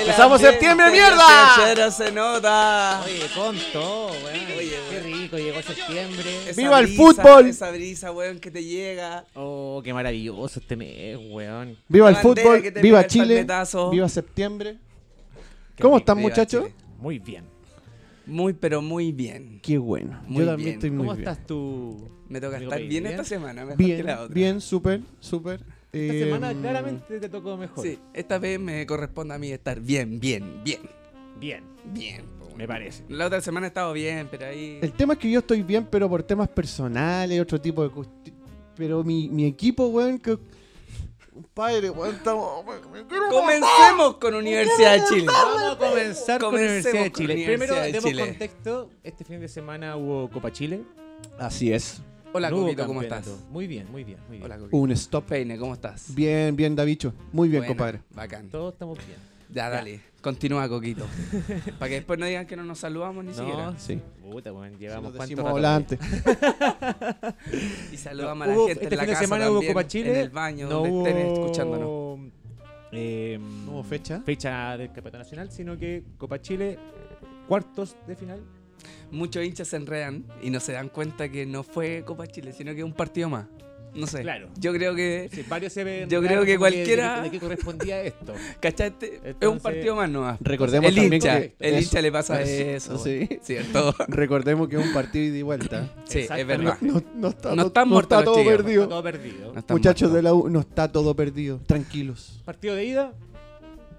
¡Empezamos septiembre, mierda! Chachara se nota. Oye, con todo, weón. Oye, Qué rico, llegó septiembre. Esa ¡Viva el brisa, fútbol! Esa brisa, weón, que te llega. Oh, qué maravilloso este mes, weón. ¡Viva el La bandera fútbol! que te pega ¡Viva el Chile! palmetazo. ¡Viva septiembre! Qué ¿Cómo rico. están, Viva muchachos? Chile. Muy bien. Muy, pero muy bien. Qué bueno. Muy Yo también bien. estoy muy ¿Cómo bien. estás tú? Me toca Amigo estar Pedro, bien ¿bien? esta semana, mejor que la Bien, otra. bien, súper, súper. Esta Eh, semana claramente te tocó mejor. Sí, esta vez me corresponde a mí estar bien, bien, bien, Bien, bien. po, weón. me parece. La otra semana he estado bien, pero ahí. El tema es que yo estoy bien, pero por temas personales, otro tipo de cuesti- Pero mi, mi equipo, weón, que. Padre, weón, estamos. weón, me quiero Comencemos con Universidad de Chile. Vamos a comenzar con la Comencemos Universidad de con Chile. Universidad Primero, de demos Chile. contexto. Este fin de semana hubo Copa Chile. matar. Así es. Hola, No hubo Coquito, ¿cómo estás? campeonato. Muy bien, muy bien, muy bien. Hola, Coquito. Un stop. Peine, ¿cómo estás? Bien, bien, Davicho. Muy bien, Buena, compadre. Bacán. Todos estamos bien. Ya, dale. Continúa, Coquito. Para que después no digan que no nos saludamos ni siquiera. No, Sí. Puta, weón, Si llevamos nos cuánto decimos rato. hola antes. Y No, saludamos a la hubo- gente este en la fin de casa semana hubo también, Copa Chile. en el baño, no donde estén hubo, escuchándonos. eh, hubo fecha? Fecha del Campeonato Nacional, sino que Copa Chile, cuartos de final. Muchos hinchas se enredan y no se dan cuenta que no fue Copa Chile, sino que un partido más. No sé. Claro. Yo creo que, Sí, varios se ven Yo raros creo que como cualquiera- ¿De, de qué correspondía esto? ¿cachaste? es un Entonces- partido más nomás. Recordemos el también hincha, que el eso, hincha le pasa eso, eso. sí. güey. ¿Cierto? Recordemos que es un partido ida y vuelta. Sí, es Exactamente. verdad. No, no está, No no- están no muertos los está todo chillos, Está perdido. todo perdido. No están Muchachos muertos. de la U, no está todo perdido. Tranquilos. Partido de ida.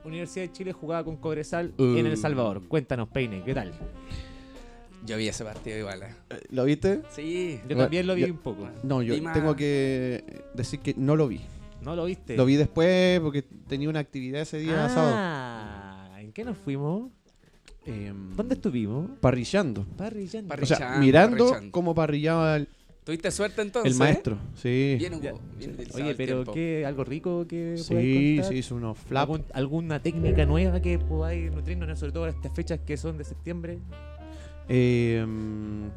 Universidad de Chile jugaba con Cobresal Uh. en El Salvador. Cuéntanos, Peine, ¿qué tal? Yo vi ese partido igual. eh. Eh, ¿Lo viste? Sí. Yo Bueno, también lo vi yo- un poco. No, yo Vi más. tengo que decir que no lo vi. ¿No lo viste? Lo vi después porque tenía una actividad ese Ah. día sábado. Ah, ¿en qué nos fuimos? Em, ¿Dónde estuvimos? Parrillando. Parrillando. O sea, Parrillando, mirando parrillando. cómo parrillaba el, ¿Tuviste suerte entonces? el maestro. Sí. Bien, Hugo, Ya. bien utilizado Oye, el pero tiempo. ¿qué? ¿Algo rico que podáis Sí, contar? se hizo unos flaps. ¿Algún- ¿Alguna técnica nueva que podáis nutrirnos, sobre todo en estas fechas que son de septiembre? Em,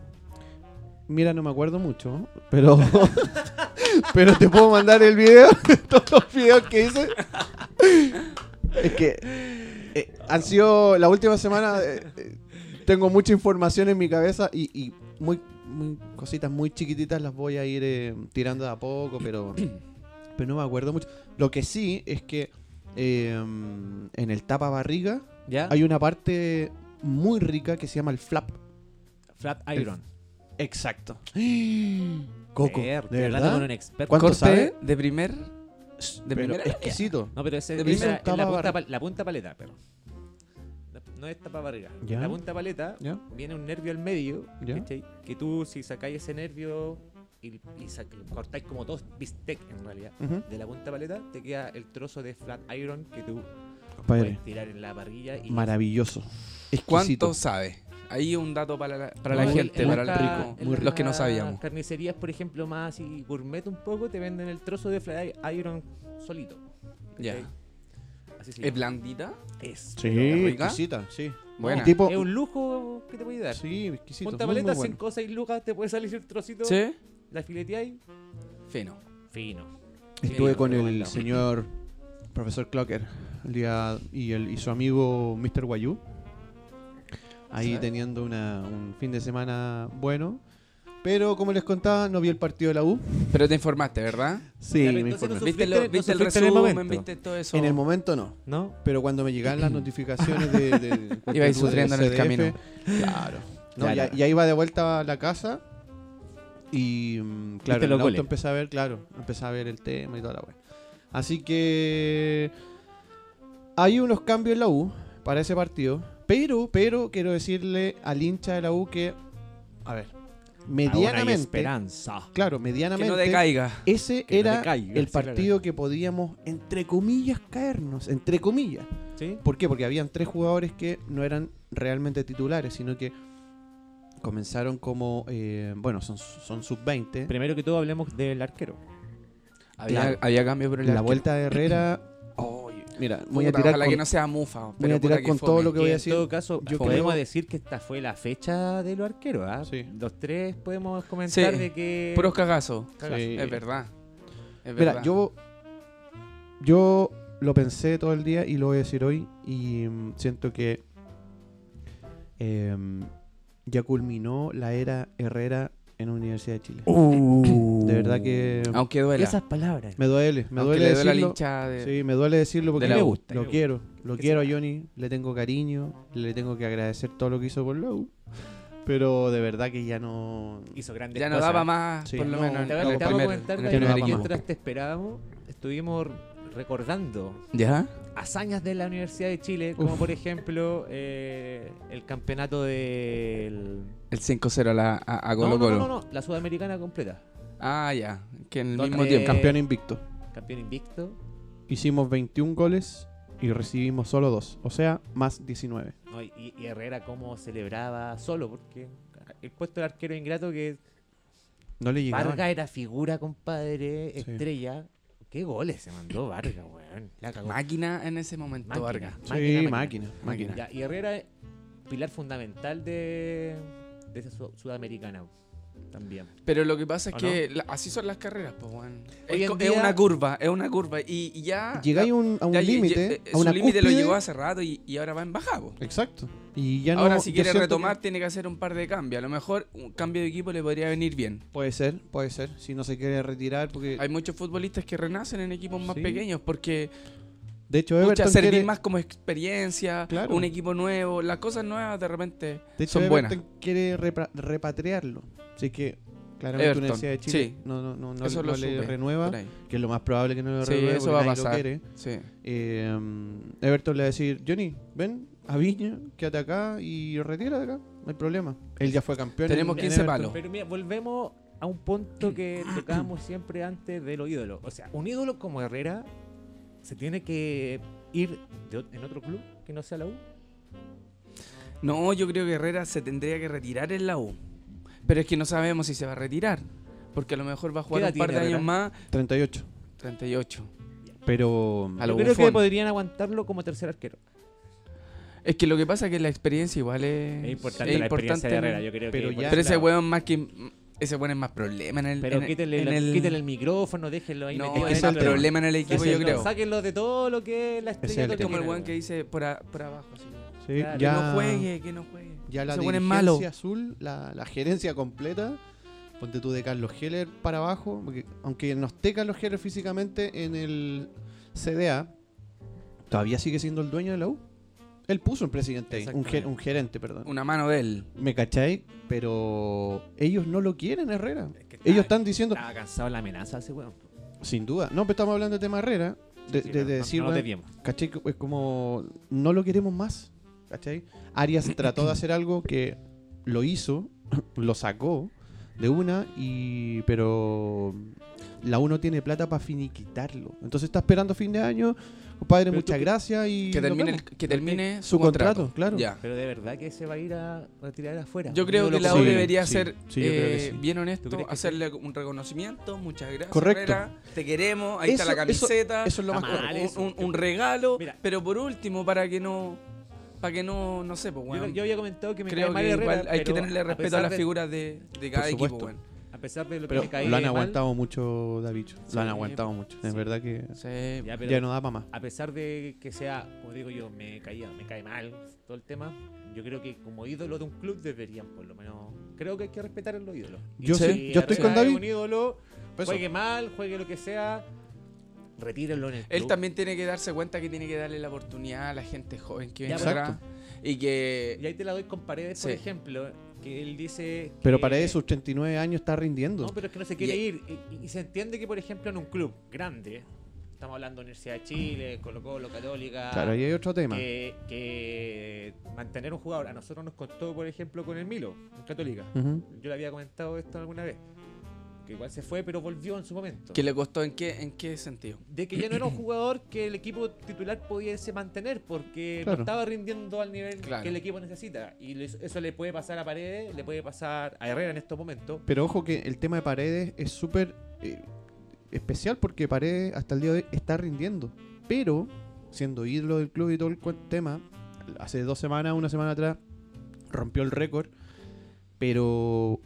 mira, no me acuerdo mucho, pero pero te puedo mandar el video, todos los videos que hice. Es que eh, han sido la última semana. eh, eh, tengo mucha información en mi cabeza y, y muy, muy- cositas muy chiquititas las voy a ir eh, tirando de a poco, pero pero no me acuerdo mucho. Lo que sí es que em, en el tapa barriga ¿Ya? hay una parte muy rica que se llama el flap. Flat Iron. Exacto. Coco. Ver, ¿De hablando verdad? con un experto. ¿Cuánto Corte sabe? de primer. De Pero primera. exquisito. No, pero ese, De esa primera es la, tapa punta, barriga. pal- la punta paleta, pero. No es tapa barriga. Ya. La punta paleta ¿Ya? viene un nervio al medio, Ya. ¿cachai? Que tú, si sacáis ese nervio y, y sa- cortáis como dos bistec en realidad. Ujú. De la punta paleta te queda el trozo de flat iron que tú Compadre, puedes tirar en la parrilla y maravilloso. Exquisito. ¿Cuánto sabe? Ahí un dato para la, para la No, gente, en para el esta- rico, en los estas que no sabíamos. Carnicerías, por ejemplo, más y gourmet un poco, te venden el trozo de flat iron solito. Ya. ¿cachai? Así se ¿Es llama. blandita? Es. Sí, ¿Es rica? exquisita, sí. Buena. Y tipo, Es un lujo que te puede dar. sí, exquisito. Punta muy, muy paleta, bueno. 5 o 6 lucas, te puede salir el trocito. Sí. La fileteáis. Fino. Fino. Estuve Sí, con el recomendado. señor profesor Clocker el día- y, el, y su amigo Mr. Wayu. Ahí Sí. teniendo una- un fin de semana bueno. Pero como les contaba, no vi el partido de la U. Pero te informaste, ¿verdad? Sí, pero me entonces informé. ¿Viste, no Sufriste lo- en- viste el sufriste en el resumen? momento. ¿Viste todo eso? En el momento no. ¿No? Pero cuando me llegaban las notificaciones de, de- del Iba a ir YouTube, sufriendo en el del camino. Claro. No, Claro. Ya, ya iba de vuelta a la casa y mm, claro, Viste en los el goles. auto empecé a ver, claro, empecé a ver el tema y toda la wea. Así que hay unos cambios en la U para ese partido, pero pero quiero decirle al hincha de la U que a ver, Aún hay medianamente, esperanza. claro, Que medianamente no decaiga. ese Que no era decaiga, el sí, claro. partido que podíamos entre comillas caernos, entre comillas. ¿Sí? ¿Por qué? Porque habían tres jugadores que no eran realmente titulares, sino que comenzaron como, eh, bueno, son, son sub-20. Primero que todo, hablemos del arquero. Había, Claro. había cambio por el La arquero. vuelta de Herrera, Oye, mira, voy puta, a tirar ojalá que con, no sea mufa. voy a tirar con todo lo que voy a en decir. todo caso, yo podemos creo- decir que esta fue la fecha de los arqueros. ¿ah? Sí. Los tres podemos comentar Sí. de que. Puros cagazos. Cagazo. Sí. Es verdad. Es Mira, verdad. yo, yo lo pensé todo el día y lo voy a decir hoy y mm, siento que em, ya culminó la era Herrera en la Universidad de Chile. Uh. De verdad que Aunque duela. Esas palabras. me duele, me aunque duele le duela al decirlo. hincha de- Sí, me duele decirlo porque la lo- U. Me lo gusta. quiero, lo Que quiero a se Johnny, le tengo cariño, le tengo que agradecer todo lo que hizo por la U, pero de verdad que ya no Eh, Hizo grandes Ya no cosas. daba más, Sí, por lo no, menos. en- Te no, en voy el te voy a primer- comentar en no, el de que primer no, que vamos. equipo. mientras te esperábamos, estuvimos recordando ¿Ya? hazañas de la Universidad de Chile, como por ejemplo eh, el campeonato del... El 5-0 a, la- a, a No, Colo no, Colo. no, no, no, la Sudamericana completa. Ah, ya. Que en el Donde- mismo tiempo. campeón invicto. Campeón invicto. Hicimos 21 goles y recibimos solo dos, o sea, más 19. No, y, y Herrera cómo celebraba solo, porque el puesto del arquero ingrato que No le llegaron. Vargas era figura, compadre, Sí. estrella. ¿Qué goles se mandó Vargas, weón? La cagó. Máquina en ese momento, Máquina. Vargas. Sí, máquina, máquina, máquina. Ya, y Herrera, pilar fundamental de, de esa su- sudamericana también. Pero lo que pasa es ¿O que la- así son las carreras, pues, weón. Es, Hoy en co- es día- una curva, es una curva. Y, y ya. Llegáis a un, a un ya lle- límite, lle- eh, a una Su límite lo cúspide. llegó hace rato y, y ahora va en bajada, po. Exacto. Y ya no Ahora, si yo quiere siento que- retomar, tiene que hacer un par de cambios. A lo mejor un cambio de equipo le podría venir bien. Puede ser, puede ser. Si no se quiere retirar, porque Hay muchos futbolistas que renacen en equipos más Sí. pequeños porque de hecho pucha, Everton servir quiere, más como experiencia, Claro. un equipo nuevo, las cosas nuevas de repente de hecho, son buenas. Everton quiere repra- repatriarlo. Así que claramente Everton, Universidad de Chile sí. no, no, no, no, Eso no lo le supe, renueva, por ahí. que es lo más probable que no lo Sí, renueve eso porque va a nadie lo pasar. quiere. Sí. Eh, Everton le va a decir, Johnny, ven a Viña, quédate acá y retira de acá, no hay problema. Él ya fue campeón. Tenemos en- en 15 Everton. palos. Pero mira, volvemos a un punto que tocábamos siempre antes de los ídolos. O sea, un ídolo como Herrera se tiene que ir de ot- en otro club que no sea la U. No, yo creo que Herrera se tendría que retirar en la U. Pero es que no sabemos si se va a retirar. Porque a lo mejor va a ¿Qué jugar edad un par de tiene años más. 38. 38. Pero A Yo lo creo que Buffon. podrían aguantarlo como tercer arquero. Es que lo que pasa es que la experiencia igual es. Es importante la experiencia de ¿no? Herrera, yo creo Pero que. ya- Pero ese Claro. weón más que. Ese weón es más problema en el. Pero en el- quítenle, en la- el- quítenle el micrófono, déjenlo ahí. No, metido es que que ese es es el el tema. problema en el equipo, yo Sáquenlo- creo. Sáquenlo de todo lo que es la es estrella. el del tema. Como el equipo. weón que dice por, a- por abajo. así, sí, Claro. Que ya, no juegue, que no juegue. ya la Ese weón es dirigencia malo. azul, la, la gerencia completa, ponte tú de Carlos Heller para abajo, porque aunque no esté Carlos Heller físicamente en el CDA, todavía sigue siendo el dueño de la U. Él puso un presidente ahí, un, ger- Exactamente. un gerente, perdón. Una mano de él. ¿Me cacháis? Pero ellos no lo quieren, Herrera. Ah, Es que Ellos estaba- están diciendo, Estaba cansado de la amenaza ese weón. sin duda. No, pero estamos hablando de tema Herrera. De, Sí, de- no, de no- decir, no nos bueno, desviemos. ¿cachai? Que Es como, no lo queremos más. ¿Cachai? Arias trató de hacer algo que lo hizo, lo sacó de una, y pero la uno tiene plata para finiquitarlo. Entonces está esperando fin de año. Compadre, Pero muchas tú- gracias y. Que nos termine, el- vemos. que termine Su contrato, claro. Ya. Pero de verdad que se va a ir a retirar afuera. Yo creo Yo que lo la U creo. Sí, debería sí, ser sí, yo creo que eh, sí. bien ¿Tú honesto, crees que hacerle un reconocimiento, muchas gracias. Correcto. Herrera, te queremos, ahí está la Eso- eso- camiseta, Eso es lo Está más mal. correcto. un, eso, un- yo- un regalo, Mira. pero por último, para que no, para que no, no sé, pues, Yo, weón. yo había comentado que me creo cae mal que Herrera, igual hay que pero tenerle respeto a, pesar las de- figuras de, de cada equipo, supuesto. weón. A pesar de lo que Pero me cae lo han mal, aguantado mucho, Davicho. Sí, lo han aguantado mucho. Es sí. verdad que Sí. ya, pero ya no da para más. A pesar de que sea, como digo yo, me caía, me cae mal todo el tema, yo creo que como ídolo de un club deberían, por lo menos, creo que hay que respetar a los ídolos. Yo sí, si yo estoy Herrera con es David. Un ídolo, Pues eso. juegue mal, juegue lo que sea, retírenlo en el club. Él también tiene que darse cuenta que tiene que darle la oportunidad a la gente joven que viene Ya, pero- atrás y que Y ahí te la doy con Paredes, por Sí. ejemplo, que él dice. Pero que- para eso, sus 39 años está rindiendo. No, pero es que no se quiere Y- ir. Y- Y, y se entiende que, por ejemplo, en un club grande, estamos hablando de Universidad de Chile, Colo Colo, Católica. claro, ahí hay otro tema. que, que mantener un jugador. A nosotros nos costó, por ejemplo, con el Milo, en Católica. Ujú. Yo le había comentado esto alguna vez. Que igual se fue, pero volvió en su momento. que le costó en qué, en qué sentido. De que ya no era un jugador que el equipo titular pudiese mantener porque Claro. no estaba rindiendo al nivel Claro. que el equipo necesita. Y le- eso le puede pasar a Paredes, le puede pasar a Herrera en estos momentos. Pero ojo que el tema de Paredes es súper eh, especial porque Paredes hasta el día de hoy está rindiendo. Pero, siendo ídolo del club y todo el cuen- tema, hace dos semanas, una semana atrás, rompió el récord. Pero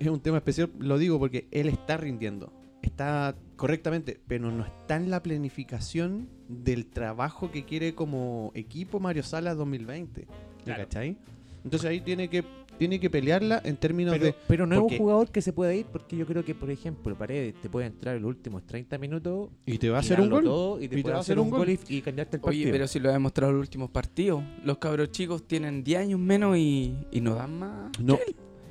es un tema especial, lo digo porque él está rindiendo. Está está correctamente, pero no está en la planificación del trabajo que quiere como equipo Mario Salas 2020. ¿Me Claro. cachai? Entonces ahí tiene que, tiene que pelearla en términos Pero, de. pero no porque- es un jugador que se pueda ir porque yo creo que, por ejemplo, Paredes te puede entrar en los últimos 30 minutos Y te va a y hacer un darlo gol. todo y te, puede hacer un gol, y, y cambiarte el partido. Oye, pero si lo ha demostrado en los últimos partidos. Los cabros chicos tienen 10 años menos y, y no dan más. No,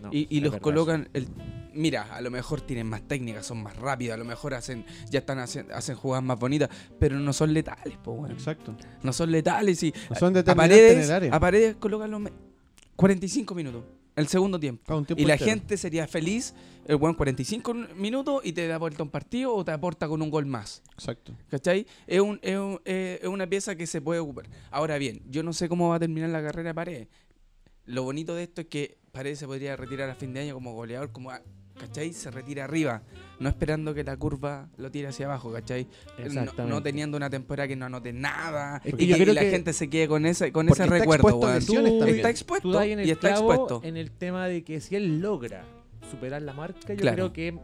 No, y y es los verdad. colocan. El, mira, a lo mejor tienen más técnicas, son más rápidos, a lo mejor hacen, ya están hacen, hacen jugadas más bonitas, pero no son letales, po, weón. exacto. No son letales y No son a determinantes en paredes, el área. a Paredes colocan los me- 45 minutos, el segundo tiempo. Ah, un tiempo Y la entero. gente sería feliz, el weón 45 minutos y te da vuelta un partido o te aporta con un gol más. Exacto. ¿Cachai? Es, un- es un- eh, es una pieza que se puede ocupar. Ahora bien, yo no sé cómo va a terminar la carrera de Paredes. Lo bonito de esto es que Paredes se podría retirar a fin de año como goleador, como, a- ¿cachai? Se retira arriba, no esperando que la curva lo tire hacia abajo, ¿cachai? No- No, Exactamente. teniendo una temporada que no anote nada Es y que que, yo creo la que- gente se quede con ese, con ese Porque está recuerdo, expuesto a weón. lesión también. Está Tú expuesto das en el y está clavo expuesto. en el tema de que si él logra superar la marca, yo Claro. creo que.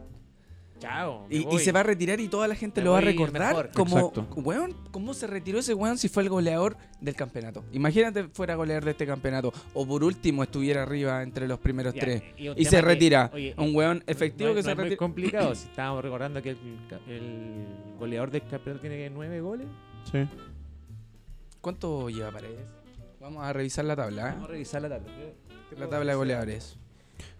Chao. me Y, y voy. se va a retirar y toda la gente Me lo va a voy recordar mejor. como, Exacto. weón, ¿cómo se retiró ese weón si fue el goleador del campeonato? Imagínate fuera goleador de este campeonato o por último estuviera arriba entre los primeros Ya, tres y un y tema se que- retira. oye, un weón efectivo no, que no se es muy retira. complicado. Si estábamos recordando que el, ca- el goleador del campeonato tiene nueve goles. Sí. ¿Cuánto lleva Paredes? Vamos a revisar la tabla, Vamos a ¿eh? revisar la tabla. Yo- yo La tabla puedo de revisar. goleadores.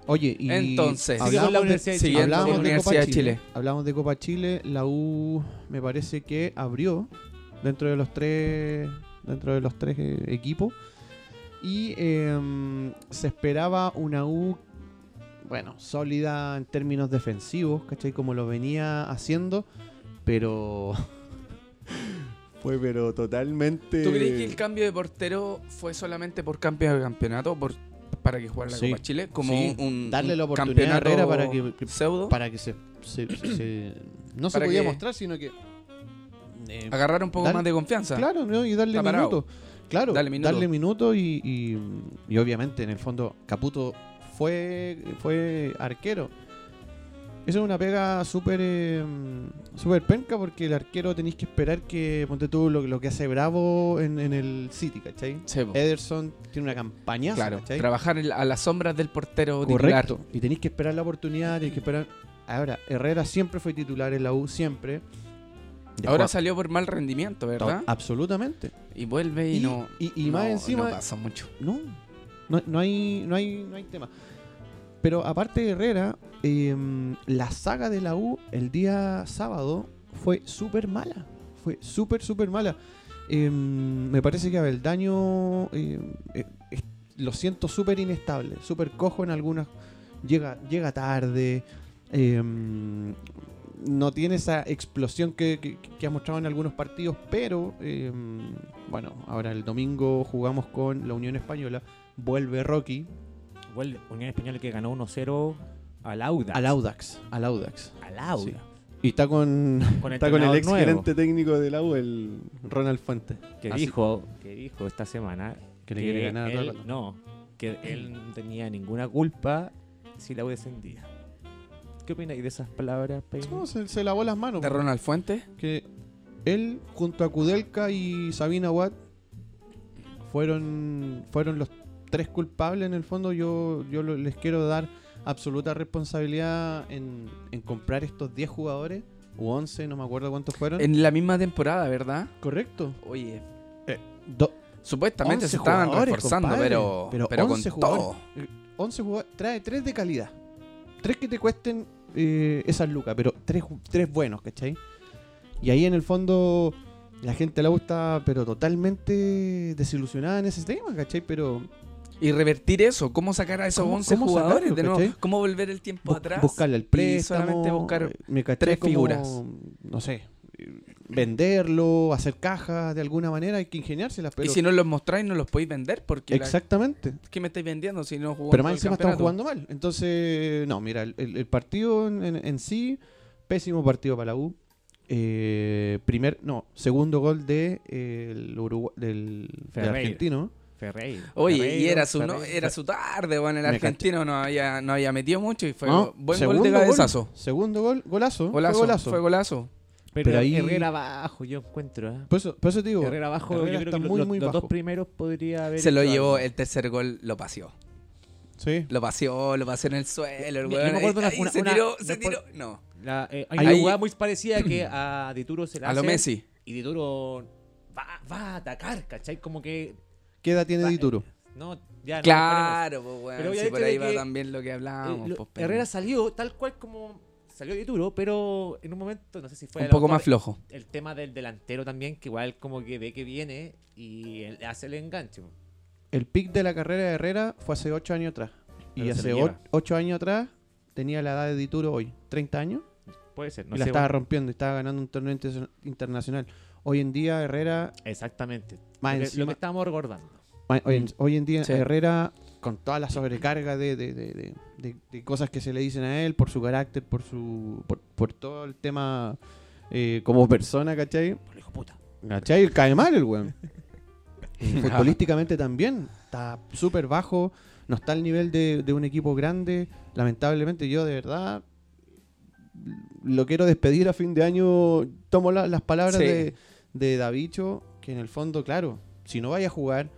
Oye, y. Entonces, Sigue con la hablamos de- Universidad de siguiente. Chile. Hablamos Hablábamos de de Universidad Copa de Chile. Chile. Hablamos de Copa Chile. La U me parece que abrió dentro de los tres dentro de los tres eh, equipos y em, se esperaba una U bueno sólida en términos defensivos, ¿cachai? Como lo venía haciendo, pero fue pero totalmente. ¿Tú crees que el cambio de portero fue solamente por cambio de campeonato, por, para que jugara la Sí. Copa Chile? Como Sí. un, un Darle la oportunidad a campeonato Herrera para que- que- pseudo. para que se, se- se- se- no se Para podía que- mostrar, sino que eh, agarrar un poco Dale- más de confianza. Claro, ¿no? y darle Está parado. minutos. Claro, Dale minuto. darle minutos y, y- y obviamente en el fondo Caputo fue, fue arquero. Eso es una pega súper eh, súper penca porque el arquero tenéis que esperar que ponte tú lo, lo que hace Bravo en, en el City, ¿cachai? Sí, po. Ederson tiene una campaña, Claro, ¿cachai? trabajar en la- a las sombras del portero titular. Correcto. Y tenéis que esperar la oportunidad, tenéis que esperar. Ahora, Herrera siempre fue titular en la U, siempre. Dejó Ahora a- salió por mal rendimiento, ¿verdad? Absolutamente. Y vuelve y, Y- no. y- y más no- encima- No pasa mucho. No, no, no hay, no, hay, no hay tema. Pero aparte de Herrera, em, la saga de la U el día sábado fue súper mala. Fue súper, súper mala. Em, me parece que Abeldaño em, eh, es- lo siento súper inestable, súper cojo en algunas. Llega, llega tarde. em, no tiene esa explosión que, que- que ha mostrado en algunos partidos, pero em, bueno, ahora el domingo jugamos con la Unión Española. Vuelve Rocky Igual Unión Española que ganó 1-0 al Auda. al Audax. Al Audax. Al Auda. Sí. Y está con, Con está con el entrenador ex nuevo. gerente técnico del AU, el Ronald Fuentes. que Así- dijo que dijo esta semana Que le quiere ganar a todo el él, rato. no que él no tenía ninguna culpa si la U descendía ¿qué opináis de esas palabras Peine? No, se, se lavó las manos. De Ronald Fuentes. que él junto a Kudelka y Sabina Watt fueron, fueron los tres culpables en el fondo. Yo, yo lo- les quiero dar absoluta responsabilidad en, en comprar estos 10 jugadores o 11, no me acuerdo cuántos fueron. En la misma temporada, ¿verdad? Correcto. Oye. Do- Supuestamente 11 se estaban jugadores, reforzando, compadre, pero. pero Pero, 11 con todo. jugadores. 11 jugadores, trae 3 de calidad. 3 que te cuesten eh, esas lucas, pero 3, buenos, ¿cachai? Y ahí en el fondo la gente la gusta, pero totalmente desilusionada en ese tema, ¿cachai? Pero Y revertir eso. ¿Cómo sacar a esos ¿Cómo- 11 cómo jugadores sacarlo, de nuevo? cachai? ¿Cómo volver el tiempo bus- atrás? buscarle el y préstamo, solamente buscar eh, me caché tres como, figuras. No sé, eh, venderlo, hacer cajas de alguna manera, hay que ingeniárselas, pero... y si no los mostráis, no los podéis vender porque. la- Exactamente. ¿Qué me estáis vendiendo si no jugamos Pero más todo el encima están campeonato? jugando mal. Entonces, no, mira, el, el- el partido en, en- en sí, pésimo partido para la U. Eh, primer, no, segundo gol de, eh, el Urugu- del, del Ferreira. argentino. Ferreira. Oye, y Ferreiro, era su, no- Ferreiro. era su tarde, bueno, el Me argentino no había, no había metido mucho y fue ¿No? buen Segundo gol de cabezazo. Segundo gol, golazo. Golazo, Fue golazo. Fue golazo. Pero, Pero ahí- Herrera abajo, yo encuentro. ¿eh? por, eso, por eso te digo, Herrera abajo, Herrera yo creo está que lo- muy, los, muy los bajo. dos primeros podría haber. Se lo hecho llevó, algo. el tercer gol lo paseó. sí. Lo paseó, lo paseó en el suelo, el Yo me weón, acuerdo ahí- una- ahí una- se una- tiró, se después- tiró. No, La- eh, hay Ahí- una jugada muy parecida que a Dituro se la a lo hace, Messi. Y Dituro va, va a atacar, ¿cachai? Como que. ¿Qué edad tiene Va- Dituro? No, ya no. Claro, pues weón, Pero si obviamente por ahí de va que, también lo que paremos. hablábamos. Eh, lo- pues, pero Herrera salió tal cual como salió Dituro, pero en un momento, no sé si fue. a un los poco dos- más flojo. El tema del delantero también, que igual como que ve que viene y él hace el enganche. pues. El pic de la carrera de Herrera fue hace 8 años atrás. Pero y se hace lo lleva. 8 años atrás tenía la edad de Dituro hoy, 30 años, Puede ser, y la estaba rompiendo, estaba ganando un torneo inter- internacional. Hoy en día Herrera, Exactamente. más Lo que- encima- lo que Mm. estábamos recordando. ma- hoy, en- hoy en día Sí. Herrera, con toda la sobrecarga de, de- de- de- de- de cosas que se le dicen a él, por su carácter, por su por, por todo el tema eh, como persona, ¿cachai? Por hijo puta. ¿Cachai? Cae mal el weón. Futbolísticamente también. Está súper bajo. No está al nivel de, de un equipo grande. Lamentablemente yo de verdad lo quiero despedir a fin de año. Tomo la- las palabras Sí. de, de Davicho, que en el fondo, claro, si no vaya a jugar,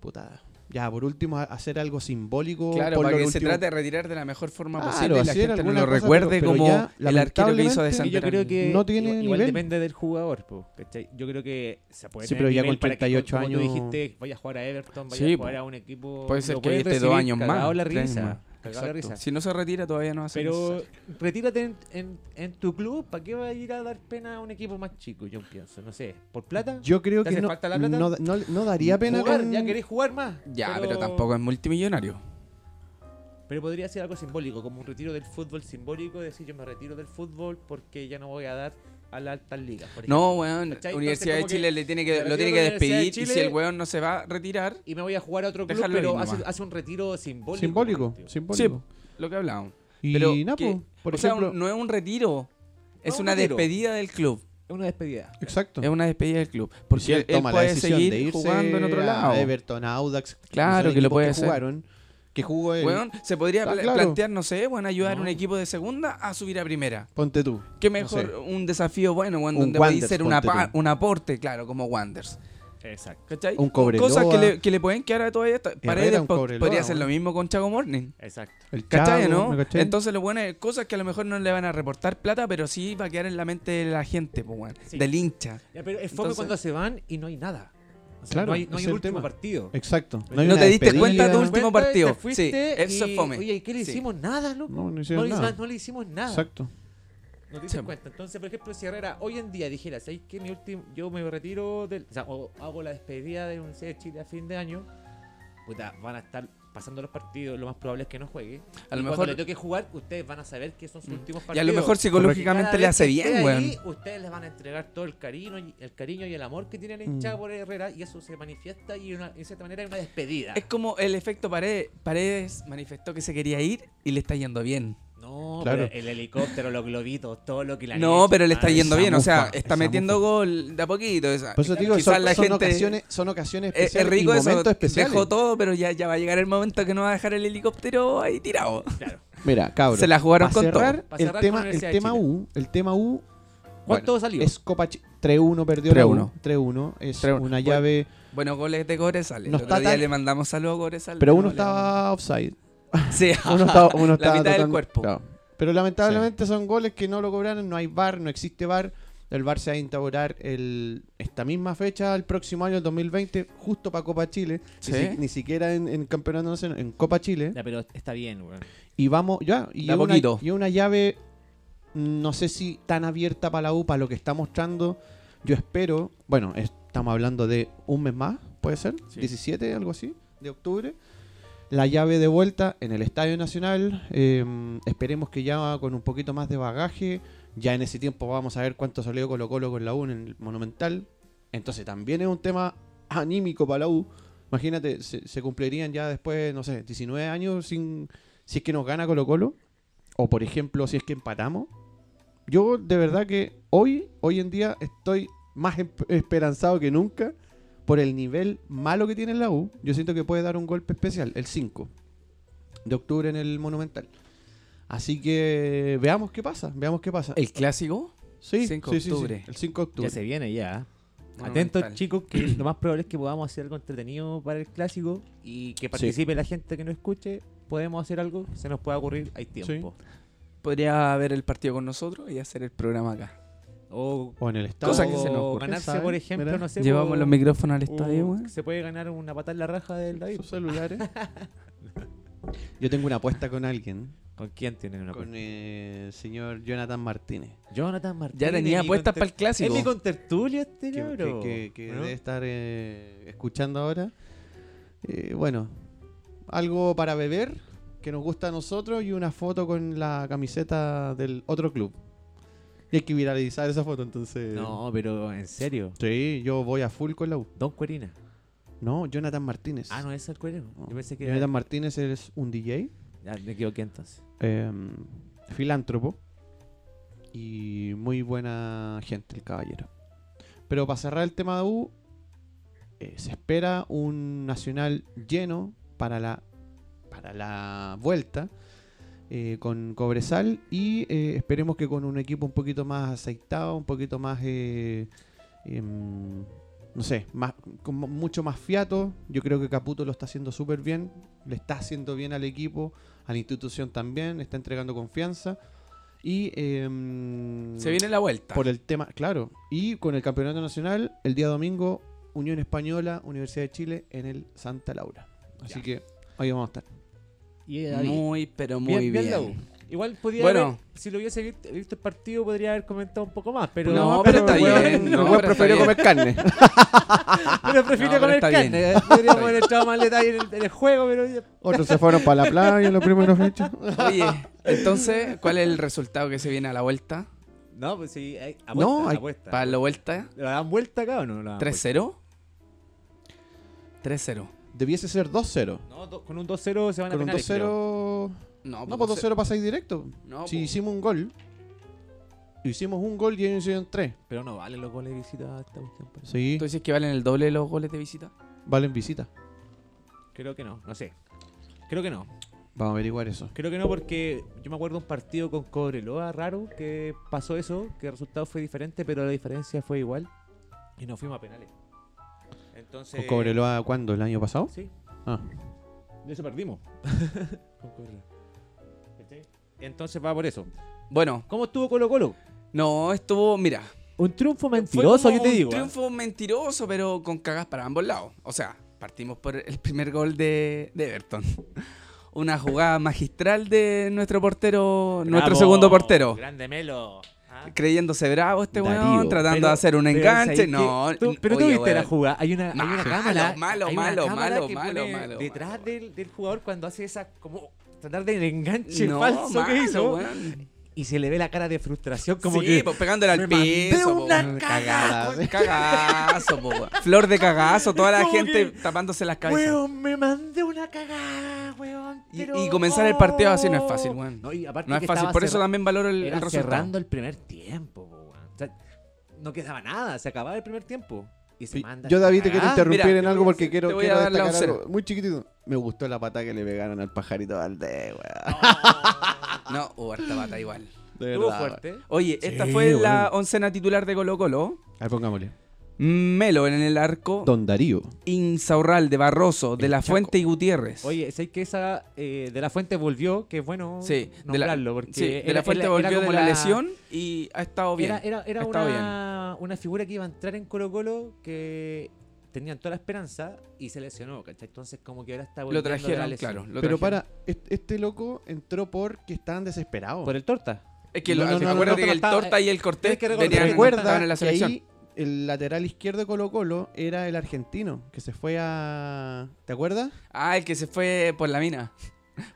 puta, ya por último a- hacer algo simbólico. Claro, por para lo que se último. trate de retirar de la mejor forma Claro, posible y la hacer gente no alguna lo cosa, recuerde pero- pero como ya, el arquero que hizo de lamentablemente, Y yo Santana. creo que No tiene igual, igual nivel. depende del jugador, po, ¿cachai? Yo creo que se puede Sí, tener pero ya nivel con para que, 38 como tú años- dijiste, vaya a jugar a Everton, vaya Sí, a jugar po. a un equipo... Puede ser lo que puedes esté dos recibir años más, cagado la tres risa, más. cagado la risa. Si no se retira todavía no hace Pero retírate en, en- en tu club, ¿para qué va a ir a dar pena a un equipo más chico? Yo pienso, no sé, ¿por plata? Yo creo ¿Te que hace no, falta la plata? no- no- no daría pena jugar, con- ya querés jugar más. Ya, pero tampoco es multimillonario. Pero podría ser algo simbólico, como un retiro del fútbol simbólico, decir yo me retiro del fútbol porque ya no voy a dar a las altas ligas. por No, weón, ¿Cachai? Universidad Entonces, como de Chile que le tiene me que, lo retiro tiene de que la Universidad de despedir y si Chile- el weón no se va a retirar, y me voy a jugar a otro club, Déjalo pero ahí hace, nomás. hace un retiro simbólico. Simbólico. por ejemplo. Simbólico. lo que hablábamos. Y Pero nada, que- po, por o ejemplo. sea, un- no es un retiro, es un una retiro. despedida del club. Es una despedida. Exacto. Es una despedida del club. Porque Si él, él puede seguir jugando en otro a lado. Everton, a Audax. Claro son que lo equipos puede hacer. jugaron, que jugó él. Weón, se podría Ah, pla- claro. plantear, no sé, bueno, ayudar a un No. equipo de segunda a subir a primera. Ponte tú. Qué No mejor sé. un desafío bueno, weón, Un donde podéis Wanderers, ser una ponte pa- tú. un aporte, claro, como Wanders. Exacto. ¿Cachai? Un Cobreloa. Cosas que le, que le pueden quedar a todavía. esta- Paredes un po- Cobreloa, podría hacer lo weón. mismo con Chago Morning. Exacto. El ¿Cachai, Chavo, no? ¿me cachai? Entonces, lo bueno es cosas que a lo mejor no le van a reportar plata, pero sí va a quedar en la mente de la gente, pues, weón, Sí. del hincha. Ya, pero es fome Entonces- cuando se van y no hay nada. O sea, Claro, no hay, no hay es un el último tema. partido. Exacto. No, hay una te diste despedida. cuenta tu Te último cuenta, partido. te fuiste Sí, eso y, es fome. Oye, ¿y qué le Sí. hicimos? Nada, loco. No, no No hicieron le, nada. no le hicimos nada. Exacto. No te Sí. diste cuenta. Entonces, por ejemplo, si Herrera hoy en día dijera, ¿sabes qué? Mi último, yo me retiro del. O sea, o hago la despedida de un de Chile a fin de año. Puta, van a estar pasando los partidos. Lo más probable es que no A juegue. Y lo Cuando mejor. Mm. le toque jugar, ustedes van a saber que son sus últimos partidos. Y a lo mejor psicológicamente Cada le vez hace que esté bien, ahí, weón. Ustedes les van a entregar todo el cariño, y- el cariño y el amor que tienen Mm. hinchada por Herrera y eso se manifiesta y una, de cierta manera es una despedida. Es como el efecto Paredes. Paredes manifestó que se quería ir y le está yendo bien. No, Claro. pero el helicóptero, los globitos, todo lo que la ah, no, leche, pero le está madre. yendo Ah, esa bien. o sea, mufa, está esa metiendo gol de a poquito. esa- Por eso te digo, quizás son, la son gente- ocasiones, son ocasiones Es, especiales es rico y eso. momentos especiales. Dejó todo, pero ya, ya va a llegar el momento que no va a dejar el helicóptero ahí tirado. Claro. Mira, cabrón. Se la jugaron pa' con cerrar, todo. Pa' El cerrar con tema, el Universidad de tema Chile. U, el tema U ¿Cuánto salió? es Copa Chi- 3-1 perdió la 3-1. U, 3-1 es 3-1. una Bueno, llave, Bueno, goles de Cobresales. No El otro está día tan- le mandamos saludos a Cobresales. pero No, uno le mandamos- estaba offside. Sí, Uno estaba, uno la estaba mitad del tocando- cuerpo. claro. Pero lamentablemente son goles que no lo cobraron, no hay VAR, no existe VAR. El VAR se va a instaurar el, esta misma fecha, el próximo año, el 2020, justo para Copa Chile. Sí. Ni, si- ni siquiera en, en Campeonato Nacional, en Copa Chile. Ya, pero está bien, weón. Y vamos, ya, y De a es una, poquito. y es una llave, no sé si tan abierta para la U, para lo que está mostrando. Yo espero, bueno, estamos hablando de un mes más, puede ser, 17, algo así, de octubre. La llave de vuelta en el Estadio Nacional. eh, esperemos que ya con un poquito más de bagaje. Ya en ese tiempo vamos a ver cuánto salió Colo Colo con la U en el Monumental. Entonces también es un tema anímico para la U. Imagínate, se, se cumplirían ya después, no sé, 19 años sin, si es que nos gana Colo Colo, o por ejemplo, si es que empatamos. Yo de verdad que hoy, hoy en día, estoy más em- esperanzado que nunca por el nivel malo que tiene la U, yo siento que puede dar un golpe especial, el 5 de octubre en el Monumental. Así que veamos qué pasa, veamos qué pasa. ¿El clásico? Sí, 5 sí, de sí, sí, octubre. el 5 de octubre. Ya se viene ya. Monumental. Atentos chicos, que lo más probable es que podamos hacer algo entretenido para el clásico y que participe la gente que no escuche. Podemos hacer algo, se nos puede ocurrir, hay tiempo. Podría ver el partido con nosotros y hacer el programa acá. O, O en el estado. Cosa que se nos o ocurre, ganarse, ¿saben? por ejemplo, Mira, no sé. Llevamos po, pues, los micrófonos al uh, un- estadio, weón. Se puede ganar una patada en la raja del David. pues. Sus celulares. Yo tengo una apuesta con alguien, ¿Con quién tienen una con apuesta? eh, el señor Jonathan Martínez, Jonathan Martínez. Ya tenía mi apuestas conter- para el Es clásico. mi contertulio este que, que- cabrón. que- que este- ¿no? debe estar eh, escuchando ahora. Eh, bueno, algo para beber que nos gusta a nosotros y una foto con la camiseta del otro club. Y hay que viralizar esa foto, entonces. No, pero en serio. Sí, yo voy a full con la U. Don Cuerina. No, Jonathan Martínez. Ah, no, es el Cuerino. No. Yo pensé que era. Jonathan Martínez es un DJ. Ya, me equivoqué entonces. eh, filántropo y muy buena gente el caballero. Pero para cerrar el tema de U, eh, se espera un nacional lleno para la, para la vuelta eh, con Cobresal y eh, esperemos que con un equipo un poquito más aceitado, un poquito más, eh, em, no sé, más, con mu- mucho más fiato. Yo creo que Caputo lo está haciendo súper bien, le está haciendo bien al equipo a la institución también, está entregando confianza. Y em, Se viene la vuelta. por el tema, claro, y con el campeonato nacional, el día domingo, Unión Española, Universidad de Chile, en el Santa Laura. Así Ya. que ahí vamos a estar. Y Muy, pero muy bien. la U. Igual podía Bueno. haber- si lo hubiese vi- visto el partido, podría haber comentado un poco más, pero. No, pero está weón, bien, no, el pero weón está prefirió bien. comer carne. No, Pero prefiero pero comer está carne. bien. eh. Podríamos haber entrado más detalle en el, en el juego, pero. Otros se fueron para la playa en los primeros fechos. Oye, entonces, ¿cuál es el resultado que se viene a la vuelta? No, pues sí, hay No, hay- apuesta. ¿Para la vuelta? ¿Lo dan vuelta acá o no? Ah, lo dan vuelta? ¿3-0? 3-0. Debiese ser 2-0. No, do- con un 2-0 se van a Con un penales, 2-0. No, No, pues 2-0 pasáis directo. No, pues. Si po. hicimos un gol, hicimos un gol y ellos hicieron 3. creo. Pero no valen los goles de visita a esta cuestión. parece. Sí, ¿Tú dices que valen el doble de los goles de visita? valen visita. Creo que no, no sé. Creo que no. Vamos a averiguar eso. Creo que no porque yo me acuerdo un partido con Cobreloa raro que pasó eso, que el resultado fue diferente, pero la diferencia fue igual y nos fuimos a penales. Entonces, ¿Con Cobreloa cuándo? ¿El año pasado? Sí, Ah. de eso perdimos. con Cobreloa. ¿Cachai? Entonces va por eso. Bueno, ¿Cómo estuvo Colo Colo? no, estuvo, mira. Un triunfo fue mentiroso, como yo te un digo. ¿eh? triunfo mentiroso, pero con cagas para ambos lados. O sea, partimos por el primer gol de, de Everton. Una jugada magistral de nuestro portero, nuestro Bravo, segundo portero. Grande Melo. ¿ah? Creyéndose bravo este Darío. weón, tratando Pero- de hacer un pero, enganche. ¿sabes No, qué? Tú- pero tú oye, viste la weón. jugada. Hay una, hay una Malo, cámara. malo, hay una malo, cámara malo, que malo, pone malo, Detrás malo. Del, del jugador cuando hace esa. como tratar del enganche No, falso que malo, hizo. weón. Y se le ve la cara de frustración como sí, que. pues pegándole me al mandé piso. po, una weón. cagada. Cagazo, Cagazo, po, weón. Flor de cagazo, toda la Como gente que- tapándose las cabezas. Weón, me mandé una cagada, weón. Y- pero- y comenzar el partido así no es fácil, weón. No, y aparte No que es fácil, estaba por eso cerra- también valoro el, Era el resultado. cerrando el primer tiempo, po, weón. O sea, no quedaba nada, se acababa el primer tiempo. Y se Sí, manda Yo, esta David, te quiero cagada. interrumpir mira, en te algo voy a- porque quiero, te voy a quiero dar la destacar algo. observa- Muy chiquitito. Me gustó la patada que le pegaron al pajarito Valdés, weón. No, hubo harta bata Mm. igual. De Estuvo verdad, fuerte. Oye, esta Sí, fue la weón. oncena titular de Colo Colo. weón. Ahí pongámosle. Melo en el arco. Don Darío. Insaurral de Barroso, de El la Chaco. Fuente y Gutiérrez. Oye, sé que esa eh, de la fuente volvió, que es bueno sí, de la, nombrarlo, porque sí, de era- la Fuente era- era volvió de como la lesión y ha estado bien. Era, era, era Ha estado una, una figura que iba a entrar en Colo Colo que tenían toda la esperanza y se lesionó, ¿cachai? Entonces como que ahora está lo volviendo de la trajeron, lesión. claro. lo Pero trajeron. para, est- este loco entró porque estaban desesperados. Por el torta. Es que No, lo- no, no, no, acuérdate no, que el estaba- Torta y el Cortés tienes que recordar- venían- Recuerda estaban en la que selección. ahí el lateral izquierdo de Colo Colo era el argentino, que se fue a... ¿Te acuerdas? Ah, el que se fue por la mina.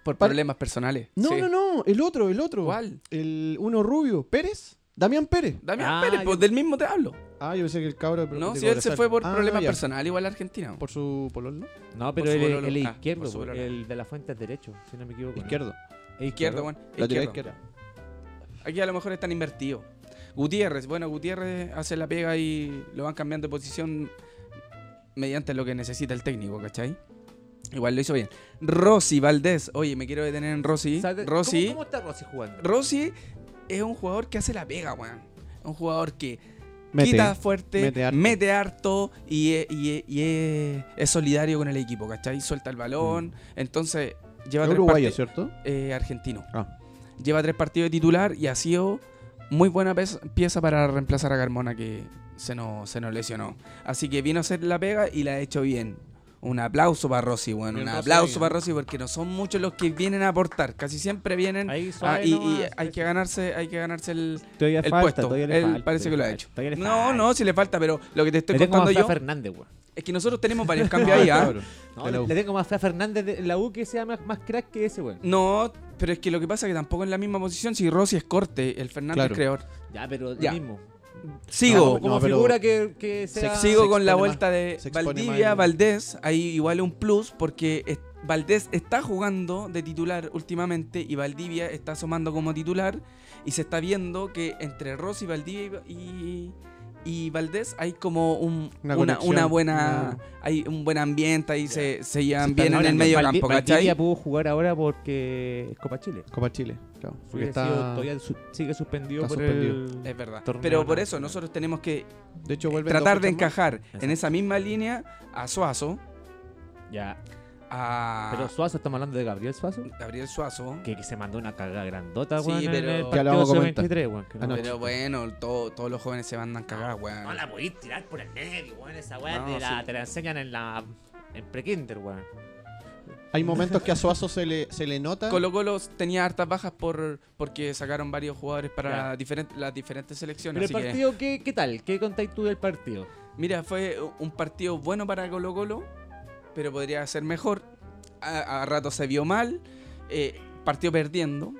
Por Par- problemas personales. No, sí. no, no. El otro, el otro. ¿Cuál? El uno rubio. ¿Pérez? Damián Pérez. Damián Ah, Pérez, pues yo- del mismo te hablo. Ah, yo pensé que el cabro... de- No, de si él se Cobresal. fue por Ah, problemas ya. personales, igual argentino. Por su pololo. No, pero pero él es- el, él es izquierdo, izquierdo, pues, po, el de la fuente es derecho, si no me equivoco. Izquierdo. izquierdo, bueno. Lateral Izquierdo. izquierdo. Aquí a lo mejor están invertidos. Gutiérrez, bueno, Gutiérrez hace la pega y lo van cambiando de posición mediante lo que necesita el técnico, ¿cachai? Igual lo hizo bien. Rossi Valdés, oye, me quiero detener en Rossi. ¿Sabe- Rossi, ¿Cómo, cómo está Rossi jugando? Rossi es un jugador que hace la pega, weón. Un jugador que Mete. quita fuerte, mete mete harto, harto. y, es, y es- y es- es solidario con el equipo, ¿cachai? Suelta el balón. Entonces, lleva Es tres Mm. uruguayo, partidos. ¿cierto? argentino. Ah. Lleva tres partidos de titular y ha sido muy buena pez- pieza para reemplazar a Carmona que se nos, se nos lesionó. Así que vino a hacer la pega y la ha hecho bien. Un aplauso para Rossi, bueno, Bien, un Rossi, aplauso bien. para Rossi porque no son muchos los que vienen a aportar. Casi siempre vienen Ahí Ah, suave y, y nomás, hay que ganarse, hay que ganarse el, Todavía el falta, puesto. todavía le Él falta, parece que lo ha todavía le hecho. falta, todavía le No, falta. no, si le falta, pero lo que te estoy Le tengo más contando fe a yo Fernández, weón. es que nosotros tenemos varios cambios ahí, ¿ah? No, De la U. le tengo más fe a Fernández de la U que sea más, más crack que ese, weón. No, pero es que lo que pasa es que tampoco en la misma posición. Si Rossi es corte, el Fernández Claro. es creador. Ya, pero lo Ya. mismo. Sigo. No, Como no, pero- figura que, que sea. Sigo se con la expone vuelta de se expone Valdivia, más. Valdés. Ahí igual es un plus porque es- Valdés está jugando de titular últimamente y Valdivia está asomando como titular. Y se está viendo que entre Rossi, Valdivia y, y Valdés hay como un- Una una, conexión, una buena. una- Hay un buen ambiente, ahí se, se Se llevan están bien en el hablando. medio Valdi- campo, Valdivia ¿cachai? pudo jugar ahora porque es Copa Chile. Copa Chile, claro. Porque Hubiera está, sido- todavía su- sigue suspendido está por suspendido. Es el. verdad. Torneo Pero por nacional. eso nosotros tenemos que de hecho, vuelve tratar de encajar en Exacto. esa misma línea a Suazo, Ya. a Pero Suazo, estamos hablando de Gabriel Suazo. Gabriel Suazo, Que, que se mandó una cagada grandota, Sí, weón. en pero- el Ya lo partido vamos a comentar. sub-23, weón, que no- Anoche. pues. Pero bueno, todo- todos los jóvenes se mandan cagados, No weón. la podéis tirar por el medio, weón. Esa weá No, te, la, sí. te la enseñan en la. En pre-kinder, weón. Hay momentos que a Suazo se le, se le nota. Colo Colo tenía hartas bajas por porque sacaron varios jugadores para Ya. diferent- las diferentes selecciones. Pero el así que- partido, ¿qué, ¿qué tal? ¿Qué contáis tú del partido? mira, fue un partido bueno para Colo Colo, pero podría ser mejor. A, a rato se vio mal, eh, partió perdiendo.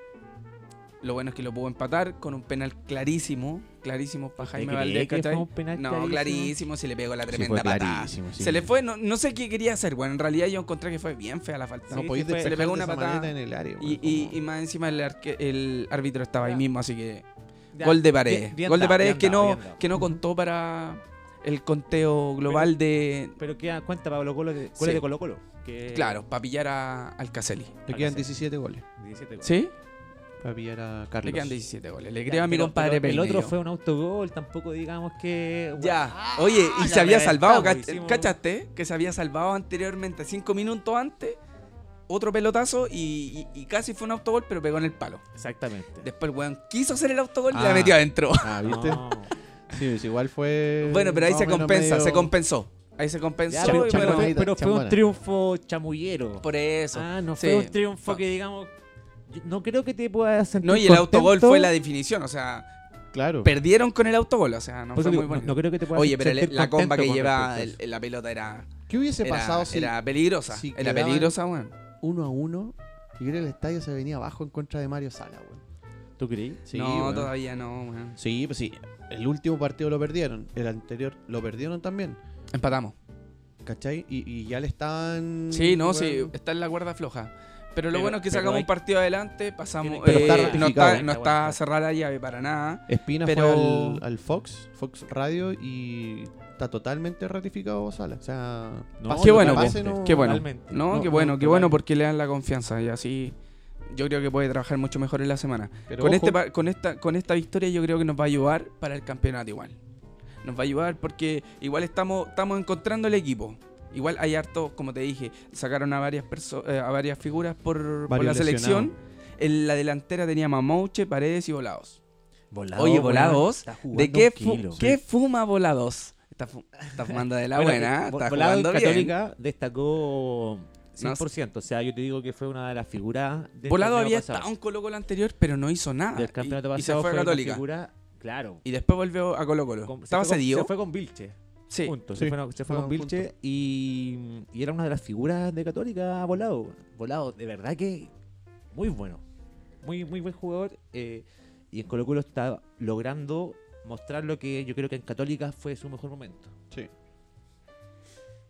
Lo bueno es que lo pudo empatar con un penal clarísimo, clarísimo para Jaime crees Valdés, que ¿cachai? fue un penal no, clarísimo? si le pegó la Sí, tremenda fue patada. clarísimo, sí. Se le fue, no, no sé qué quería hacer, bueno, en realidad yo encontré que fue bien fea la falta. No pues Sí, podéis sí fue- despejar se le pegó de una esa patada. manera en el área. Y, weón, y- como- y más encima el, arque- el árbitro estaba ahí Ya. mismo, así que... Gol de pared. Gol de pared que, no, que no contó para el conteo global de... Pero queda cuenta Pablo Colo de, Sí. goles de Colo Colo. Que Claro, para pillar a, al Caselli. Le quedan 17 goles 17 goles. ¿Sí? para pillar a Le Carlos. quedan 17 goles. Le Ya, creo a mi pero- compadre pero El Peine, otro yo. fue un autogol, tampoco digamos que. Ya, Ah, oye, y la se había reventamos, salvado, cach- hicimos- ¿cachaste? Que se había salvado anteriormente, cinco minutos antes, otro pelotazo y, y- y casi fue un autogol, pero pegó en el palo. Exactamente. Después, weón, quiso hacer el autogol y Ah. la metió adentro. Ah, ¿viste? No. Sí, pues igual fue. Bueno, pero ahí más se o menos compensa, medio- se compensó. Ahí se compensó. Ya, Cham- pero, y pero bueno, chambonaíta, fue, pero fue un chambona. triunfo chamullero. por eso. Ah, no Sí, fue un triunfo fue- que digamos. yo No creo que te pueda sentir No, y el autogol contento, fue la definición, o sea, Claro. perdieron con el autogol, o sea, no porque fue digo, muy bueno. no, no creo que te pueda Oye, pero le- sentir la comba contento que con lleva respecto a eso. el- la pelota era, ¿Qué hubiese era, pasado si era peligrosa, si era quedaban- peligrosa, weón. uno a uno y que el estadio se venía abajo en contra de Mario Sala, weón? ¿Tú creí? Sí, no, weón. todavía no, weón. Sí, pues sí. El último partido lo perdieron. El anterior lo perdieron también. Empatamos. ¿Cachai? Y, y ya le estaban. Sí, no, sí, weón. está en la cuerda floja. Pero lo Mm, Pero- bueno es que pero sacamos hay- un partido adelante, pasamos. Pero eh, está no ratificado. está, no está cerrada la llave para nada. Espina Pero- fue al, al Fox, Fox Radio y está totalmente ratificado Sala. O sea, qué No, pase lo que bueno, pues, pase, po. no- Qué bueno. Totalmente. No, No, qué no, bueno, qué total. bueno porque le dan la confianza y así. Yo creo que puede trabajar mucho mejor en la semana. Pero Con, ojo, este, pa- con, esta, con esta victoria yo creo que nos va a ayudar para el campeonato igual. Nos va a ayudar porque igual estamos, estamos encontrando el equipo. Igual hay harto, como te dije, sacaron a varias, perso- eh, a varias figuras por, por Varios la selección. En la delantera teníamos a Mauche, Paredes y Volados. Volado, Oye, weón, Volados, está jugando ¿De qué, un fu- kilo. qué fuma Volados? Está, fu- está fumando de la Bueno, buena, eh, está Volados jugando bien. Católica destacó 100%. O sea, yo te digo que fue una de las figuras del Volado torneo había pasado. estado en Colo Colo anterior, pero no hizo nada. Del campeonato y, y pasado se fue a una Católica. figura- claro. Y después volvió a Colo Colo. Con- se ¿Estaba fue con- cedido? Se fue con Vilche. Sí. Juntos. Se Sí. fue, se fue con Fueron Vilche y, y era una de las figuras de Católica Volado. Volado, de verdad que muy bueno. Muy, muy buen jugador. eh, y en Colo Colo está logrando mostrar lo que yo creo que en Católica fue su mejor momento. Sí.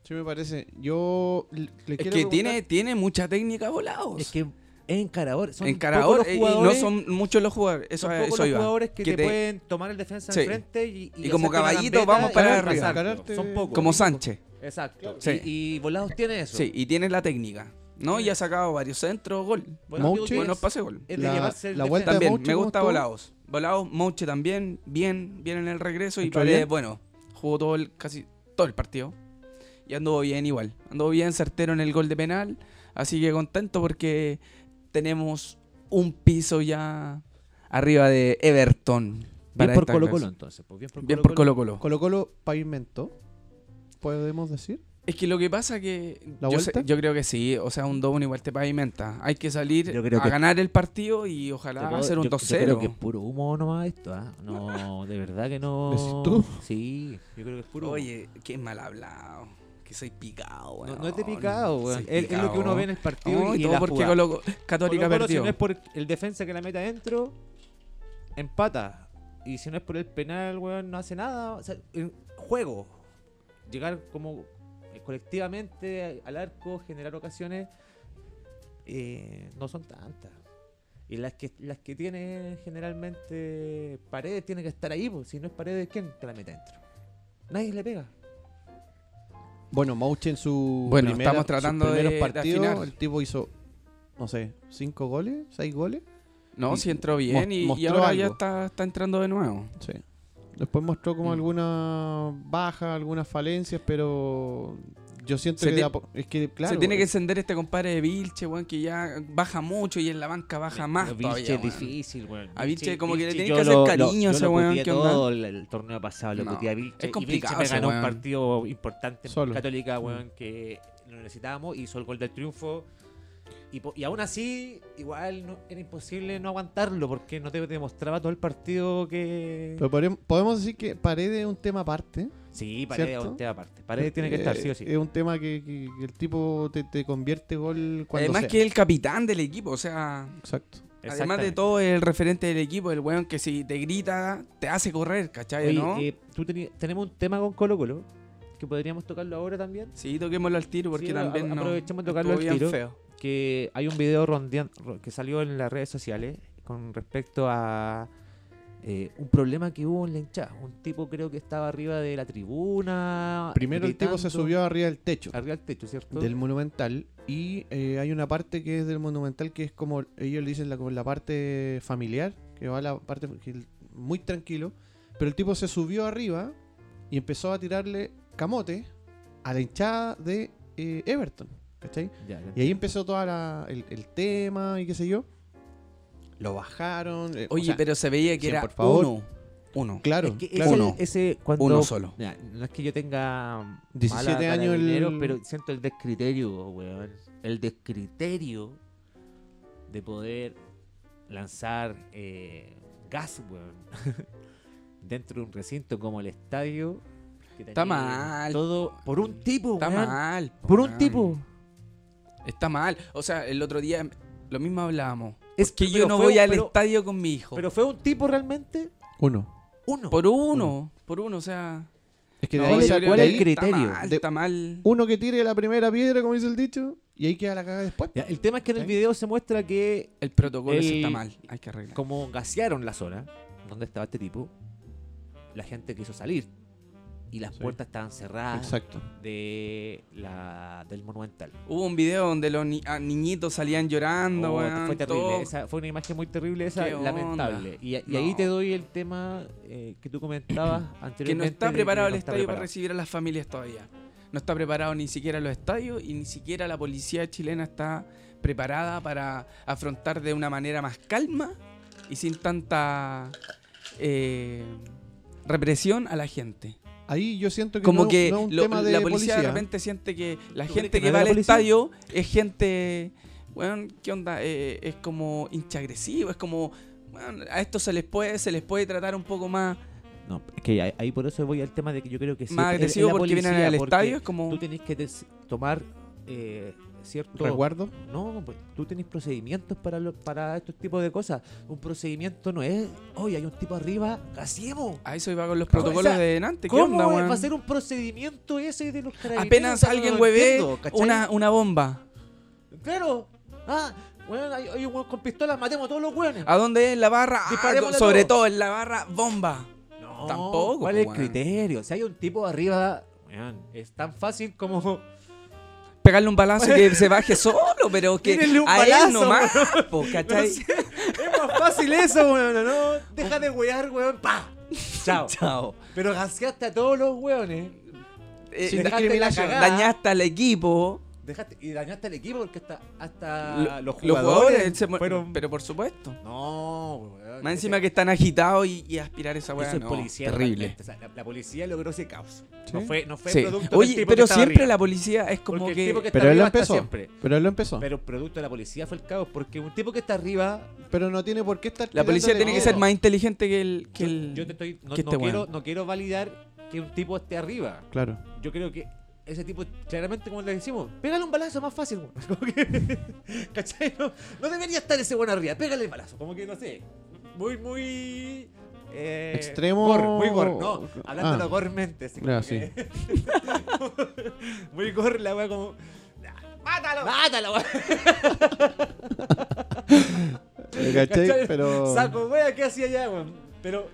Sí, me parece. Yo l- le Es quiero que preguntar- tiene, tiene mucha técnica volados. Es que es encarador. Son Encarador, pocos eh, los y no jugadores- son muchos los jugadores. Eso, eh, son pocos eso los iba. jugadores que, Que te, te- pueden tomar el defensa Sí. enfrente y, Y como hacerte una caballito gambeta vamos para y arriba. arrasarte. Encararte- Son pocos. Como Sánchez. Exacto. Sí. Y, y Volados tiene eso. Sí, y tiene la técnica. ¿No? Y ha sacado varios centros, gol. Bueno, Mouche. digo que Buenos es- pases, gol. es de La- llevarse el la vuelta defensa. También, Mouche, me ¿cómo gusta estuvo? Volados. Volados, Mouche también, bien, bien en el regreso. Y ¿Entró Paredes, bien? bueno, jugó todo el, casi todo el partido. Y anduvo bien igual. Anduvo bien certero en el gol de penal. Así que contento porque tenemos un piso ya arriba de Everton. Bien para por esta Colo clase. Colo entonces. pues, bien por Bien Colo por Colo Colo. Colo Colo pavimentó, podemos decir. Es que lo que pasa que ¿La yo, vuelta? sé- yo creo que sí, o sea, un 2-1 igual te pavimenta. Hay que salir Yo creo a que- ganar el partido y Te ojalá puedo- hacer un yo- yo creo que es 2-0. puro humo nomás esto, ¿ah? No, de verdad que no. ¿Decís tú? Sí, yo creo que es puro humo. Oye, qué mal hablado, que soy picado, no, weón. no es de picado, Soy weón. Es, es lo que uno picado. ve en el partido No, y, y y todo la porque jugada. Colo Católica Colo-Colo, perdió. Si no es por el defensa que la meta adentro, empata. Y si no es por el penal, weón, no hace nada. O sea, el juego. Llegar como eh, colectivamente al arco, generar ocasiones, eh, no son tantas. Y las que las que tiene generalmente paredes tiene que estar ahí, pues. si no es paredes, ¿quién te la mete adentro? Nadie le pega. Bueno, Mouche en su Bueno, primera- estamos tratando sus primeros de- de partidos, afinar. el tipo hizo, no sé, cinco goles, seis goles. No, Y sí entró bien y, y mostró ahora ya algo. está, está entrando de nuevo. Sí. Después mostró como Mm. alguna baja, algunas falencias, pero yo siento Se que ti- de a po- es que claro, eh, Se tiene que es- encender este compadre de Vilche, weón, que ya baja mucho y en la banca baja más Pero todavía, Vilche es weón. difícil, weón. A Vilche como que le Vilche tenés yo que hacer lo- lo- cariño yo a ese lo weón, puteé ¿qué onda? todo el, el torneo pasado, lo No, puteé a Vilche. es complicado y Vilche ese me ganó weón. Mm. un partido importante en Solo. Católica, weón, que lo necesitábamos. Hizo el gol del triunfo. Y, po- y aún así, igual no- era imposible no aguantarlo porque no te demostraba todo el partido que. pero podem- podemos decir que Paredes es un tema aparte. sí, Paredes es ¿cierto? un tema aparte. Paredes tiene que estar, Eh, sí o sí. Es un tema que, que- que el tipo te, te convierte gol cuando Además sea. que es el capitán del equipo, o sea, Exacto. además de todo es el referente del equipo, el weón que si te grita, te hace correr, ¿cachai? Oye, ¿no? eh, tú teni- tenemos un tema con Colo Colo que podríamos tocarlo ahora también. Sí, toquémoslo al tiro porque Sí, también a- no. aprovechemos de tocarlo estuvo al bien tiro. feo. que hay un video rondean- ro- que salió en las redes sociales con respecto a eh, un problema que hubo en la hinchada. Un tipo creo que estaba arriba de la tribuna. Primero el tipo se gritando, subió arriba del techo arriba del techo, ¿cierto? del Monumental y eh, hay una parte que es del Monumental que es como ellos le dicen la, como la parte familiar, que va la parte que el- muy tranquilo, pero el tipo se subió arriba y empezó a tirarle camote a la hinchada de eh, Everton, ¿cachai? Ya, ya Y ahí empezó todo el, el tema y qué sé yo. Lo bajaron. eh, o Oye, sea, pero se veía que cien, era por favor. uno. Uno. Claro, Es que claro. ese- Uno. ese cuando- Uno solo. Ya, no es que yo tenga 17 mala años el- Carabineros, pero siento el descriterio, weón. El descriterio de poder lanzar eh, gas, weón. Dentro de un recinto como el estadio. que Está tenía mal. Todo por un tipo, Está weón. mal. po, Por un weón. tipo. Está mal. O sea, el otro día lo mismo hablábamos. Es Es que yo pero no fue- voy al pero- estadio con mi hijo. Pero fue un tipo realmente. Uno. Uno. por uno, por uno, o sea. Es que no, de ¿Cuál ahí es- sale- cuál de es el ahí- cri- criterio? Está mal. De- está mal. uno que tire la primera piedra, como dice el dicho, y ahí queda la caga después. Ya, el tema es que en el ¿Sí? video se muestra que El protocolo ese El- está mal. Hay que arreglar. como gasearon la zona donde estaba este tipo, la gente quiso salir y las Sí. puertas estaban cerradas Exacto. de la, del Monumental. Hubo un video donde los ni- ah, niñitos salían llorando, Oh, weón, fue terrible, todo. esa, fue una imagen muy terrible, esa ¿Qué onda? lamentable. Y, y ahí No. te doy el tema eh, que tú comentabas anteriormente. Que no de está que preparado no el está estadio para preparado. recibir a las familias todavía. No está preparado ni siquiera los estadios y ni siquiera la policía chilena está preparada para afrontar de una manera más calma y sin tanta eh, represión a la gente. Ahí yo siento que Como no- que no es un lo- tema de la policía, de policía. repente siente que la ¿Tú crees gente que que, no va es al la policía? estadio es gente, bueno, ¿qué onda? Eh, es como hincha agresivo, es como, weón, a esto se les puede, se les puede tratar un poco más, No, es que ahí, ahí por eso voy al tema de que yo creo que sí, es- más es agresivo la porque vienen policía, al porque estadio, es como... Tú tenés que des- tomar eh, cierto Recuerdo. No, pues, tú tenés procedimientos para, lo- para estos tipos de cosas. Un procedimiento no es, oye, hay un tipo arriba, hacemos. A "Ah, eso iba con los ¿Cómo? protocolos O sea, de delante. ¿Qué ¿Cómo onda, va weón? a ser un procedimiento ese de los carabineros? Apenas No lo alguien hueve entiendo, ¿cachai? una, una bomba. Claro. Ah, weón, hay, hay un weón con pistola, matemos a todos los weones. ¿A dónde es en la barra? Ah, Disparémosle sobre todo. todo en la barra, bomba. no, tampoco, ¿Cuál po, es el weón. criterio? Si hay un tipo arriba, weón, Weón, es tan fácil como. Pegarle un balazo y que se baje solo, pero que Tírenle un a balazo, él nomás, po, ¿cachai? No sé, es más fácil eso, weón, ¿no? Deja de wear, weón. ¡Pa! Chao. Chao. Pero gaseaste a todos los weones. Eh, Sin da- discriminación. Ah, dañaste al equipo. Dejaste, y dañaste al equipo porque hasta, Lo- hasta los jugadores. se mu- fueron- Pero por supuesto. No, weón. Más encima que están agitados y, y aspirar esa weá. Eso es no, policía. terrible. realmente. O sea, la, la policía logró ese caos. No Sí. fue, no fue Sí. producto del Oye, tipo que pero estaba siempre arriba. la policía es como Porque el que. tipo que está Pero él lo arriba está empezó. siempre. Pero él lo empezó. Pero, Pero producto de la policía fue el caos. Porque un tipo que está arriba no tiene por qué estar. La policía tirándole tiene que todo. ser más inteligente que el. Que yo, el... yo te estoy no, que no este quiero weón. no quiero validar que un tipo esté arriba Claro. yo creo que ese tipo claramente como le decimos pégale un balazo más fácil weón. Como que- ¿cachai? No, no debería estar ese buen arriba pégale el balazo como que no sé muy muy eh, Extremo. gore, muy gore no hablando Ah. gormente así como Ah, que- muy gore la wea como "Ah, mátalo mátalo weón. ¿Cachai? ¿Cachai? Pero. saco wea qué hacía allá weón? pero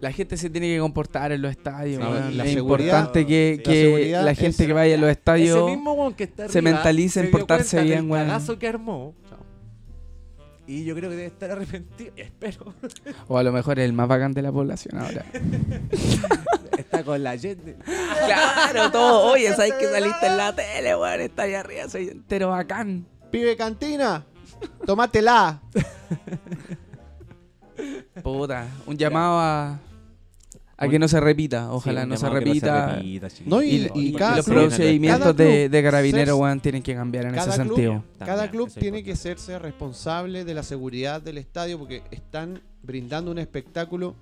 La gente se tiene que comportar en los estadios. Sí, weón. la es seguridad- importante que, sí. que La seguridad la, gente es- que vaya a los estadios. Ese mismo weón que está se arriba mentaliza en dio portarse cuenta bien, del weón. cagazo que armó. Y yo creo que debe estar arrepentido. Espero. O a lo mejor es el más bacán de la población ahora. Está con la gente. claro, todo. Oye, sabes que saliste en la tele, weón. Está ahí arriba, soy entero bacán. Pibe cantina, tómatela. Puta. Un llamado a. A que no se repita, ojalá no se repita. No, y- Y, y y cada los club- procedimientos cada de, club de carabineros, se- weón, tienen que cambiar en ese Cada club, sentido. cada También, club eso es tiene que importante. hacerse responsable de la seguridad del estadio porque están brindando un espectáculo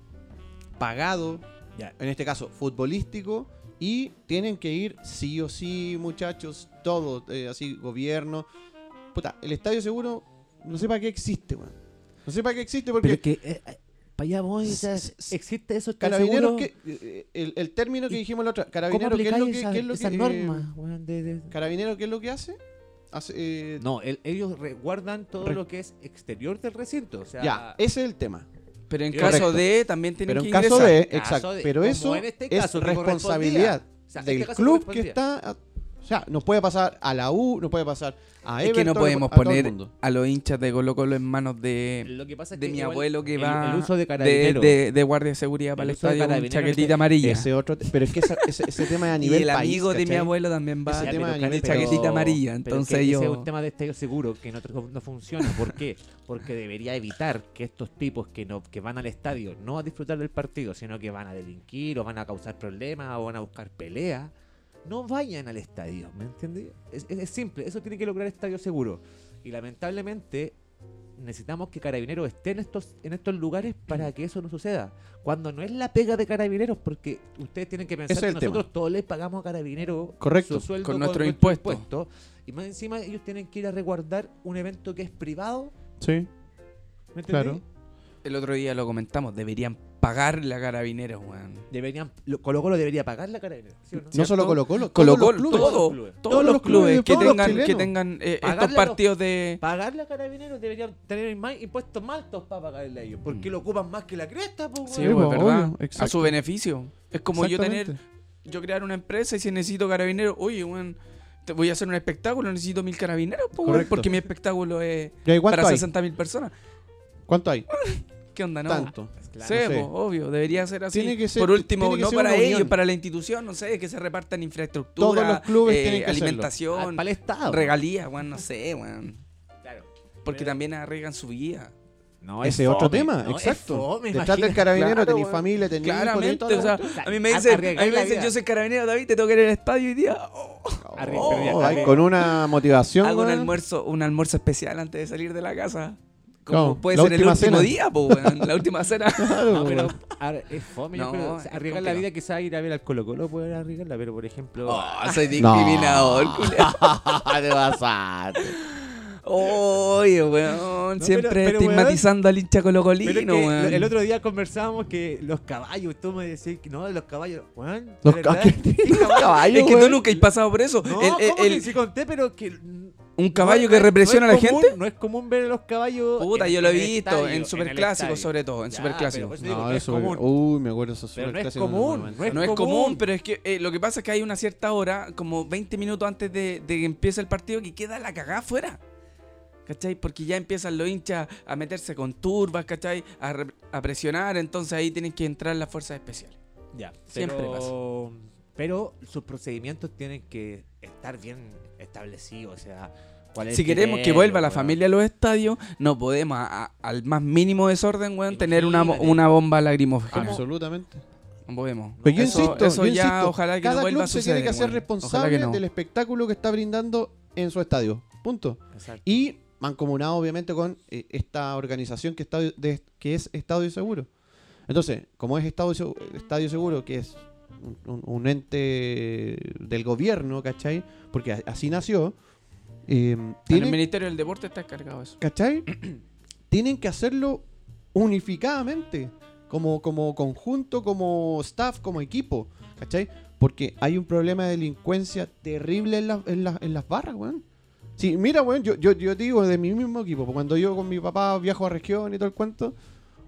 pagado, Ya. en este caso futbolístico, y tienen que ir sí o sí, muchachos, todos, eh, así, gobierno. Puta, el estadio seguro no sé para qué existe, weón. No sé para qué existe porque que. eh, para allá voy. S- s- existe eso. ¿estás carabineros seguro? que eh, el, el término que ¿Y dijimos la otra, ¿Cómo carabineros, ¿qué es aplicáis lo que, esa, qué es lo esa que- eh, norma, weón, de- de- Carabinero, ¿qué es lo que hace? Hace, eh, No, el- ellos re- guardan todo Re- lo que es exterior del recinto. O sea, Ya, ese es el tema. Pero en Correcto. caso de, también tienen Pero que en caso ingresar. de, Caso exacto. de- pero como eso en este es caso, que responsabilidad correspondía. O sea, del este caso club que correspondía. está. a- o sea, nos puede pasar a la U, nos puede pasar a Es Everton. que no nos podemos puede- a todo el poner mundo. a los hinchas de Colo Colo en manos de, Lo que pasa es de que mi igual abuelo que el- va El uso de de, carabineros. de- de guardia de seguridad para El el uso de estadio con carabinero que chaquetita te- amarilla. Ese otro, te- pero es que esa- ese, ese tema es a y nivel el país, amigo de mi ¿cachai? abuelo también va. Ese Ya, tema pero de nivel de país. chaquetita amarilla, pero entonces que ese yo- es un tema de este seguro que en otros no funciona. ¿Por qué? Porque debería evitar que estos tipos que no que van al estadio no a disfrutar del partido, sino que van a delinquir o van a causar problemas o van a buscar peleas, no vayan al estadio, ¿me entiendes? Es, es- es simple, eso tiene que lograr estadio seguro. Y lamentablemente necesitamos que carabineros esté en estos, en estos lugares para que eso no suceda. Cuando no es la pega de carabineros, porque ustedes tienen que pensar Ese que es el tema. nosotros todos les pagamos a carabineros Correcto. su sueldo Con nuestro impuesto. impuesto, Y más encima ellos tienen que ir a resguardar un evento que es privado. Sí, ¿Me entendés? claro. El otro día lo comentamos, deberían pagarle a carabineros, weón. Deberían, lo- Colo Colo debería pagar la carabinera. ¿sí o no? No solo Colo Colo, Colo todos los Colo, clubes. todo, Todos los clubes. todos los clubes que todos los tengan, que chilenos. tengan eh, estos Pagarle a los- partidos de. Pagar la carabineros deberían tener más impuestos más altos para pagarle a ellos. Porque lo ocupan más que la cresta, po, Sí, weón. pues, pues, ¿verdad? obvio, a exacto. su beneficio. Es como yo tener Exactamente. yo crear una empresa y si necesito carabineros, oye, weón, te voy a hacer un espectáculo, necesito mil carabineros, po, weón, Correcto. porque mi espectáculo es ¿Y ahí cuánto para hay? 60 mil personas. ¿Cuánto hay? ¿Qué onda, no? Tanto. Claro. Sí, no sé. po, obvio, debería ser así. Tiene que ser- Por último, tiene que no ser para una ellos, unión. para la institución, no sé, que se repartan infraestructura, Todos los clubes eh, tienen que hacerlo. Ah, alimentación, Para el Estado. regalías, weón, no sé, weón. Claro. Porque Pero- también arriesgan su vida. No, Ese es es otro fome, tema, no, es exacto. fome, Detrás del imagínate. carabinero Claro, tenés weón. familia, tenés hijos, tenés Claramente, todo lo o sea, otro. sea, a mí me a- dicen, a arriesgar mí me la dicen, vida. yo soy carabinero, David, te tengo que ir al estadio hoy día. Oh, Arri- Oh, pero ya- ay, con una motivación. hago un weón. almuerzo, un almuerzo especial antes de salir de la casa. Como No, puede la ser el última último cena. día, po, weón, la última cena. Claro, No, pero weón. ar- es fome, yo No, creo. O sea, es arriesgar la complicado. vida quizás ir a ver al Colo Colo puede arriesgarla, pero por ejemplo... Oh, soy discriminador, discriminador, culiao. Te pasaste. Oye, weón, No, siempre pero- pero, estigmatizando al hincha Pero es colocolino, que weón. el otro día conversábamos que los caballos, tú me decías que no, los caballos, weón. de Los verdad, caballos. ¿qué caballos? Caballo, es que tú weón. nunca has pasado por eso. No, El- el- ¿cómo que el- sí conté, pero que ¿Un caballo No, que no, represiona no es a la común- gente? No es común ver a los caballos. Puta, en- yo lo he el visto, estadio, en el superclásicos estadio. sobre todo, en Ya, superclásicos. pero por eso digo, No, No, es eso. común. Uy, me acuerdo esos Pero no es superclásicos, común, me no es No es común. común, pero es que eh, lo que pasa es que hay una cierta hora, como 20 minutos antes de, de que empiece el partido, que queda la cagada fuera. ¿Cachai? Porque ya empiezan los hinchas a meterse con turbas, ¿cachai? A, re- a presionar, entonces ahí tienen que entrar las fuerzas especiales. Ya, Siempre pero, Pero sus procedimientos tienen que estar bien establecidos. O sea, cuál es Si el queremos que criterio, vuelva la Este weón. familia a los estadios, no podemos a- a- al más mínimo desorden, weón, tener una, bo- Imagínate. una bomba lagrimógena. Absolutamente. No podemos. Pero yo Eso- insisto, eso yo ya insisto, ojalá que cada no vuelva club a se suceder, tiene que hacer weón. Ojalá responsable que no. del espectáculo que está brindando en su estadio. Punto. Exacto. Y mancomunado, obviamente, con eh, esta organización que, está de- que es Estadio Seguro. Entonces, como es Estadio, Segu- Estadio Seguro, que es un, un- un ente del gobierno, ¿cachai? Porque a- así nació. eh, En el tiene- Ministerio del Deporte está encargado de eso. ¿Cachai? Tienen que hacerlo unificadamente, como, como conjunto, como staff, como equipo, ¿cachai? Porque hay un problema de delincuencia terrible en, las- en las- en las barras, weón. Sí, mira, weón, yo, yo, yo te digo de mi mismo equipo, porque cuando yo con mi papá viajo a región y todo el cuento,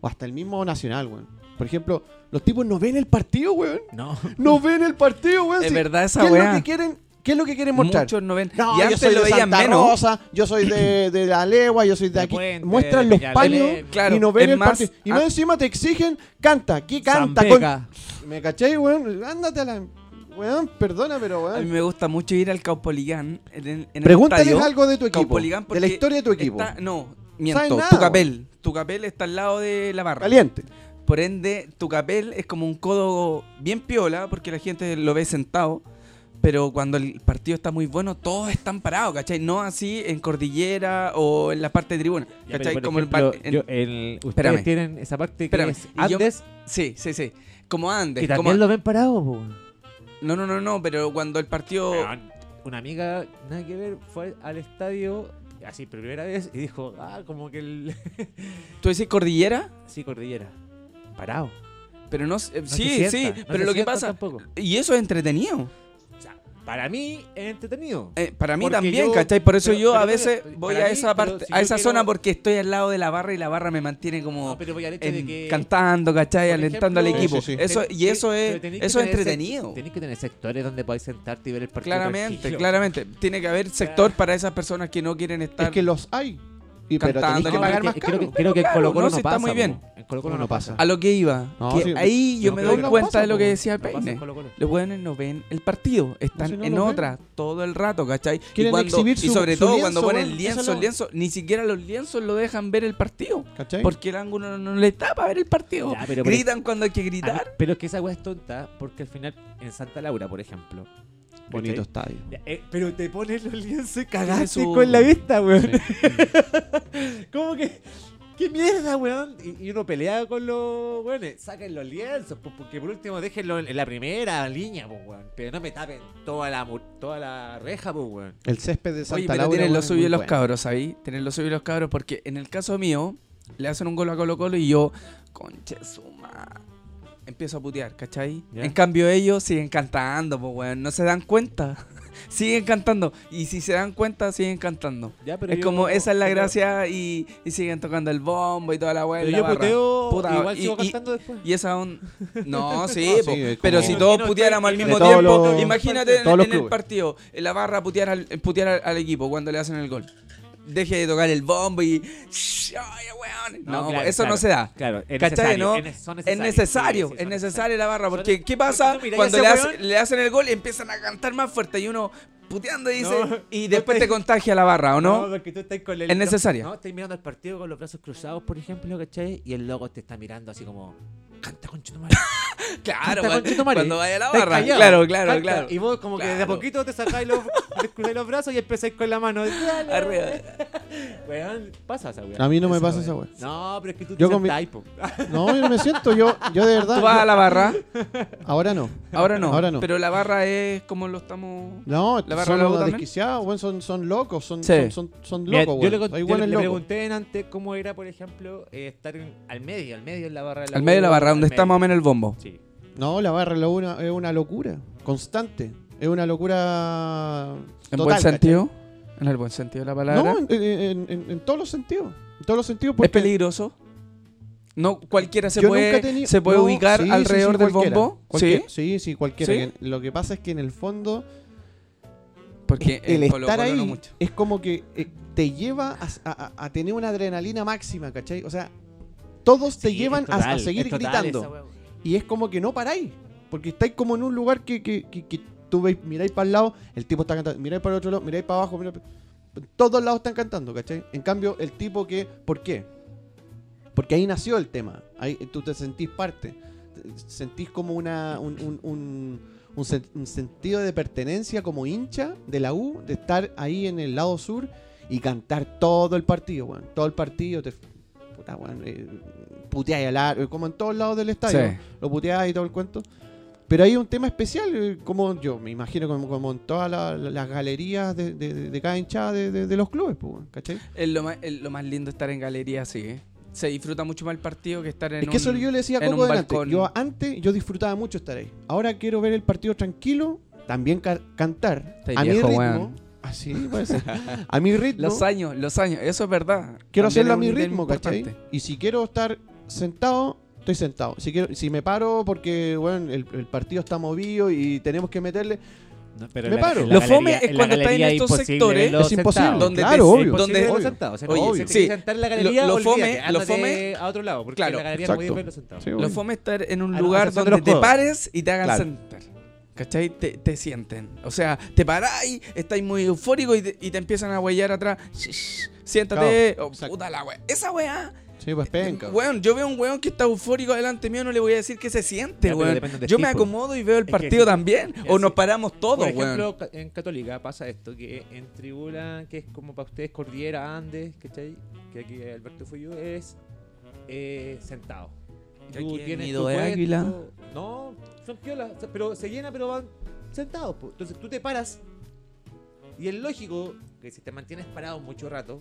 o hasta el mismo nacional, weón. Por ejemplo, los tipos no ven el partido, weón. No. No ven el partido, weón. Es Ah, Sí, verdad esa ¿Qué es lo weá. que quieren? ¿Qué es lo que quieren mostrar? Muchos no ven. No, y yo antes soy lo de veían Santa menos. Rosa, yo soy de, de la Legua, yo soy de De aquí. Puente, Muestran de los paños Peñalolén. Claro, y no ven es el más, partido. Y más ah- encima te exigen, canta, ¿qué canta? Zampeca. Con- ¿Me caché, weón? Ándate a la... Weón, perdona, pero A mí weón. me gusta mucho ir al Caupoligán. En, en el Pregúntales estadio. algo de tu equipo, Caupolicán, de la porque historia de tu equipo. Está- no, miento. nada, Tu capel. Tu capel está al lado de la barra. Caliente. Por ende, tu capel es como un codo bien piola, porque la gente lo ve sentado. Pero cuando el partido está muy bueno, todos están parados, ¿cachai? No así en cordillera o en la parte de tribuna. Ya, ¿Cachai? pero, por Como el ejemplo, par- en- yo- el- ustedes Espérame. tienen esa parte que Espérame, es y yo- antes Sí, sí, sí. Como y andes. también como- lo ven parado. po. No, no, no, no, pero cuando el partido. Weón, Una amiga, nada que ver, fue al estadio así primera vez y dijo, ah, como que el... ¿Tú decís cordillera? sí, cordillera. Parado. Pero no. s- eh, No sí, se sienta, sí, no se pero lo que sienta pasa. tampoco. Y eso es entretenido. O sea, para mí es entretenido. Eh, para mí Porque también, yo- ¿cachai? Por eso pero- yo pero a bueno, veces para voy mí, a esa pero parte, si a yo esa quiero- zona porque estoy al lado de la barra y la barra me mantiene como No, pero voy al hecho de en- que... cantando, ¿cachai? por Alentando al ejemplo, equipo. Sí, sí, sí. Eso, ten- y eso ten- es, pero tenés eso que es tener sec- entretenido. Tenés que tener sectores donde podés sentarte y ver el partido. Claramente, tranquilo. claramente. Tiene que haber sector para esas personas que no quieren estar. Es que los hay. Y, pero tenés Cantando, que no, pagar es más que- creo caro. que, creo que en Claro, Colo Colo no, no, sí, está pasa. muy bien. po. En Colo No, Colo no no pasa. pasa. A lo que iba. No, que sí, ahí yo no, me pero doy no cuenta pasa, de lo que po. decía el No pasa en peine. Colo Colo. Los weones no ven el partido, están si no en lo ven. otra todo el rato, ¿cachai? Quieren y, cuando- exhibir y su- sobre su todo lienzo, cuando ponen weón, lienzos, esa es la- lienzos, ni siquiera los lienzos lo dejan ver el partido. ¿Cachai? Porque el ángulo no le da para ver el partido. Ya, pero por Gritan cuando hay que A mí- gritar. pero es que esa weá es tonta porque al final en Santa Laura, por ejemplo. Bonito ¿cachai? estadio. Ya, eh, pero te pones los lienzos y Tiene cagaste su- con la vista, weón. Sí. como que. ¿Qué mierda, weón? Y, y uno pelea con los weones. Saquen los lienzos, pues, porque por último déjenlo en, en la primera línea, pues, weón. Pero no me tapen toda la, mu- toda la reja, pues, weón. El césped de Santa Oye, pero Laura, tienen weón, los es subidos muy los bueno. cabros, ¿sabí? Tienen los subidos los cabros porque en el caso mío le hacen un gol a Colo Colo y yo, conche suma. Empiezo a putear, ¿cachai? Ya. En cambio ellos siguen cantando, pues weón, no se dan cuenta. siguen cantando y si se dan cuenta siguen cantando. Ya, es como esa es la gracia y, y siguen tocando el bombo y toda la weá. en Pero la yo barra. puteo, Puta, igual y- sigo y- cantando después. Y esa un... No, sí, No, sí, po, es como- pero si No, todos no, puteáramos al estoy- mismo de todos tiempo, los- imagínate en, todos los en el clubes. partido, en la barra putear al, putear al, al equipo cuando le hacen el gol. Deje de tocar el bombo y... "Shh, ay, weón". No, claro, eso claro, no se da. Claro, es ¿Cachai, necesario, no? es- son Es necesarios, necesario, sí, sí, es son necesaria la barra, Son- porque ¿qué porque pasa tú miras cuando ese le, hace- weón- le hacen el gol y empiezan a cantar más fuerte y uno puteando dice No, y no después te- te contagia la barra, ¿o no? porque tú estás con el- Es necesaria. No, estás mirando el partido con los brazos cruzados, por ejemplo, ¿cachai? Y el loco te está mirando así como. Canta con Claro, Canta, weón, conchetumare. cuando vaya a la Estás barra. callado, Claro, claro, canta. claro. Y vos, como que de a Claro. poquito te sacáis los, descruzáis los brazos y empezáis con la mano. Dale, Arriba. Weón, pasa esa weón. A mí no me pasa esa weá. No, pero es que tú Yo te con mi- sentás, po. No, yo no me siento, yo, yo de verdad. Tú vas a la barra. yo- ahora no. Ahora no, Ahora no. Pero la barra es como lo estamos. No, ¿La barra son de la U unos también? desquiciados, weón, son, son locos, son, Sí. son, son, son Mira, locos, yo weón. le, con- Hay yo weones le locos. pregunté antes cómo era, por ejemplo, eh, estar en- al medio, al medio en la barra de la Al medio de la U, barra, donde al está más o medio. menos el bombo. Sí. No, la barra la una, es una locura, constante. Es una locura. En total, buen ¿cachai? sentido. En el buen sentido de la palabra. No, en, en- en- en todos los sentidos. En todos los sentidos. es Porque peligroso. No cualquiera se yo puede, nunca he tenido- se puede no, ubicar sí, sí, sí, alrededor del cualquiera, bombo. cualquiera, Sí, sí, sí, cualquiera. Sí. que- Lo que pasa es que en el fondo porque el en estar Colo-Colo ahí no mucho. es como que eh, te lleva a, a- a- a tener una adrenalina máxima, ¿cachai? O sea, todos te Sí, llevan es a- a, total, seguir es total gritando. esa wea, weón. y es como que no paráis. Porque estáis como en un lugar que, que, que- que tú veis, miráis para el lado, el tipo está cantando, miráis para el otro lado, miráis para abajo, miráis pa- todos lados están cantando, ¿cachai? En cambio, el tipo que. ¿Por qué? Porque ahí nació el tema. Ahí tú te sentís parte. Te- Sentís como una. un, un- un- un sen- un sentido de pertenencia como hincha de la U, de estar ahí en el lado sur y cantar todo el partido, weón. Todo el partido te. Puta, weón, eh, puteáis al ar- como en todos lados del estadio Sí. lo puteaba y todo el cuento. Pero hay un tema especial, eh, como yo me imagino, como, como en todas la- la- las galerías de, de- de- de cada hinchada de, de- de los clubes, pues, weón, ¿cachai? Es lo más, es lo más lindo estar en galería así, ¿eh? Se disfruta mucho más el partido que estar en es que eso un- yo le decía a en Coco un delante. balcón. Yo antes yo disfrutaba mucho estar ahí. Ahora quiero ver el partido tranquilo, también ca- cantar. Estás a viejo, mi ritmo. weón. Así puede ser. A mi ritmo. Los años, los años, eso es verdad. También quiero hacerlo a es mi un tema ritmo, ¿cachai? importante. Y si quiero estar sentado, estoy sentado. Si quiero, si me paro porque bueno, el, el partido está movido y tenemos que meterle, No, pero Me en paro. en Lo fome es en la cuando está en galería estos imposible sectores, verlo es imposible. sentado. Donde claro, te- obvio. Imposible donde- verlo sentado. O sea, Oye, obvio, si te sí. quieres sentar en la galería, Lo- lo fome- olvídate, lo ándate fome- eh, a otro lado, porque Claro. en la galería no Exacto. podías verlo sentado. Sí, Lo obvio. fome es estar en un Ah, A lugar excepción donde de los te codos. pares y te hagan Claro. sentar. ¿Cachai? Te, te sienten. O sea, te paráis, estáis muy eufórico y te, y te empiezan a huellar atrás. Shh, Siéntate. Oh, Claro, exacto. puta la wea. Esa weá. Sí, pues penca. Weón, yo veo un weón que está eufórico delante mío, no le voy a decir que se siente, Ya, pero weón. depende donde Yo me estés, po. acomodo y veo el que- partido también. ya, O sí. nos paramos todos, Por ejemplo, weón. ca- en Católica pasa esto, que en Tribuna, que es como para ustedes Cordillera, Andes, ¿cachai? Que aquí Alberto Fuyú es eh, sentado. Y Que aquí el nido tu de puesto- águila. No, son piolas, o sea, pero se llena, pero van sentados. po. Entonces tú te paras y es lógico que si te mantienes parado mucho rato,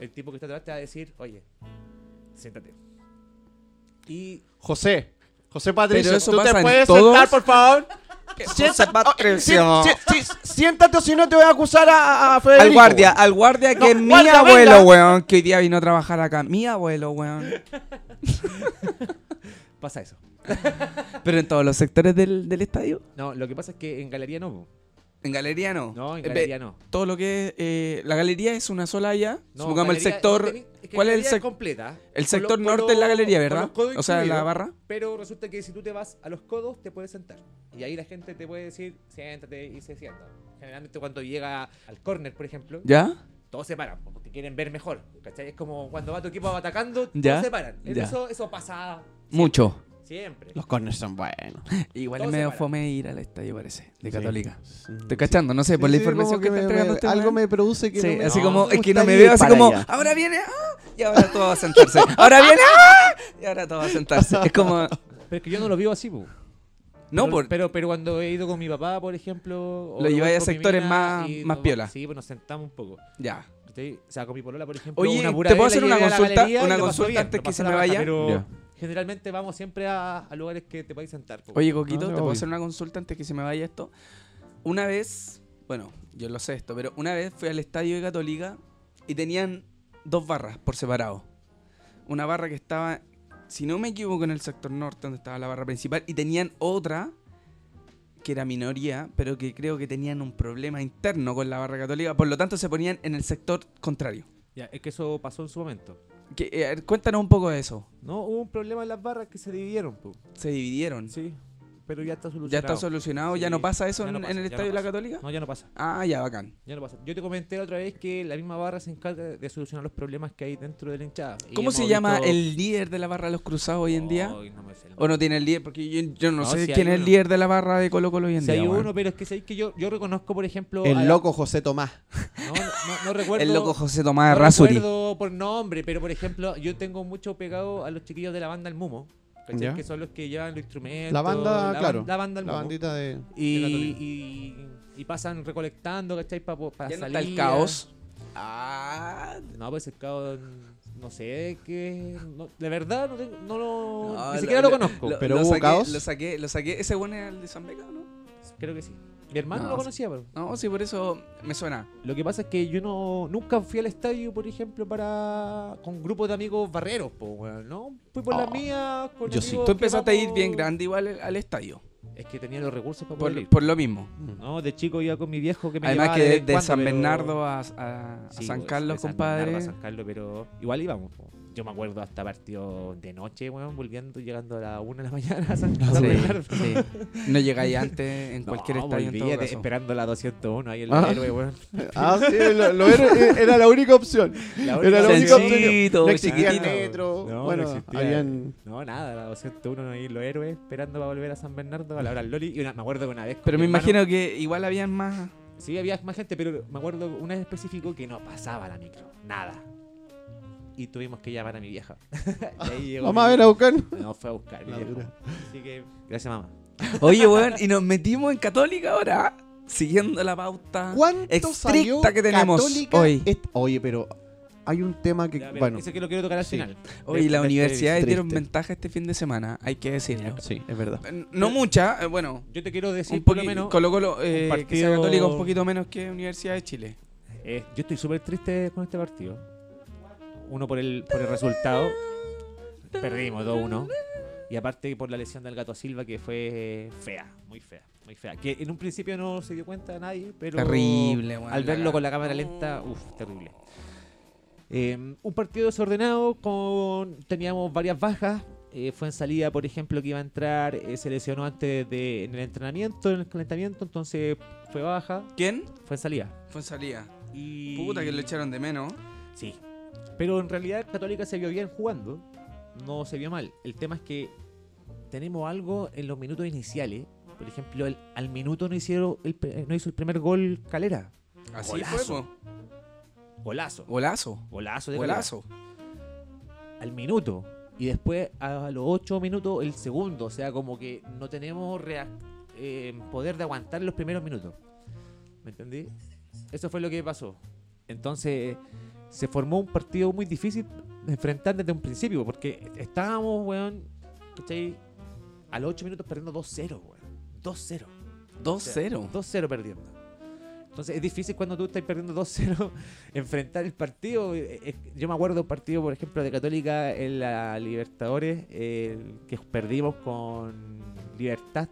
el tipo que está atrás te va a decir, oye, siéntate. Y José. José Pero Patricio, eso ¿tú te pasa en puedes todos. sentar, por favor? José Patricio. Oh, sí, sí, sí, siéntate o si no te voy a acusar a, a- a Federico. Al guardia, al guardia que No, es mi guardia, abuelo, venga. weón, que hoy día vino a trabajar acá. Mi abuelo, weón. pasa eso. Pero en todos los sectores del, del estadio. No, lo que pasa es que en galería no. po. En galería no. No, en Eh, ve, galería no. Todo lo que es. eh, la galería es una sola allá. No, Supongamos el galería- sector. no teni- es que ¿Cuál es el galería sec- completa? El Con sector los- con norte es la los- galería, con ¿verdad? los codos O sea, la incluidos, barra. Pero resulta que si tú te vas a los codos, te puedes sentar. Y ahí la gente te puede decir, siéntate y se sienta. Generalmente cuando llega al corner, por ejemplo, ¿Ya? todos se paran porque quieren ver mejor. ¿Cachai? Es como cuando va tu equipo atacando, Ya, todos se paran. ya. Eso, eso pasa Mucho. siempre. Los corners son buenos. Igual es Todo se medio para. fome ir al estadio, parece. De Sí. Católica. Sí, Estoy cachando, no sé, por la sí, como información que, está entregando este Algo weón. me produce que Sí, no me- así no, como, me es que no me gustaría veo ir así para como, allá. ahora viene, ah, y ahora todo va a sentarse. Ahora viene, ah, y ahora todo va a sentarse. Es como, Pero es que yo no lo vivo así, po. no, pero, por, pero, pero cuando he ido con mi papá, por ejemplo. o Lo lleváis voy a con mi sectores mina más- y más nos- piola. Sí, pues nos sentamos un poco. ya. Sí, o sea, con mi polola, por ejemplo. Oye, una ¿te burabela puedo hacer una llegué a la consulta? galería y Una lo pasé consulta bien, antes lo que pasé se la me raja, vaya. Pero Ya. generalmente vamos siempre a, a lugares que te podéis sentar. po. Oye, Coquito, No, te no, puedo obvio. hacer una consulta antes que se me vaya esto. Una vez, bueno, yo lo sé esto, pero una vez fui al estadio de Católica y tenían dos barras por separado. Una barra que estaba, si no me equivoco, en el sector norte, donde estaba la barra principal, y tenían otra que era minoría, pero que creo que tenían un problema interno con la barra católica, por lo tanto se ponían en el sector contrario. Ya, es que eso pasó en su momento. Que, eh, cuéntanos un poco de eso. No, hubo un problema en las barras que se dividieron. po. Se dividieron. Sí, pero ya está solucionado. ya está solucionado, ya Sí, no pasa eso ya en, no pasa, en el ya no estadio de la pasa. católica. No, ya no pasa. Ah, ya, bacán. Ya no pasa. Yo te comenté la otra vez que la misma barra se encarga de solucionar los problemas que hay dentro de la hinchada. Y ¿Cómo hemos se llama visto- el líder de la barra de los cruzados hoy en día? Ay, no me sé el ¿O no tiene el líder? Porque yo, yo no, No, sé si hay quién es el uno. líder de la barra de Colo Colo hoy en Si día. hay weón. uno, pero es que sabéis que yo, yo reconozco, por ejemplo. a la- El loco José Tomás. No, no, no recuerdo. el loco José Tomás no Rasuri. recuerdo por nombre, pero por ejemplo, yo tengo mucho pegado a los chiquillos de la banda El Mumo, ¿cachai? Ya. que son los que llevan los instrumentos. La banda, la claro. ban- La banda El la Mumo. bandita de. y, de Católica. y- y pasan recolectando, ¿cachai? Pa- po- Para Ya no salir. está el caos. Ah, No, pues el caos. No sé qué. no- de verdad, no, tengo- no lo. No, ni siquiera lo, conozco. Pero lo hubo saqué, caos. Lo saqué, lo saqué. Ese bueno era el de San Beca, ¿no? Creo que sí. Mi hermano No, lo sí. conocía, pero. No, sí, por eso me suena. Lo que pasa es que yo no nunca fui al estadio, por ejemplo, para con grupos de amigos barreros, po, weón, ¿no? Fui por las Oh, mías, con yo sí. amigos Tú que empezaste a ir bien vamos- grande igual al, al estadio. Es que tenía los recursos para poder Por, ir. por lo mismo. No, de chico iba con mi viejo que me Además llevaba que de de, vez en de cuando, San pero- Bernardo a, a- a Sí, San pues, Carlos, de San Bernardo compadre. a San Carlos, pero igual íbamos. po. Yo me acuerdo hasta partidos de noche, weón, volviendo, llegando a la 1 de la mañana a San, a San Bernardo. Ah, Sí, sí. No llegáis antes en No, cualquier estadio en volvía todo de- caso. esperando la 201 ahí en Ah. la héroe, weón. Ah, sí, lo, lo era, era la única opción. La Era única la única opción. opción. Sencillito, No existía el chiquitito. metro. No, no bueno, existía. habían. No, nada, la 201 ahí los héroes esperando para volver a San Bernardo a la hora del Loli. Y una- me acuerdo que una vez. con Pero mi me hermano- imagino que igual habían más. Sí, había más gente, pero me acuerdo una vez específico que no pasaba la micro, nada. Y tuvimos que llamar a mi vieja. Y ahí llegó Vamos a mi- ver a buscar. No, fue a buscar. mi La viejo. dura. Así que, gracias, mamá. Oye, weón, y nos metimos en Católica ahora, ¿ah? siguiendo la pauta. ¿Cuánto Estricta salió que tenemos Católica Este, hoy. est- Oye, pero hay un tema que. Ya, pero bueno, Eso que lo quiero tocar al sí. final. Oye, las Después de- universidades triste. dieron ventaja este fin de semana, hay que decirlo. sí, es verdad. Eh, No mucha, eh, bueno, Yo te quiero decir, un por lo poquito. menos. Colo Colo, eh, que sea un partido- Católica un poquito menos que Universidad de Chile. eh, yo estoy súper triste con este partido. Uno por el, por el resultado. Perdimos 2-1. Y aparte por la lesión del gato Silva, que fue fea, muy fea, muy fea. Que en un principio no se dio cuenta nadie, pero. Terrible, weón, Al la verlo cagada. con la cámara lenta, uff, terrible. Eh, un partido desordenado, con teníamos varias bajas. Eh, fue en salida, por ejemplo, que iba a entrar, eh, se lesionó antes de, en el entrenamiento, en el calentamiento, entonces fue baja, ¿Quién? fue en salida. Fonsalía. Y... Puta que lo echaron de menos. Sí. Pero en realidad Católica se vio bien jugando. No se vio mal. El tema es que tenemos algo en los minutos iniciales. Por ejemplo, el- al minuto no, hicieron el pe- no hizo el primer gol Calera. Así Golazo. fue, po. Golazo. Golazo. Golazo de Calera. Golazo. Al minuto. Y después a los 8 minutos el segundo. O sea, como que no tenemos reac- eh, poder de aguantar los primeros minutos. ¿Me entendí? Eso fue lo que pasó. Entonces se formó un partido muy difícil de enfrentar desde un principio, porque estábamos, weón, ¿cachai? A los 8 minutos perdiendo 2-0, weón. 2-0. 2-0. 2-0 perdiendo. Entonces es difícil cuando tú estás perdiendo 2-0 enfrentar el partido. Eh, eh, Yo me acuerdo un partido, por ejemplo, de Católica en la Libertadores, eh, que perdimos con Libertad.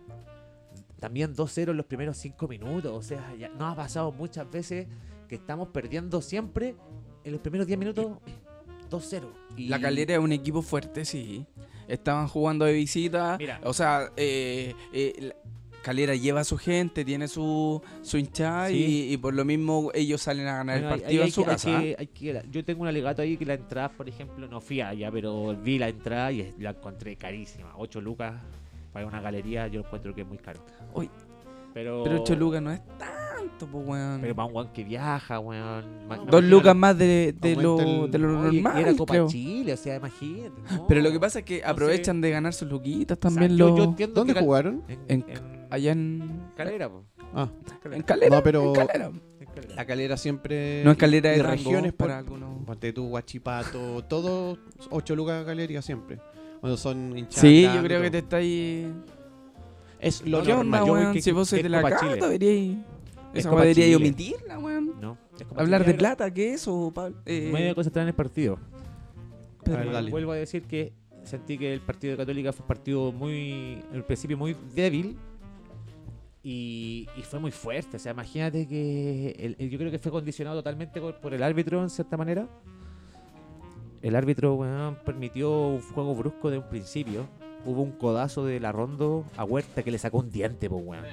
También 2-0 en los primeros 5 minutos. O sea, ya nos ha pasado muchas veces que estamos perdiendo siempre en los primeros 10 minutos 2-0. Y- La Calera es un equipo fuerte, sí. Estaban jugando de visita. Mira. O sea, eh, eh, la- Calera lleva a su gente, tiene su, su hinchada Sí. y, y por lo mismo ellos salen a ganar Bueno, el ahí- partido ahí en su que- casa. que- ¿eh? hay que- yo tengo un alegato ahí que la entrada, por ejemplo, no fui allá, pero vi la entrada y es- la encontré carísima. 8 lucas para una galería, yo encuentro que es muy caro. Uy. pero, Pero 8 lucas no es tanto, pues, weón. Pero para un weón que viaja, weón. ma- Dos imagínate- lucas más de, de lo, Aumenta el- de lo Oye, y normal, Era Copa creo. Chile, o sea, imagínate. no. Pero lo que pasa es que Entonces, aprovechan de ganar sus luquitas o sea, también yo- los... yo entiendo ¿Dónde que cal- jugaron? En, En- en- allá en... Calera, po. Ah, En Calera. No, pero- en Calera. En Calera. la calera siempre. No en Calera y de regiones regiones por- para algunos... Ponte tú, Guachipato, todo ocho lucas galería siempre. Cuando son hinchadas. Sí, yo grandes, creo que te todo. estáis... Es lo No, ¿Qué que no, onda, normal. Yo voy weón? que- Si vos que sois de es la Copa carta, Chile. deberíais... Es Esa Copa weá deberíais Chile. omitirla, weón. No, es Copa Hablar de Chile, plata, ¿qué es eso, Pablo? Eh, Me voy a concentrar en el partido. Pedro. A ver, dale. Vuelvo a decir que sentí que el partido de Católica fue un partido muy, en el principio muy débil y, y fue muy fuerte. O sea, imagínate que el- el- yo creo que fue condicionado totalmente por, por el árbitro en cierta manera. El árbitro weón, permitió un juego brusco de un principio. Hubo un codazo de la rondo a Huerta que le sacó un diente, pues weón.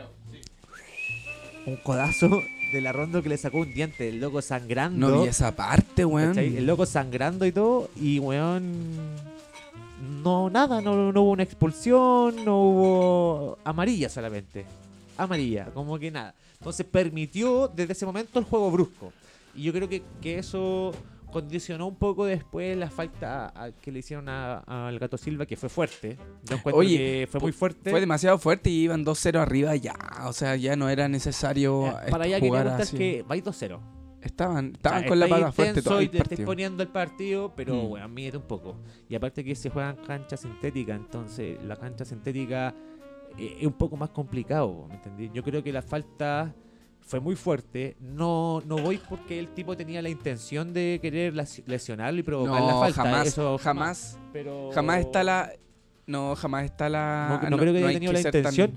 Un codazo de la rondo que le sacó un diente, el loco sangrando. No vi esa parte, weón. ¿Cachai? El loco sangrando y todo, y weón. No, nada, no, no hubo una expulsión, no hubo amarilla solamente. Amarilla, como que nada. Entonces permitió desde ese momento el juego brusco. Y yo creo que, que eso condicionó un poco después la falta a- a- que le hicieron a- al gato Silva, que fue fuerte. Yo encuentro Oye, que fue muy fuerte. Fue demasiado fuerte y iban 2-0 arriba ya. O sea, ya no era necesario Eh, Para allá quería jugar apuntar así. que vais 2-0. Estaban, estaban O sea, con la estáis pata fuerte tenso todo y el te estáis partido. poniendo el partido, pero Mm. weón, mírate un poco. Y aparte que se juega en cancha sintética, entonces la cancha sintética eh, es un poco más complicado, ¿me entendí? Yo creo que la falta fue muy fuerte. No, no voy porque el tipo tenía la intención de querer las- lesionarlo y provocar la No, falta. jamás, Eso jamás, pero- jamás está la... No, jamás está la... No, no creo que haya hay tenido la ser tan- intención,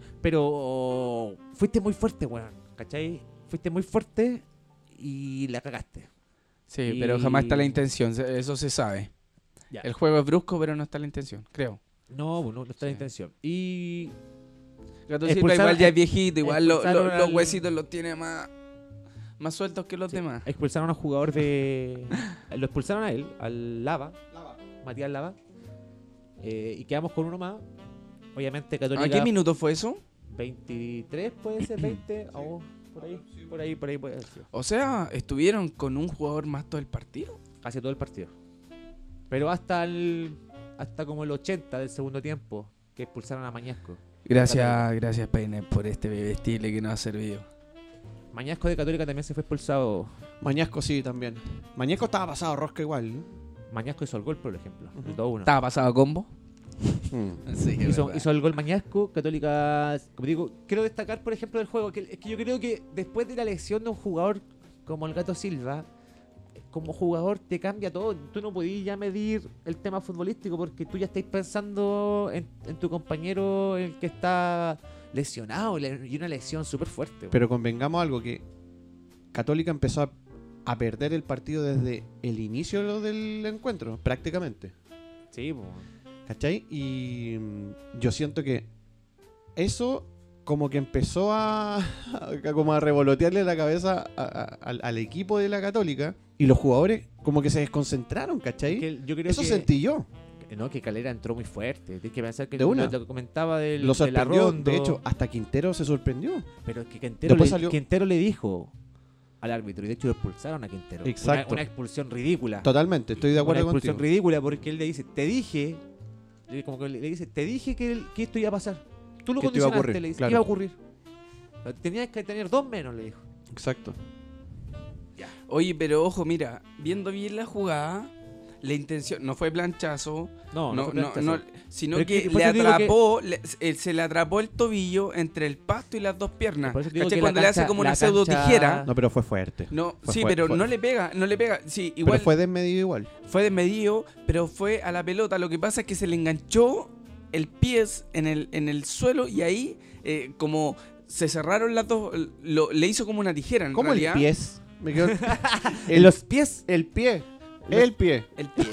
pero fuiste muy fuerte, weón. ¿Cachai? Fuiste muy fuerte y la cagaste. Sí, pero jamás está la Y- intención, se- eso se sabe. Ya. El juego es brusco, pero no está la intención, creo. No, pues, no, no está la Sí. intención. Y Gato Silva Expulsaron- igual ya es viejito, igual lo- lo- expulsaron los al- huesitos los tiene más, más sueltos que los sí, demás. expulsaron a un jugador de. lo expulsaron a él, al Lava, Matías Lava. eh, y quedamos con uno más. Obviamente, ¿A Católica. qué minuto fue eso? 23 puede ser, 20, o por ahí, por ahí, por ahí puede ser. O sea, estuvieron con un jugador más todo el partido. Casi todo el partido. Pero hasta el, hasta como el 80 del segundo tiempo, que expulsaron a Mañasco. Gracias, gracias Peine por este vestible que nos ha servido. Mañasco de Católica también se fue expulsado. Mañasco sí también. Mañasco estaba pasado rosca igual. ¿eh? Mañasco hizo el gol, por ejemplo. Ujú. El 2-1. ¿Estaba pasado a combo? Hmm. Sí, Hizo, hizo el gol Mañasco, Católica, como digo, quiero destacar por ejemplo del juego, que es que yo creo que después de la elección de un jugador como el Gato Silva, como jugador te cambia todo, tú no podías ya medir el tema futbolístico porque tú ya estáis pensando en, en tu compañero el que está lesionado le- y una lesión súper fuerte. Pero convengamos algo que Católica empezó a, a perder el partido desde el inicio del encuentro, prácticamente. sí, po. ¿Cachai? Y mm, yo siento que eso como que empezó a, a- como a revolotearle la cabeza a- a- al, al equipo de la Católica y los jugadores como que se desconcentraron, ¿cachai? Que yo creo eso que, sentí yo. no, que Calera entró muy fuerte, tienes que pensar que De lo- una. lo que comentaba del, Lo de la sorprendió, Rondo. de hecho, hasta Quintero se sorprendió. Pero es que Quintero, le, Después salió- Quintero le dijo al árbitro, y de hecho lo expulsaron a Quintero. Una- Exacto. Una, expulsión ridícula. Totalmente, estoy de acuerdo Una expulsión contigo. ridícula porque él le dice, te dije, le- como que le le dice, te dije que, el- que esto iba a pasar. Tú lo Que esto iba a condicionaste, ocurrir, le dice, claro. iba a ocurrir. Pero Tenías que tener dos menos, le dijo. Exacto. Oye, pero ojo, mira, viendo bien la jugada, la intención no fue planchazo, No, no, fue no, planchazo. no, sino Pero es que, que por le eso te digo que- atrapó, le- se- se le atrapó el tobillo entre el pasto y las dos piernas. Por eso te digo ¿Cachai? que la Cuando le cancha- hace como la una pseudo cancha- tijera. No, pero fue fuerte. No, Fue sí, fuerte, pero fue- no le pega, no le pega. Sí, Igual igual fue desmedido igual. fue desmedido, pero fue a la pelota. Lo que pasa es que se le enganchó el pie en el, en el suelo y ahí eh, como se cerraron las dos, lo- le hizo como una tijera en ¿Cómo el realidad. pie? Me quedo- En el, los pies. el pie. Los- El pie. El pie.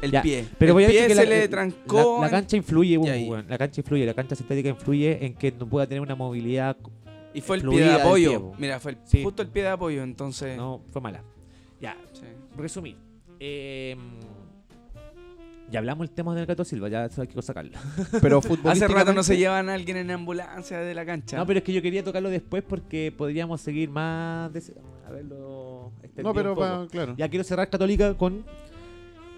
El Ya, pie. Pero el voy a pie decir que se la- le la- trancó. La, en- cancha influye, Y weón, ahí. weón. La cancha influye, la cancha sintética influye en que no pueda tener una movilidad. y fue el fluida pie de del apoyo. pie, po. Mira, fue el- Sí. justo el pie de apoyo, entonces. No, fue mala. Ya, sí. resumir. eh, ya hablamos el tema del gato Silva, ya eso hay que sacarlo. Pero Hace rato no futbolísticamente- se llevan a alguien en ambulancia de la cancha. No, pero es que yo quería tocarlo después porque podríamos seguir más. de- A verlo. extendido No, pero un poco. pa- claro. Ya quiero cerrar Católica con.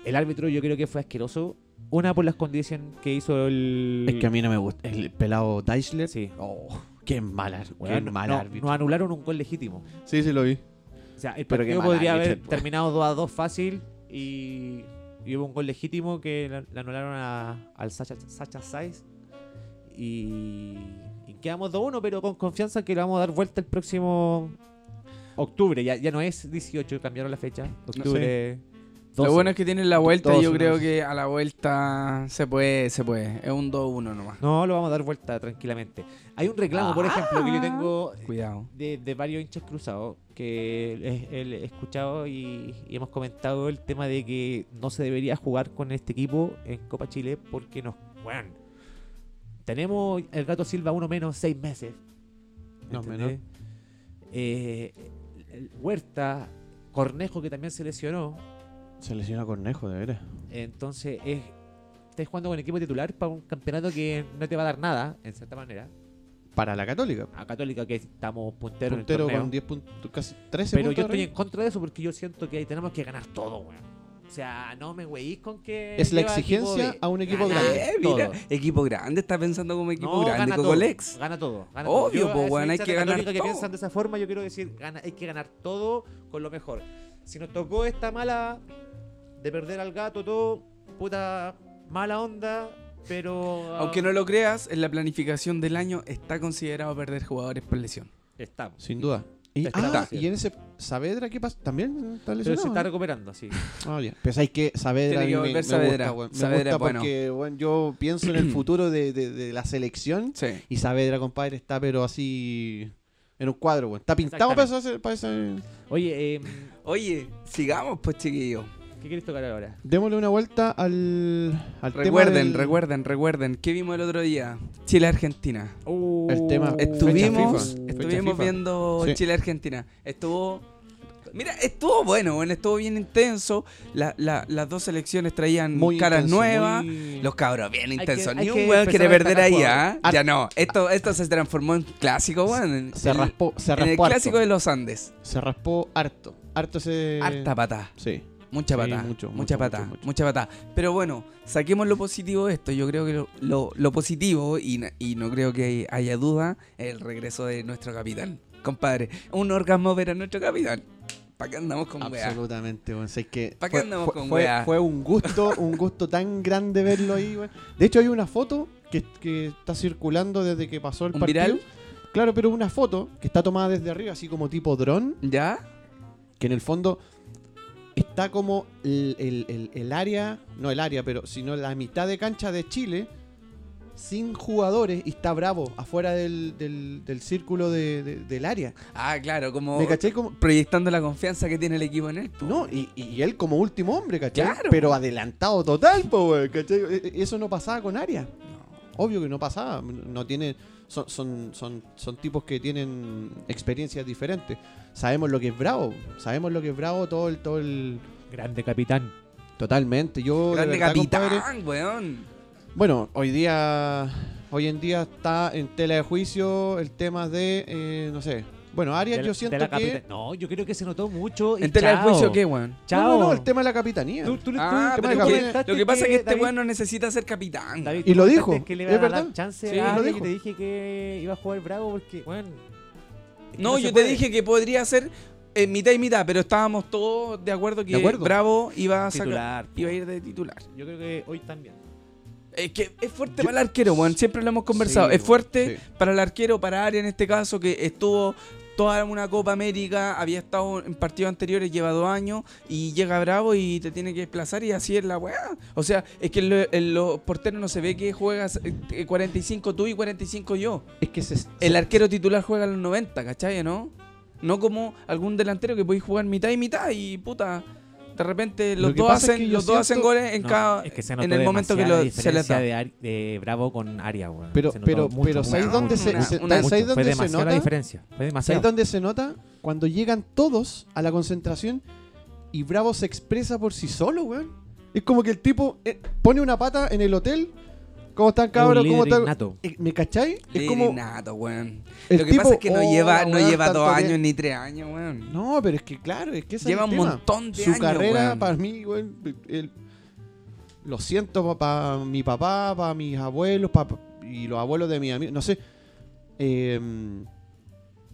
El árbitro, yo creo que fue asqueroso. Una por las condiciones que hizo el. Es que a mí no me gusta. El pelado Deichler. Sí. Oh, qué mal, ar- Weón, qué mal no- árbitro. Nos anularon un gol legítimo. Sí, sí, lo vi. O sea, el Pero qué partido pues. mal podría haber árbitro, po. terminado 2 a 2 fácil y, y hubo un gol legítimo que la- le anularon a- al Sacha, Sacha Saiz. Y, y quedamos 2 1, pero con confianza que le vamos a dar vuelta el próximo octubre. Ya, ya no es 18, cambiaron la fecha. Octubre. Lo bueno es que tienen la vuelta y yo Doce, creo doce. que a la vuelta se puede, se puede. Es un 2-1 nomás. No, lo vamos a dar vuelta tranquilamente. Hay un reclamo, Ah. por ejemplo, que yo tengo Cuidado. de, de varios hinchas cruzados que he, he- he escuchado y, y hemos comentado el tema de que no se debería jugar con este equipo en Copa Chile porque nos weón, tenemos el gato Silva uno menos seis meses No, ¿entendés? Eh, el Huerta Cornejo que también se lesionó Se lesiona Cornejo, de veras. entonces es estás jugando con equipo titular para un campeonato que no te va a dar nada en cierta manera Para la Católica. a Católica que estamos punteros en el Puntero torneo. con 10 puntos, casi 13 Pero puntos. yo estoy arriba. en contra de eso porque yo siento que ahí tenemos que ganar todo, weón. O sea, no me weís con que. Es la lleva equipo exigencia a un equipo Ganar grande. Eh, mira, todo. equipo grande, está pensando como equipo No, grande, gana todo, Cocolex. Gana todo. Gana Obvio, todo. po, Yo eh, a esos weón, hay hinchas que de ganar Católica que todo. piensan de esa forma, yo quiero decir, gana, hay que ganar todo con lo mejor. Si nos tocó esta mala de perder al gato, todo, puta mala onda, Pero. ah, Aunque no lo creas, en la planificación del año está considerado perder jugadores por lesión. Está. Sin duda. Y, Está ah, lesionado. y en ese Saavedra, ¿qué pasa? ¿También está Pero lesionado? se está recuperando, sí. Ah, ya. Pero sabes que Saavedra Tiene a mí que me, volver me Saavedra. gusta, weón. Me Saavedra, gusta bueno. porque weón, yo pienso en el futuro de, de- de la selección Sí. y Saavedra, compadre, está pero así en un cuadro, weón. Está pintado para ese, para ese- Oye, eh, Oye, sigamos pues chiquillos. ¿qué quieres tocar ahora? Démosle una vuelta al, al tema Recuerden, del- recuerden, recuerden. ¿Qué vimos el otro día? Chile-Argentina. El Uh, tema- Fecha Estuvimos, FIFA. estuvimos FIFA. viendo Sí. Chile-Argentina. Estuvo. Mira, estuvo bueno, bueno, estuvo bien intenso. La- la- las dos selecciones traían Muy caras intenso, nuevas. muy- Los cabros, bien que- intensos. hay Ni que un weón quiere empezar a perder ahí, destacar ¿ah? jugadores. Ya no. Esto, esto se transformó en clásico, weón. Se El- raspó, se En raspó el harto. clásico de los Andes. Se raspó harto. Harto se... Harta patada. Sí. Mucha Sí, patada. mucho, mucha mucho, patada. mucho, mucho. Mucha patada. Pero bueno, saquemos lo positivo de esto. Yo creo que lo, lo- lo positivo, y, na- y no creo que haya duda, es el regreso de nuestro capitán. Compadre, un orgasmo ver a nuestro capitán. ¿Para qué andamos con weas? Absolutamente, weón. Sé que ¿Pa' qué fue, andamos fue- con fue- weá? fue un gusto, un gusto tan grande verlo ahí, weón. De hecho, hay una foto que, que está circulando desde que pasó el ¿Un partido. viral? Claro, pero una foto que está tomada desde arriba, así como tipo dron, ¿Ya? que en el fondo está como el, el- el- el área, no el área, pero sino la mitad de cancha de Chile sin jugadores y está bravo afuera del, del- del círculo de- de- del área. Ah, claro, como ¿Me caché? Como, proyectando la confianza que tiene el equipo en él. po. No, y, y- y él como último hombre, ¿cachai? Claro. Pero adelantado total, po, weón, ¿cachai? E- e- Eso no pasaba con Aria. Obvio que no pasaba. No tiene. Son, son, son, son tipos que tienen experiencias diferentes. Sabemos lo que es bravo. Sabemos lo que es bravo todo el. Todo el Grande capitán. totalmente. Yo. de Grande verdad, capitán, compadre, weón. bueno, hoy día. Hoy en día está en tela de juicio el tema de. eh, no sé. Bueno, Arias, De la- yo de siento la que. capitán. No, yo creo que se notó mucho. y ¿En tela de chao. juicio qué, weón? No, Chao. No, no, el tema de la capitanía. Tú- tú- tú Ah, tú pero me que- comentaste lo que pasa es que este David- weón no necesita ser capitán. David, Y tú lo comentaste dijo, Que le es iban a verdad. dar chance Sí, a lo alguien y dijo. te dije que iba a jugar bravo porque, bueno. es que No, se yo te puede. dije que podría ser eh, mitad y mitad, pero estábamos todos de acuerdo que De acuerdo. Bravo iba a sacar- Titular. iba a ir de titular. Yo creo que hoy también. Es que es fuerte para el arquero, weón. Siempre lo hemos conversado. Sí, es fuerte sí. para el arquero, para Aria en este caso, que estuvo toda una Copa América, había estado en partidos anteriores, lleva dos años, y llega Bravo y te tiene que desplazar y así es la weá. O sea, es que en lo- en los porteros no se ve que juegas eh, 45 tú y 45 yo. Es que se, El arquero titular juega a los 90, ¿cachai? ¿No? No como algún delantero que podéis jugar mitad y mitad y puta. De repente Lo los que dos pasa es hacen, que yo los dos hacen siento- goles en No, cada es que se en notó el momento que demasiada lo- se les diferencia da. de, Ari- de Bravo con Aria, weón. Pero- Se notó pero- mucho, pero ¿sabes mucho, dónde se- mucho, se- mucho. ¿sabes dónde Fue se demasiado la nota? diferencia. Fue ¿Sabes demasiado. dónde se nota? Cuando llegan todos a la concentración y Bravo se expresa por sí solo, weón. Es como que el tipo eh, pone una pata en el hotel. ¿Cómo están, Es un cabros? líder ¿Cómo están? innato. Eh, ¿Me cachai? Es Líder como. innato, weón. el Lo que pasa tipo, es que no "Oh, lleva, la no weá, lleva dos tanto que-". años ni tres años, weón. No, pero es que claro, es que ese lleva es un el tema. montón de Su años. carrera, weón. para mí, weón. el- lo siento para mi papá, para mis abuelos pa- y los abuelos de mis amigos. No sé. Eh,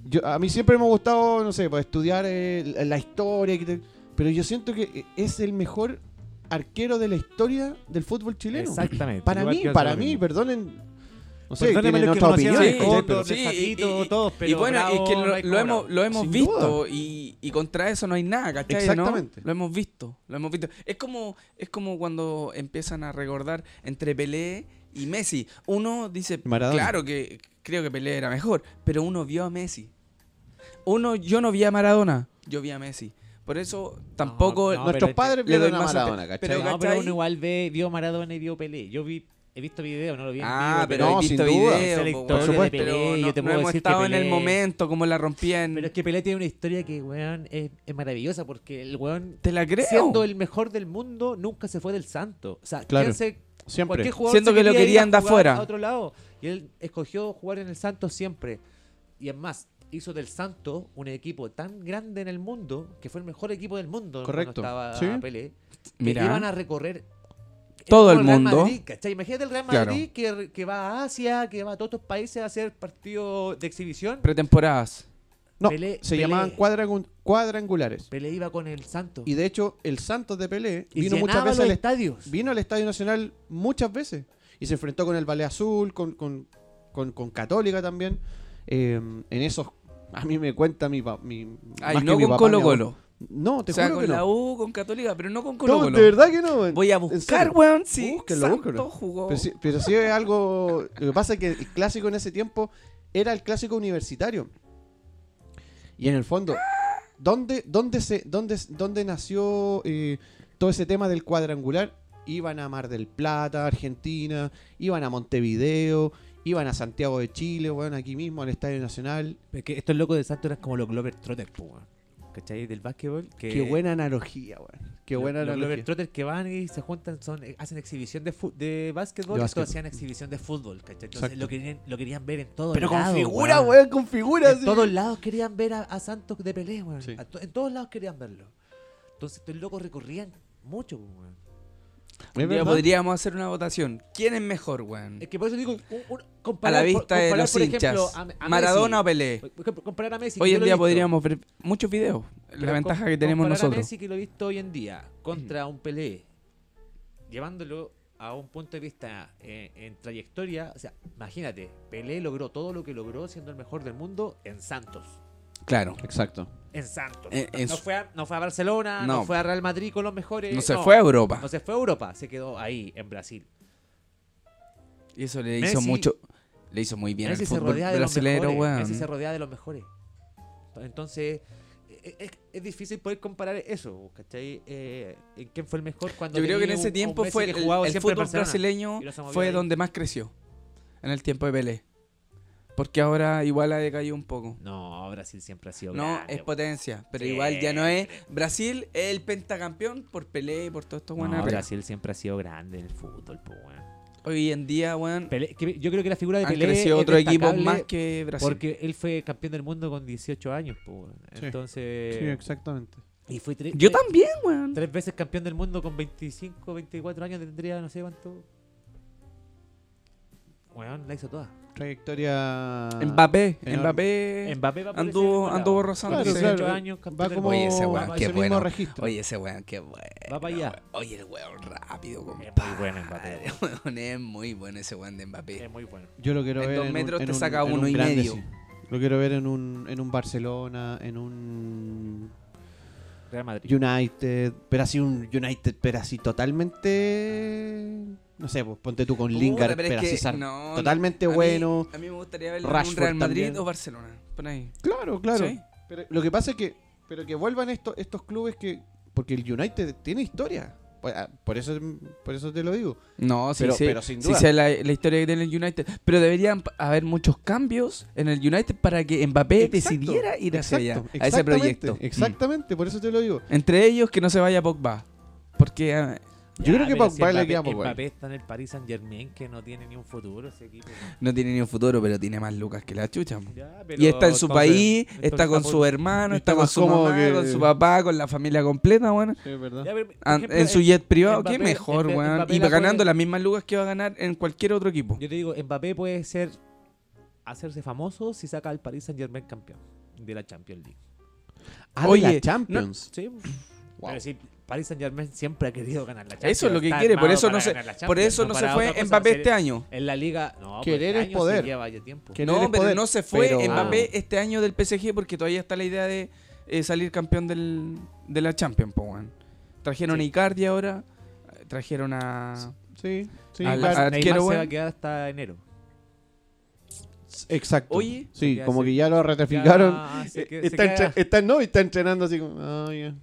yo, a mí siempre me ha gustado, no sé, pues, estudiar eh, la- la historia. y que- Pero yo siento que es el mejor arquero de la historia del fútbol chileno. Exactamente. Para Igual mí, que para yo mí, mismo. perdonen. No sé, Perdóname tienen los que otra opinión. conocían opiniones, a ¿cachai? Condor, Sí, de y- Satito, y- todos, pero y bueno, Bravo es que no lo, hay lo como hemos, Bravo. lo hemos Sin visto y, y contra eso no hay nada, ¿cachai? no? Exactamente. Lo hemos visto, lo hemos visto. Es como, es como cuando empiezan a recordar entre Pelé y Messi. Uno dice, Maradona. claro que creo que Pelé era mejor, pero uno vio a Messi. Uno, yo no vi a Maradona, yo vi a Messi. Por eso tampoco... No, pero Nuestros este- padres le doy vieron a más ante- Maradona, ¿cachai? pero- No, pero ¿cachai? uno igual ve, vio Maradona y vio Pelé. Yo vi, he visto videos, no lo vi en Ah, vivo, pero No, he sin visto duda. videos, Esa es la po, historia de weón. Pelé, Pero yo no- te no puedo hemos decir que estado en el Pelé- momento, como la rompía en... Pero es que Pelé tiene una historia que, weón, es, es maravillosa porque el weón, Te la creo. siendo el mejor del mundo, nunca se fue del santo. O sea, ¿quién Claro, se- Siempre. cualquier jugador Siento se que lo quería ir a querían de jugar afuera. A otro lado. Y él escogió jugar en el santo siempre. Y es más, hizo del santo un equipo tan grande en el mundo que fue el mejor equipo del mundo Correcto, cuando estaba sí. Pelé. Que Mira. iban a recorrer Todo como el Real mundo. Madrid, ¿cachai? Imagínate el Real Claro. Madrid que, que va a Asia, que va a todos estos países a hacer partidos de exhibición. Pretemporadas. No, Pelé- se Pelé- llamaban cuadrangu- cuadrangulares. Pelé iba con el santo. Y de hecho, el Santos de Pelé Y vino llenaba muchas veces los al est- estadios. vino al Estadio Nacional muchas veces. Y se enfrentó con el Ballet Azul, con, con, con- con Católica también. Eh, en esos, a mí me cuenta mi papá. Ay, no con Colo Colo. No, te O sea, juro que con la no. U, con Católica, pero no con Colo No, Colo. de verdad que no. weón. Voy a En buscar, serio. weón, sí. Búsquelo, Santo búsquelo. jugó. Pero sí, pero sí es algo. Lo que pasa es que el clásico en ese tiempo era el clásico universitario. Y en el fondo, ¿dónde, dónde, se, dónde, dónde nació eh, todo ese tema del cuadrangular? Iban a Mar del Plata, Argentina, iban a Montevideo, iban a Santiago de Chile, bueno, aquí mismo, al Estadio Nacional. Es que estos locos de Santos eran como los Glover Trotters, po, weón. ¿Cachai? Del básquetbol. Que Eh, Qué buena analogía, weón. Qué buena los, los analogía. Glover Trotters que van y se juntan, son, eh, hacen exhibición de, fu- de básquetbol, De y básquetbol. estos hacían exhibición de fútbol, ¿cachai? Entonces Exacto. lo querían, lo querían ver en todos Pero con lados. figura, weón. weón, con figura. En sí. todos lados querían ver a, a Santos de Pelé, weón. Sí. A to- en todos lados querían verlo. Entonces estos locos recorrían mucho, po, weón. ¿Es Un día verdad? podríamos hacer una votación. ¿Quién es mejor, weón? Es que por eso digo, un- un- A comparar, la Eh, por- vista de comparar, los por ejemplo, hinchas. a- a Messi. Maradona o Pelé. Por ejemplo, comparar a Messi. que Hoy yo en lo he día visto. podríamos ver muchos videos. La Pero ventaja com- que tenemos comparar A nosotros. Messi que lo he visto hoy en día contra un Pelé, llevándolo a un punto de vista eh, en trayectoria, o sea, imagínate, Pelé logró todo lo que logró siendo el mejor del mundo en Santos. Claro. Exacto. En Santos. En- en no, su- fue a, no fue a Barcelona, no. Eh, No. fue a Real Madrid con los mejores. No se fue a Europa. Eh, No se fue a Europa, se quedó ahí, en Brasil. Y eso le Messi- hizo mucho. Le hizo muy bien al Messi se fútbol rodea de los brasileño, mejores. weón. Messi se rodea de los mejores. Entonces, e- e- es, es difícil poder comparar eso, ¿cachai? Eh, ¿en ¿Quién fue el mejor cuando Yo creo que en tenía un- ese un tiempo Messi fue que el, jugaba el siempre en fútbol Barcelona? brasileño y lo hacemos fue bien ahí. donde más creció. En el tiempo de Pelé. Porque ahora igual ha decaído un poco. No, Brasil siempre ha sido No, grande, es potencia, pero Sí. igual ya no es. Brasil es el pentacampeón por Pelé y por todos estos weón. buenos No, Brasil siempre ha sido grande en el fútbol, po, weón. Hoy en día, weón, Pelé- que yo creo que la figura de han Pelé crecido es otro equipo destacable más que Brasil. porque él fue campeón del mundo con 18 años, po, weón. Sí. Entonces, Sí, eh, exactamente. y fue tre- Yo tre- también, weón. tres veces campeón del mundo con 25, 24 años tendría, no sé cuánto. Weón, la hizo toda. Trayectoria. Mbappé, enorme. Mbappé. Ah, Mbappé va por ese Anduvo- lado. anduvo rozando, Claro, sí. 18 claro. años, Va campeón del como Oye, ese weón, va qué ese mismo bueno. registro. Oye, ese weón, qué bueno. Va para allá. Oye, el weón rápido, compadre. muy bueno Mbappé, Weón, es muy bueno ese weón de Mbappé. Es muy bueno. Yo lo quiero En ver dos en metros un, en te un- saca en un uno y grande, medio. sí. Lo quiero ver en un, en un Barcelona, en un Real Madrid. United, pero así un United, pero así totalmente... No sé, pues ponte tú con Puta, Lingard, pero es pero, que así sal- no, totalmente a mí- bueno. A mí me gustaría verlo en un Rashford Real Madrid también. o Barcelona. Pon ahí. Claro, claro. Sí. Pero lo que pasa es que, pero que vuelvan estos, estos clubes que... Porque el United tiene historia. Por- ah, Por eso, por eso te lo digo. No, sí, Pero- sí, pero sin sí duda. sé la, la historia que tiene el United. Pero deberían pa- haber muchos cambios en el United para que Mbappé Exacto, decidiera ir hacia exacto, allá, a ese exactamente, proyecto. Exactamente, por eso te lo digo. Mm. Entre ellos que no se vaya Pogba. Porque ah, Yo creo que pero Pogba le Mbappé- queda Pogba. Mbappé está en el Paris Saint Germain que no tiene ni un futuro ese equipo. weón. no tiene ni un futuro, pero tiene más lucas que la chucha. mo. Ya, y pero está en su entonces- país, entonces está con por- su hermano, está está con más su cómodo mamá, que- con su papá, con la familia completa, bueno. Sí, es verdad. Ya, pero, por An- ejemplo, en su el- jet privado, qué Mbappé- mejor, Mbappé- weón. Mbappé Y la va ganando puede- las mismas lucas que va a ganar en cualquier otro equipo. Yo te digo, Mbappé puede ser hacerse famoso si saca al Paris Saint Germain campeón de la Champions League. Ah, de Oye, la Champions. Sí. pues. Wow. Pero sí, Paris Saint Germain siempre ha querido ganar la Champions. Eso es lo que Está quiere, por armado eso no para se, ganar la por Champions, eso no se para otra fue cosa, Mbappé se- este año. En la liga, no, Querer pues, es el año poder. sí lleva ya tiempo. Querer No, es pero poder. no se fue Pero- ah, Mbappé este año del PSG porque todavía está la idea de eh, salir campeón del, de la Champions, po, weón. Trajeron a Icardi ahora, eh, trajeron a... Sí, sí, Al- claro. al- Neymar arquero, se va a weón. quedar hasta enero. Exacto. Oye, sí, se como queda que ya lo ratificaron. Ya, se Eh, que- se está, queda- entre- está- no, y está entrenando así como. ah, ya.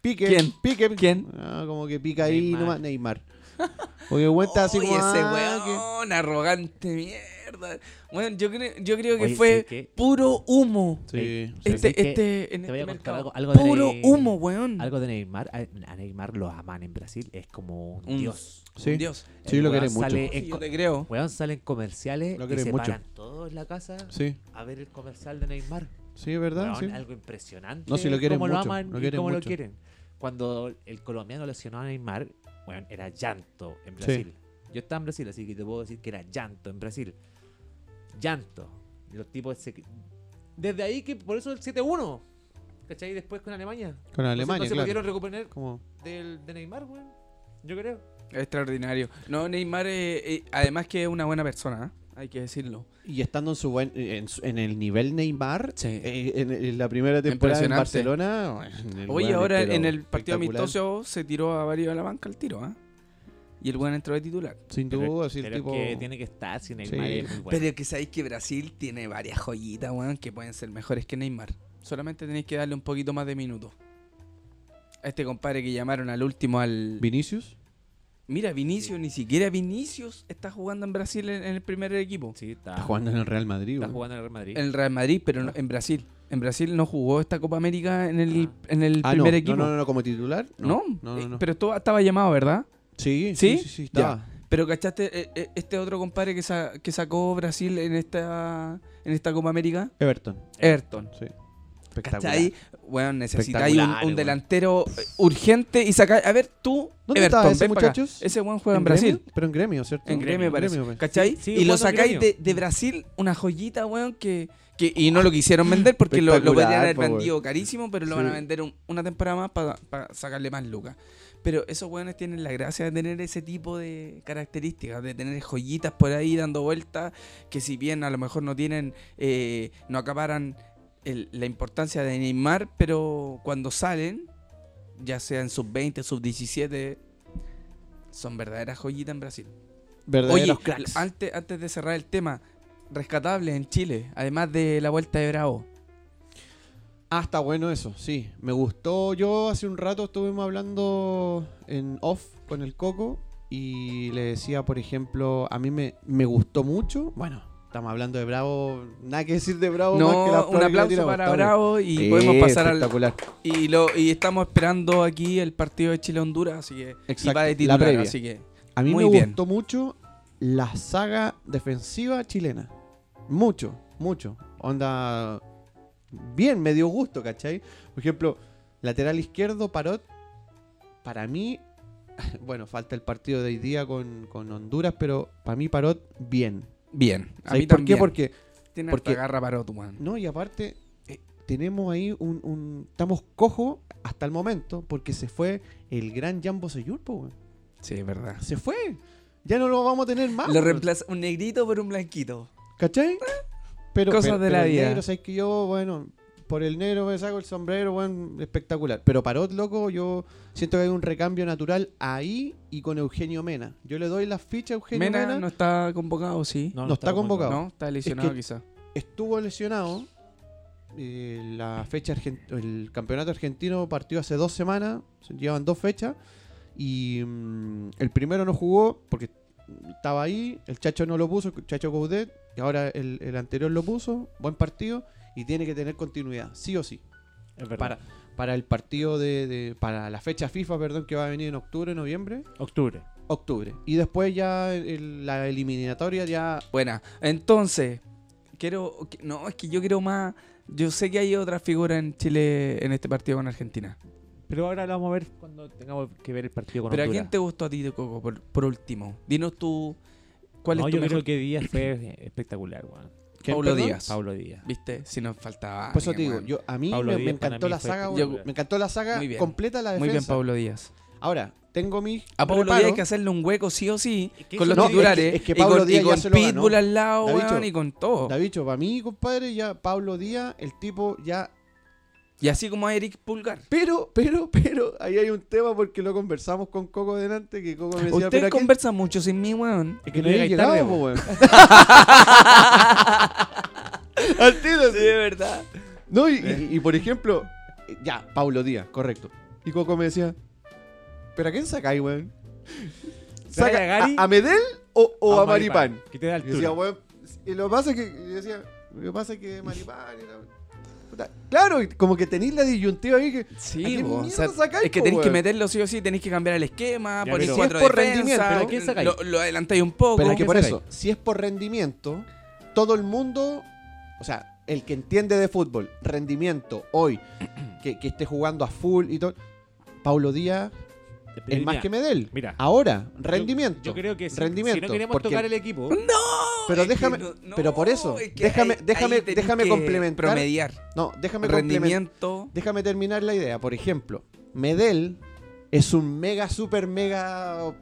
Pique. ¿Quién? Pique. ¿Quién? Ah, como que pica ahí Neymar. nomás Neymar. Porque cuenta así Oye, como. ese ah, que- weón, arrogante mierda. Bueno, yo, creo- yo creo que Oye, fue ¿sabes qué? puro humo. Sí, sí. Este, ¿Sabes qué? este, en Te voy a este contar mercado. algo- algo de puro Ney- humo, weón. Algo de Neymar. A a Neymar lo aman en Brasil. Es como un Un- dios. Sí. Dios. Eh, Sí, El lo weón queremos mucho. sale en Sí, co- yo te creo. Weón, salen comerciales Lo y querés se mucho. paran todos en la casa Sí, a ver el comercial de Neymar. sí, es verdad. Weón, sí. Algo impresionante. No, si lo quieren cómo mucho, aman lo y quieren cómo lo mucho. quieren. Cuando el colombiano lesionó a Neymar, weón, era llanto en Brasil. Yo estaba en Brasil, así que te puedo decir que era llanto en Brasil. Llanto. Los tipos se- Desde ahí que por eso el 7-1. ¿Cachai? Después con Alemania. Con No se- Alemania, no se claro. pudieron recuperar Como, del, de Neymar, weón. Yo creo. Extraordinario. No, Neymar, eh, eh, además que es una buena persona, ¿eh? hay que decirlo. Y estando en su buen, en, su- en el nivel Neymar, Sí. eh, en, en la primera temporada en Impresionante. Barcelona. bueno, el Oye, weón ahora es, pero en el partido espectacular. amistoso se tiró a varios de la banca al tiro, ¿ah? Y el buen entró de titular. Sin duda, sí, el pero es tipo. que tiene que estar sin el Sí. es muy bueno. Pero que sabéis que Brasil tiene varias joyitas, weón, que pueden ser mejores que Neymar. Solamente tenéis que darle un poquito más de minutos. A este compadre que llamaron al último al... ¿Vinicius? Mira, Vinicius, ni siquiera Vinicius está jugando en Brasil en, en el primer equipo. Sí, está, Está jugando en el Real Madrid. está weón. jugando en el Real Madrid. En el Real Madrid, pero Ah. no- en Brasil. En Brasil no jugó esta Copa América en el, en el Ah, no, primer no, equipo. no, no, no, como titular. No, No, no, eh, no. no. pero todo estaba llamado, ¿verdad? Sí, ¿Sí? sí, sí, sí, Ya. está. Pero cachaste eh, eh, este otro compadre que, sa- que sacó Brasil en esta en esta Copa América, Everton, Ayrton. sí. Eh. Espectacular. ¿Cachai? Bueno, necesitáis un, Espectacular, un weón. delantero eh, urgente y sacar. A ver, tú, ¿Dónde Everton, estaba ese ven pa' acá. muchachos? Ese buen juega en, gremio? Brasil. Pero en gremio, ¿cierto? En gremio, parece. Gremio, pues. ¿Cachai? Sí, sí, y lo jugando en sacáis Gremio. de, de Brasil, una joyita, weón, que, que- Y no lo quisieron vender porque lo, lo podrían haber Espectacular, po, vendido carísimo, pero lo van a Sí. vender un- una temporada más para sacarle más lucas. Pero esos weones tienen la gracia de tener ese tipo de características, de tener joyitas por ahí dando vueltas, que si bien a lo mejor no tienen, eh, no acaparan el- la importancia de Neymar, pero cuando salen, ya sea en sub 20, sub 17, son verdaderas joyitas en Brasil. Oye, Verdaderos cracks. Antes, antes de cerrar el tema, rescatables en Chile, además de la vuelta de Bravo. Ah, está bueno eso, sí. Me gustó. Yo hace un rato estuvimos hablando en off con el Coco y le decía, por ejemplo, a mí me, me gustó mucho. Bueno, estamos hablando de Bravo. Nada que decir de Bravo. más que No, las un flores que le aplauso tiramos, para está bien. Bravo y Sí, podemos pasar al. espectacular. Y, lo, y estamos esperando aquí el partido de Chile-Honduras, así que. y Exacto, va de la titular, previa. así que. A mí Muy me bien. gustó mucho la saga defensiva chilena. Mucho, mucho. Onda. Bien, me dio gusto, ¿cachai? Por ejemplo, lateral izquierdo, Parot. Para mí. Bueno, falta el partido de hoy día con, con Honduras, pero para mí Parot, bien. Bien. A ¿Sabéis mí por también. qué? Porque Tiene porque- harta garra para otro, weón. no, y aparte, eh, tenemos ahí un, un- Estamos cojo hasta el momento, porque se fue el gran Jambo Seyur, po, weón. Sí, es verdad. Se fue. Ya Ah, no lo vamos a tener más. Lo weón. reemplaza un negrito por un blanquito. ¿Cachai? Pero, Eh, Cosas pero- de pero la el vida. negro, sabes que yo, bueno, por el negro me saco el sombrero, bueno, espectacular. Pero Parot, loco, yo siento que hay un recambio natural ahí y con Eugenio Mena. Yo le doy las fichas a Eugenio Mena. Mena, no está convocado, sí. no está convocado. No, está lesionado que- quizá. Estuvo lesionado. eh, la fecha argen- el campeonato argentino partió hace dos semanas, se llevan dos fechas. Y mm, el primero no jugó porque estaba ahí, el Chacho no lo puso, el Chacho Goudet, y ahora el, el anterior lo puso, buen partido, y tiene que tener continuidad, sí o sí. Es verdad. Para, para el partido de, de- para la fecha FIFA, perdón, que va a venir en octubre, noviembre, Octubre. octubre. Y después ya el- la eliminatoria ya Buena. Entonces, quiero. que- No, es que yo quiero más. Yo sé que hay otra figura en Chile en este partido con Argentina. Pero ahora lo vamos a ver cuando tengamos que ver el partido con Pero ¿a Honduras. quién te gustó a ti, Coco, por, por último? Dinos tú. ¿Cuál no, es tu yo mejor? creo que Díaz fue espectacular, weón. ¿Quién, Pablo perdón? Díaz. Pablo Díaz. ¿Viste? Si nos faltaba. Por eso te alguien, digo, weón. yo, a mí Pablo me, me Díaz para encantó mí la fue saga, espectacular. weón. me encantó la saga Muy bien. completa la defensa. Muy bien, Pablo Díaz. Ahora, tengo mis A Pablo reparos. Díaz hay que hacerle un hueco sí o sí que con eso los no- titulares. es que- es que y Pablo con, y Díaz ya con se lo ganó. Pitbull al lado, Davicho, weón, y con todo. Da bicho, para mí, compadre, ya Pablo Díaz, el tipo ya Y así como a Eric Pulgar. pero, pero, pero, ahí hay un tema porque lo conversamos con Coco delante, que Coco me decía, pero Usted aquí- conversa mucho sin mí, weón. es que Y no no había llegáis llegado, tarde, po, weón. weón. Al tiro, sí, de verdad. No, y, ¿Eh? y- y, por ejemplo, ya, Pablo Díaz, correcto. Y Coco me decía, ¿pero a quién sacáis, weón? ¿Sacáis a Gary? ¿A, a Medel o, o a, Maripán? Que te da Y decía, altura. weón, y lo que pasa es que, y decía, lo que pasa es que Maripán y tal. Puta, Claro, y como que tenéis la disyuntiva ahí que ¿A Sí, quién po, o mierda sea, sacáis, es que po, tenéis que weón? meterlo sí o sí, tenéis que cambiar el esquema, Ya, poner pero- cuatro Si es por defensas, rendimiento, ¿a quién sacáis? lo, lo adelantáis un poco. Pero es que por sacáis? eso, si es por rendimiento, todo el mundo, o sea, el que entiende de fútbol, rendimiento hoy, que, que esté jugando a full y todo, Paulo Díaz Pero es más mira, que Medel. Mira. Ahora, yo- rendimiento. Yo creo que si, rendimiento, si no queremos porque- ¿Mm? tocar el equipo, pero Es que déjame, no- no, pero por eso, es que déjame, ahí- déjame, ahí tenéis déjame que complementar. Promediar. No, déjame complementar. Rendimiento. Déjame terminar la idea. Por ejemplo, Medel es un mega, super, mega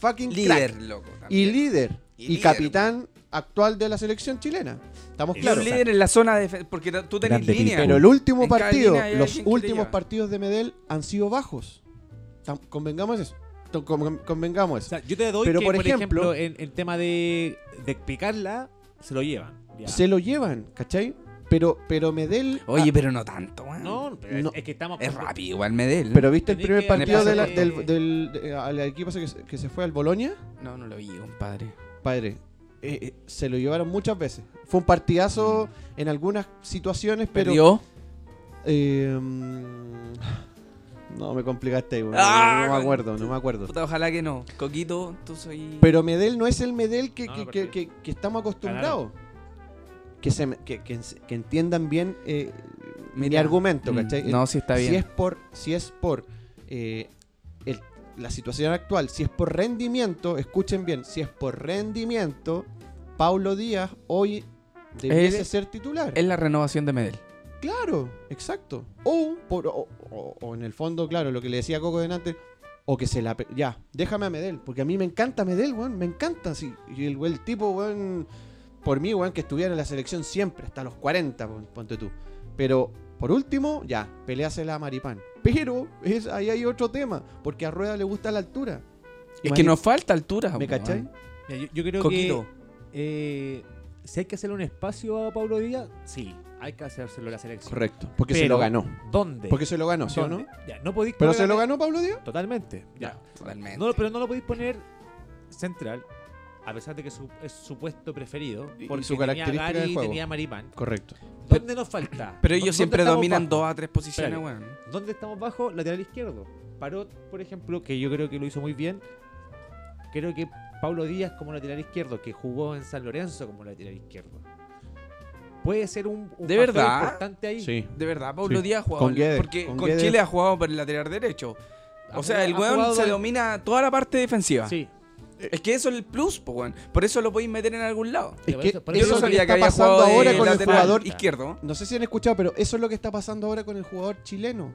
fucking crack. Líder, loco. Y también. líder. Y Y, líder, capitán actual de la selección chilena. Estamos Y claros. un líder en la zona de... Porque ta- tú tenés Grande línea. Pipo. Pero el último En cada partido, línea hay los alguien que te últimos lleva. partidos de Medel han sido bajos. Tam- Convengamos eso. To- con- Convengamos O eso. sea, yo te doy Pero, que, por por ejemplo, ejemplo, en, en tema de, de picarla, se lo llevan. ya. Se lo llevan, ¿cachai? Pero, pero Medel. Oye, ah, pero no tanto, weón. No, pero es- No. es que estamos... Es rápido igual Medel. pero viste el tenés primer que partido de la- analizar del, del- de- al equipo ese que, se- que se fue al Bolonia. No, no lo vi, compadre. Padre, eh, eh, se lo llevaron muchas veces. Fue un partidazo en algunas situaciones, pero. Mm. Perdió. Eh, mm, no, me complicaste ahí, weón. Ah, no me acuerdo, no me acuerdo. Puta, ojalá que no. Coquito, tú soy... Pero Medel no es el Medel que, No, que- no, que- perdí. que- que estamos acostumbrados. Que, se, me- que, que ens- que entiendan bien eh, mi Mira. argumento, Mm, ¿cachai? No, sí está bien. si es por, si es por eh, el- la situación actual, si es por rendimiento, escuchen bien, si es por rendimiento, Paulo Díaz hoy debiese Él- ser titular. Es la renovación de Medel. Claro, exacto. O, por- o- o- o en el fondo, claro, lo que le decía Coco delante, o que se la... pe- Ya, déjame a Medel, porque a mí me encanta Medel, weón, me encanta. Sí. Y el, el tipo, weón, por mí, weón, que estuviera en la selección siempre, hasta los 40, pon- ponte tú. Pero, por último, ya, peleásela a Maripán. Pero es, ahí hay otro tema, porque a Rueda le gusta la altura. Es Imagina- que nos falta altura, ¿Me weón. cachai? Mira, yo, yo creo Coquito. que... eh, si hay que hacerle un espacio a Pablo Díaz, sí, hay que hacérselo a la selección. Correcto, porque se Pero- lo ganó. ¿Dónde? Porque se lo ganó, ¿sí o no? ¿Dónde? Ya, no podéis Pero poner se a lo la- ganó Pablo Díaz. Totalmente. Ya. Totalmente. No, pero no lo podéis poner central, a pesar de que su- es su puesto preferido. Y- y Porque su tenía característica a Gary de y juego. tenía a Maripán. Correcto. ¿Dónde nos falta? Pero ¿Dónde ellos siempre estamos dominan bajos? dos a tres posiciones, Espérate. weón. ¿Dónde estamos bajo? Lateral izquierdo. Parot, por ejemplo, que yo creo que lo hizo muy bien. Creo que Pablo Díaz como lateral izquierdo, que jugó en San Lorenzo como lateral izquierdo. Puede ser un, un ¿De factor verdad? importante ahí. Sí. De verdad, Pablo Sí. Díaz ha jugado. Con Guedes, porque con con, Guedes. Chile ha jugado por el lateral derecho. Ha Ah, O sea, el jugado- ha jugado weón se en- domina toda la parte defensiva. Sí. Es que eso es el plus, po, weón. Por eso lo podéis meter en algún lado. Es Por que eso- por eso Yo es no lo que sabía que, está había pasando jugado ahora de con el lateral jugador izquierdo. No sé si han escuchado, pero eso es lo que está pasando ahora con el jugador chileno.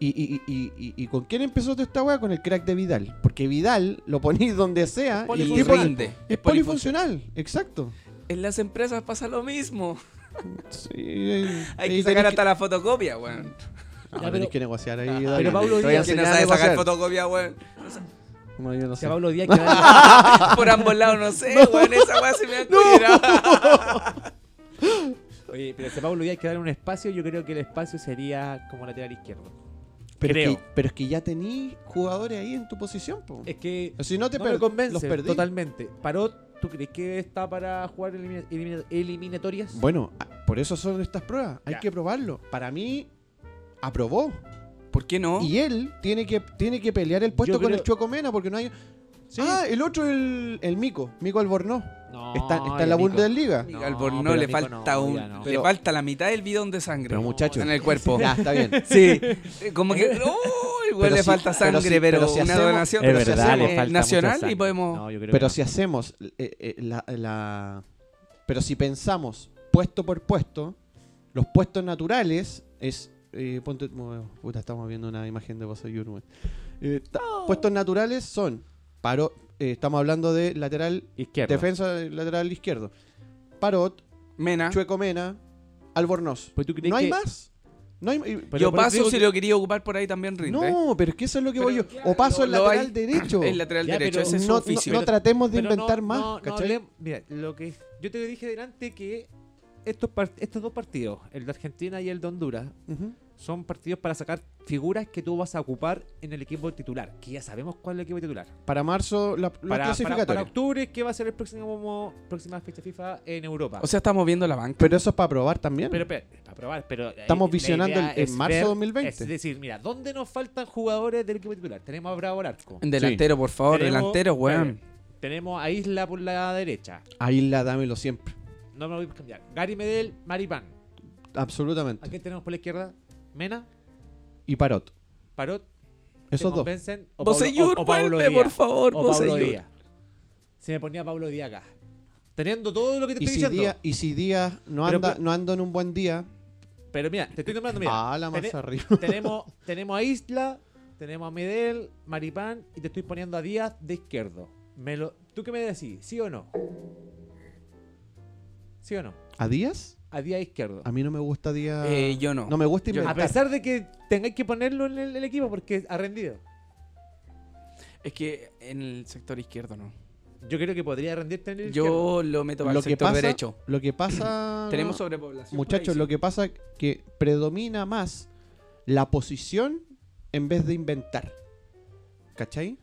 ¿Y, y- y- y- y- y con quién empezó toda esta weá? Con el crack de Vidal. Porque Vidal lo ponís donde sea y el Y tipo rinde. es polifuncional. Exacto. En las empresas pasa lo mismo. Sí, eh, Hay ahí que sacar tenés hasta la fotocopia, weón. Ya, No, pero- Ah, tenés que negociar ahí. Pero dale. Pablo Te voy a Díaz- Que enseñar no a sabe sacar negociar. fotocopia, weón. No, yo no Si sé. a Pablo Díaz que va- Por ambos lados, no sé, weón. Esa weá se me acuerda. Oye, pero si a Pablo Díaz hay que darle un espacio, yo creo que el espacio sería como lateral izquierdo. Pero, es que, creo. pero es que ya tení jugadores ahí en tu posición. po. Es que Si no te no per- me convence los perdí. totalmente. Parot, ¿tú crees que está para jugar elimina- elimina- eliminatorias? Bueno, a- por eso son estas pruebas. Hay Ya. que probarlo. Para mí, aprobó. ¿Por qué no? Y él tiene que, tiene que pelear el puesto Oh. Yo con creo- el Choco Mena porque no hay. Sí. Ah, el otro es el, el Mico, Mico Albornoz. No, está está ya, en la Nico. Bundesliga. Y No, Galborno pero le Nico falta no, un, ya no. le Pero- falta la mitad del bidón de sangre Pero muchachos- en el cuerpo. Ya, está bien. Sí, eh, como que uy, güey, Pero le si- falta pero sangre, si- pero, pero si una hacemos- donación pero Es si verdad, hacemos le falta nacional mucha sangre. y podemos No, yo creo Pero que si hacemos. eh, eh, la- la- pero si pensamos puesto por puesto, los puestos naturales es. eh, ponte- bueno, puta, estamos viendo una imagen de José Yurwe. Eh, ta- Puestos naturales son. Paro, eh, estamos hablando de lateral. no. izquierdo. Defensa lateral izquierdo. Parot, Mena. Chueco Mena, Albornoz. Pues, ¿tú crees ¿No hay Ah. que- más? No hay, y- Pero Yo por eso paso digo si que- lo quería ocupar por ahí también rinde. no, pero es que eso es lo que Pero voy yo. claro, O paso el lo lateral hay- derecho. El lateral Ya, derecho, pero- ese es su no, no- oficio. no tratemos de Pero no- inventar más, no- no ¿cachai? hablemos- mira, lo que yo te dije delante que estos, par- estos dos partidos, el de Argentina y el de Honduras, Ujú. son partidos para sacar figuras que tú vas a ocupar en el equipo titular. Que ya sabemos cuál es el equipo titular. Para marzo, la, los Para, para, para clasificatorios. octubre, que va a ser el próximo próxima fecha FIFA en Europa. O sea, estamos viendo la banca. Pero eso es para probar también. Pero, espera, para probar, pero... ahí Estamos la visionando el- idea en es marzo ver- 2020. Es decir, mira, ¿dónde nos faltan jugadores del equipo titular? Tenemos a Bravo Larco. En delantero, por favor, delantero, weón. Tenemos a Isla por la derecha. Ahí la dámelo siempre. No me lo voy a cambiar. Gary Medel, Maripán. ¿A Absolutamente. quién tenemos por la izquierda? Mena, Y Parot. Parot, Esos Simon dos. Benson o Pablo, Boseyur, o, o Pablo vuelve, por Díaz. favor, o Pablo Boseyur. Díaz. Se me ponía Pablo Díaz acá. Teniendo todo lo que te Y estoy si, diciendo. Díaz, y si Díaz no Pero- anda, no anda en un buen día, Pero mira, te estoy nombrando, mira. ah, la más Tené- arriba. tenemos, tenemos a Isla, Tenemos a Medel, Maripán y te estoy poniendo a Díaz de izquierdo. Me lo- ¿Tú qué me decís? ¿Sí o no? ¿Sí o no? ¿A Díaz? A Díaz izquierdo. A mí no me gusta Díaz. Eh, yo no. No me gusta Yo- A inventar. pesar de que tengáis que ponerlo en el, el equipo porque ha rendido. Es que en el sector izquierdo no. Yo creo que podría rendirte en el Yo izquierdo. lo meto para lo el que sector pasa, derecho. Lo que pasa. Tenemos sobrepoblación. Muchachos, lo que pasa que predomina más la posición en vez de inventar. ¿Cachai?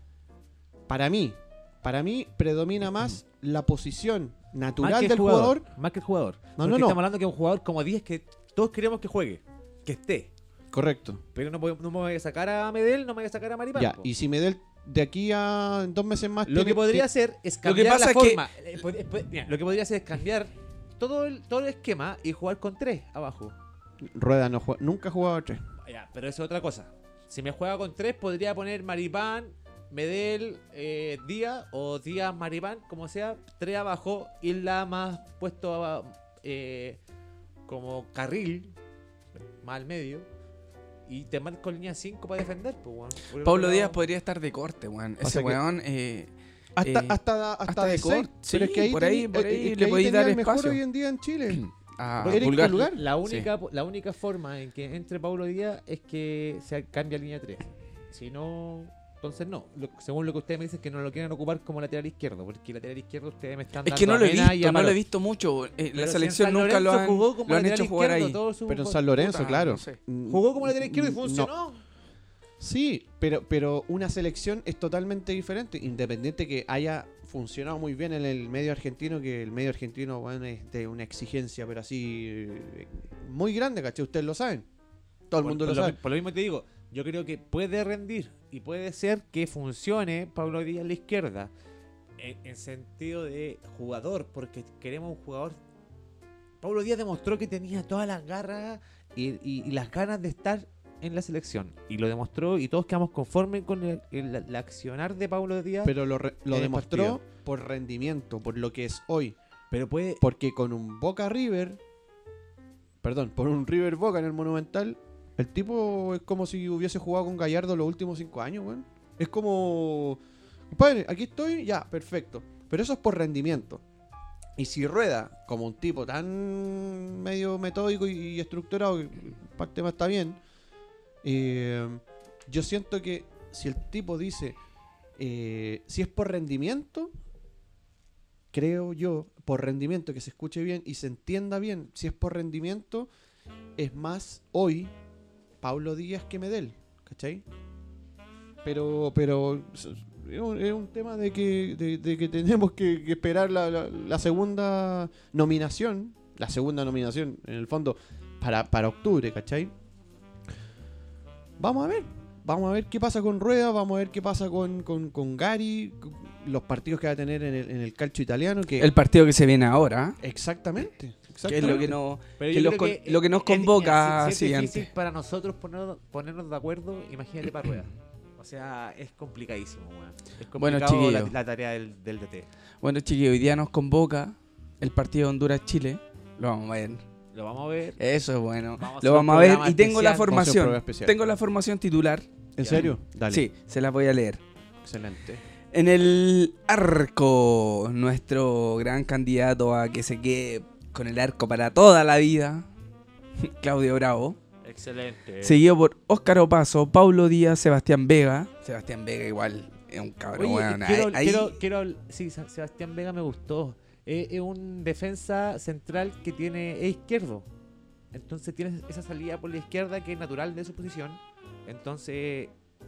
Para mí, para mí predomina más la posición natural Más que el del jugador. Más que el jugador. No, no, no. Estamos hablando que un jugador como 10 que todos queremos que juegue. Que esté. Correcto. Pero no, puedo- no me voy a sacar a Medel, no me voy a sacar a Maripán. Ya, po. y si me del de aquí a en dos meses más Lo tiene- que podría hacer es Lo que cambiar pasa la es que- forma. Eh, pod- eh, pod- mira, lo que podría hacer es cambiar todo el, todo el esquema y jugar con tres abajo. Rueda no juega, nunca ha jugado a tres. Ya, pero eso es otra cosa. Si me juega con tres, podría poner Maripán, Medel, eh, Díaz o Díaz, Maripán, como sea, tres abajo y la más puesto a- eh, como carril, más al medio. Y te marco línea 5 para defender, pues, weón. Por el Pablo otro Díaz lado- podría estar de corte, weón. Pasa Ese que- weón. eh, Hasta, Eh, hasta, hasta, hasta de de seis. cor- Pero es sí, que ahí por ahí- teni- por eh, ahí es que le podéis tenía dar el mejor espacio. hoy en día en Chile. a Eric Pulgar. Pulgar. La única, la única forma en que entre Pablo Díaz es que se cambie a línea 3. Si no, entonces no. Lo- según lo que ustedes me dicen, que no lo quieren ocupar como lateral izquierdo, porque lateral izquierdo ustedes me están Es dando que no a lo he Mena y visto, a no lo he Parot. visto mucho. eh, Pero la si en selección San nunca lo Lorenzo han, jugó como lo han lateral hecho jugar izquierdo ahí. todo su- Pero en San Lorenzo, Puta, claro. no sé. Jugó como lateral izquierdo y Mm, No. funcionó. Sí, pero, pero una selección es totalmente diferente, independiente que haya funcionado muy bien en el medio argentino, que el medio argentino bueno, es de una exigencia, pero así eh, muy grande, ¿cachai? Ustedes lo saben. Todo el Por- mundo por lo sabe. mi- por lo mismo te digo, yo creo que puede rendir y puede ser que funcione Pablo Díaz a la izquierda en, en sentido de jugador, porque queremos un jugador. Pablo Díaz demostró que tenía todas las garras y, y- y las ganas de estar en la selección y lo demostró y todos quedamos conformes con el, el- el accionar de Pablo Díaz. Pero, Pero lo, re- lo en el demostró Eh, partido. por rendimiento, por lo que es hoy. puede Porque con un Boca River, perdón, por un River Boca en el Monumental, el tipo es como si hubiese jugado con Gallardo los últimos cinco años, weón. Es como, compadre, aquí estoy, ya, perfecto. Pero eso es por rendimiento. Y si Rueda, como un tipo tan medio metódico y estructurado, que parte más está bien, eh, yo siento que si el tipo dice, eh, si es por rendimiento, creo yo, por rendimiento, que se escuche bien y se entienda bien, si es por rendimiento, es más hoy Pablo Díaz que Medel, ¿cachai? Pero, pero s- es un, es un tema de que, de, de que tenemos que, que esperar la, la- la segunda nominación, la segunda nominación, en el fondo, para, para octubre, ¿cachai? Vamos a ver. Vamos a ver qué pasa con Rueda, vamos a ver qué pasa con, con, con Gary, con los partidos que va a tener en el, en el calcio italiano. Que El partido que se viene ahora, Exactamente. que es exactamente. lo que no. Pero que yo los creo con- lo que nos es- mira, convoca, si- si es sí, difícil antes. para nosotros poner- ponernos de acuerdo, imagínate para Rueda. O sea, es complicadísimo, weón. Es Bueno, complicado la, chiquillo. la tarea del, del DT. Bueno, chiquillos, hoy día nos convoca el partido Honduras-Chile. Lo vamos a ver. Lo vamos a ver. Eso es bueno. Vamos a hacer Lo un vamos a ver. programa Y tengo la especial. Vamos a hacer un formación. programa especial. Tengo la formación titular. ¿En Ya. serio? Dale. Sí, se la voy a leer. Excelente. En el arco, nuestro gran candidato a que se quede con el arco para toda la vida, Claudio Bravo. Excelente. Seguido por Óscar Opaso, Paulo Díaz, Sebastián Vega. Sebastián Vega igual es un cabrón. Oye, weón. quiero, Ahí- quiero- quiero habl- Sí, Sa- Sebastián Vega me gustó. Eh, es un defensa central que tiene. Es izquierdo. Entonces tiene esa salida por la izquierda que es natural de su posición. Entonces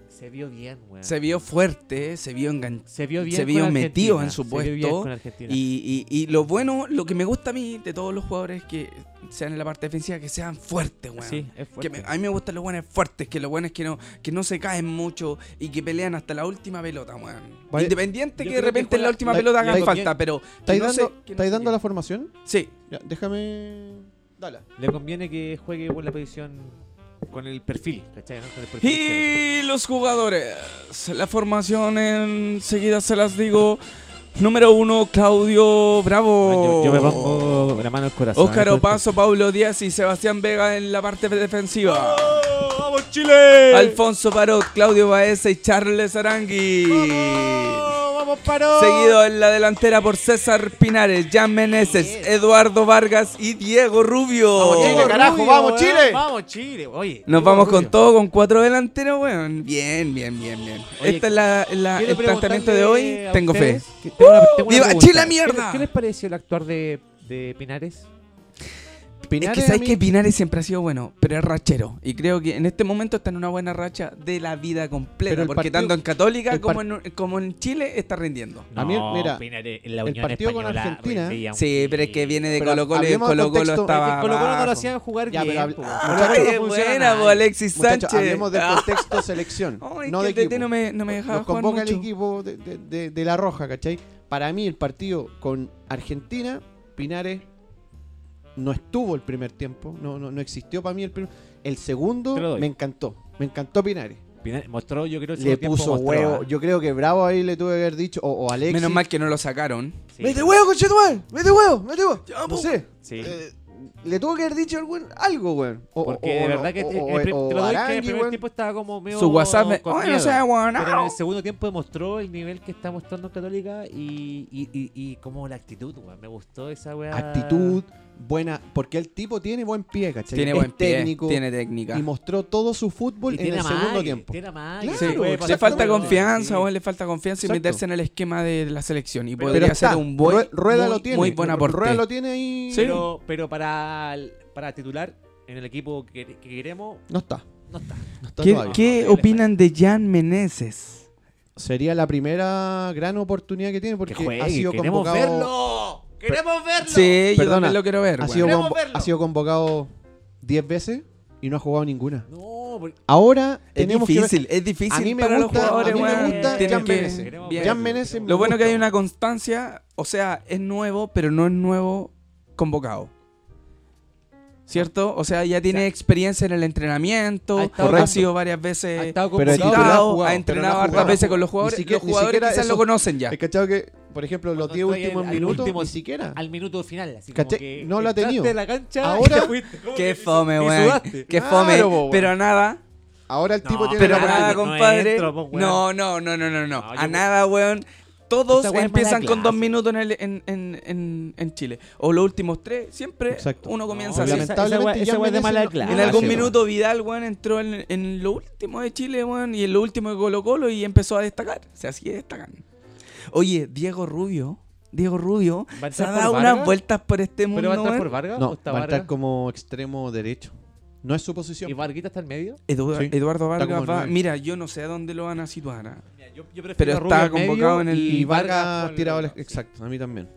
se vio bien, weón. se vio fuerte, se vio enganchado. Se vio bien. se vio con metido Argentina, en su se vio bien puesto con Argentina. Y, y- y lo bueno, lo que me gusta a mí de todos los jugadores que sean en la parte defensiva, que sean fuertes, weón. Sí, es Que fuerte. me- a mí me gustan los buenos fuertes, que los buenos que no, que no se caen mucho y que pelean hasta la última pelota, weón. Vale. Independiente Yo que de creo que repente en juega- la última la- pelota la- hagan falta, pero. que ¿Estáis no se- que dando, no estáis se dando la llegue. formación? Sí, Ya, déjame. Dale. Le conviene que juegue por la posición con el perfil, ¿cachai? no? Con el perfil izquierdo. Y los jugadores. La formación enseguida se las digo. Número uno, Claudio Bravo. Ah, Yo, yo me pongo la mano al corazón. Óscar Opaso, Paulo Díaz y Sebastián Vega en la parte defensiva. ¡Oh, ¡Vamos, Chile! Alfonso Parot, Claudio Baeza y Charles Arangui. ¡Oh, ¡Vamos, paro! Seguido en la delantera por César Pinares, Jan Meneses, Eduardo Vargas y Diego Rubio. ¡Vamos, Chile, Diego carajo! Rubio, ¡Vamos, weón. Chile! ¡Vamos, Chile! Oye, Nos Diego vamos con Rubio. todo, con cuatro delanteros, weón. Bien, bien, bien, bien. Oye, este es la- la- Quiero el planteamiento de hoy. preguntarle a Tengo fe. ustedes que tengo una- tengo una ¡Viva pregunta. Chile, ¿Qué- mierda! ¿Qué les pareció el actuar de, de Pinares? Es Pinares que a sabes mí- que Pinares siempre ha sido bueno, pero es rachero. Y creo que en este momento está en una buena racha de la vida completa. Pero el Porque partido- tanto en Católica el como en, como en Chile está rindiendo. A mí, mira, Pinares, en la el Unión partido con Española Argentina- rendía un- Sí, pero es que viene de Pero Colo Colo y en hablemos de Colo Colo contexto. estaba. El Colo Colo no lo abajo. hacían jugar Ya, bien. pero habla- po. Ah, Ah, Muchachos, qué no funciona buena, nada. po, Alexis Muchachos, Sánchez. hablemos del Ah, contexto selección, ay, no que de el DT equipo. no me, no me dejaba Nos jugar convoca el mucho. equipo de, de- de- de La Roja, ¿cachai? Para mí el partido con Argentina, Pinares no estuvo el primer tiempo, no, no, no existió para mí el primer. El Te lo segundo doy. me encantó, me encantó Pinares. Pinares mostró, yo creo, el Le segundo tiempo puso mostró, huevo, ah. yo creo que Bravo ahí le tuve que haber dicho, o, o Alexis. Menos mal que no lo sacaron. Sí. ¡Mete huevo, conchetumal! ¡Mete huevo! ¡Mete huevo! No po. sé. Sí. eh, le tuvo que haber dicho al weón algo, weón. O- Porque o- de o- verdad que o- te, o- el, pri- o te lo doy que en Arangui, el primer weón. tiempo estaba como medio Su WhatsApp me. con ¡Ay, no miedo". sea weón! Pero en el segundo tiempo demostró el nivel que está mostrando en Católica y, y, y, y como la actitud, weón. Me gustó esa weá. actitud buena, porque el tipo tiene buen pie, ¿cachai? Tiene Es buen pie, técnico tiene técnica. y mostró todo su Y fútbol en tiene el amague, segundo tiempo. Tiene amague. Claro, Sí, Se puede exactamente. le pasar falta por delante, confianza, sí. weón, le falta confianza y Exacto. meterse en el esquema de, de la selección. Y Pero podría está, ser un buen, Rue- Rueda muy, lo tiene. muy buen aporte. Rueda lo tiene ahí. Sí. Pero, pero para, el- para titular en el equipo que, que queremos, No está. no está. no está ¿Qué, todavía. qué No, no, opinan de Jan Meneses? Sería la primera gran oportunidad que tiene porque ha sido queremos convocado. verlo. Queremos verlo. Sí, yo Perdona, también lo quiero ver. Ha weón. sido, Queremos convo- verlo. ha sido convocado 10 veces y no ha jugado ninguna. No, porque Ahora es tenemos difícil, es difícil a mí me para gusta- los jugadores, a mí me weón. gusta Tienen Jan que- Meneses. queremos bien. verlo, Jan Meneses queremos me Lo bueno gusta. que hay una constancia, o sea, es nuevo, pero no es nuevo convocado. ¿Cierto? O sea, ya tiene O sea, experiencia en el entrenamiento, ha estado ha Correcto. sido varias ha veces estado Eh, pero el citado, convocado. titular ha jugado, ha pero entrenado no ha hartas jugado. veces con los Ni jugadores. siquiera- los ni jugadores siquiera quizás lo esos- conocen ya. ¿Has cachado que, por ejemplo, los Cuando 10 estoy últimos al- al minutos último- ni siquiera? al minuto final. Así Caché, como que no lo ha entraste tenido. a la cancha Ahora- y te fuiste, como Qué que fome, y weón. sudaste. Qué Claro, fome. po, weón. Pero a nada. Ahora el tipo No, tiene Pero la a nada, oportunidad. no compadre. entro, po, weón. No, no, no, no, no, no. No, A yo- nada, weón. Todos Esa weá es empiezan mala con dos clase. minutos en, el- en, en- en- en Chile. O los últimos tres, siempre Exacto. uno comienza No, así. lamenta- lamentablemente esa Jan weá es de Meneses mala no- clase. En algún sí, minuto Vidal, weón, entró en, en lo último de Chile, weón, y en lo último de Colo Colo y empezó a destacar. O sea, así destacan. Oye, Diego Rubio, Diego Rubio, ¿Va a se ha entrar por dado Vargas? unas vueltas por este mundo, ¿Pero va a estar por weón. Vargas? ¿O No, está va a estar Vargas? como extremo derecho. No es su posición. ¿Y Varguita está en medio? Edu- Sí. Eduardo Está como Vargas el va... nueve. Mira, yo no sé a dónde lo van a situar. ah. Yo, Pero a Rubio está en medio convocado en el- Y, y Vargas, tirado al- Exacto, a mí también.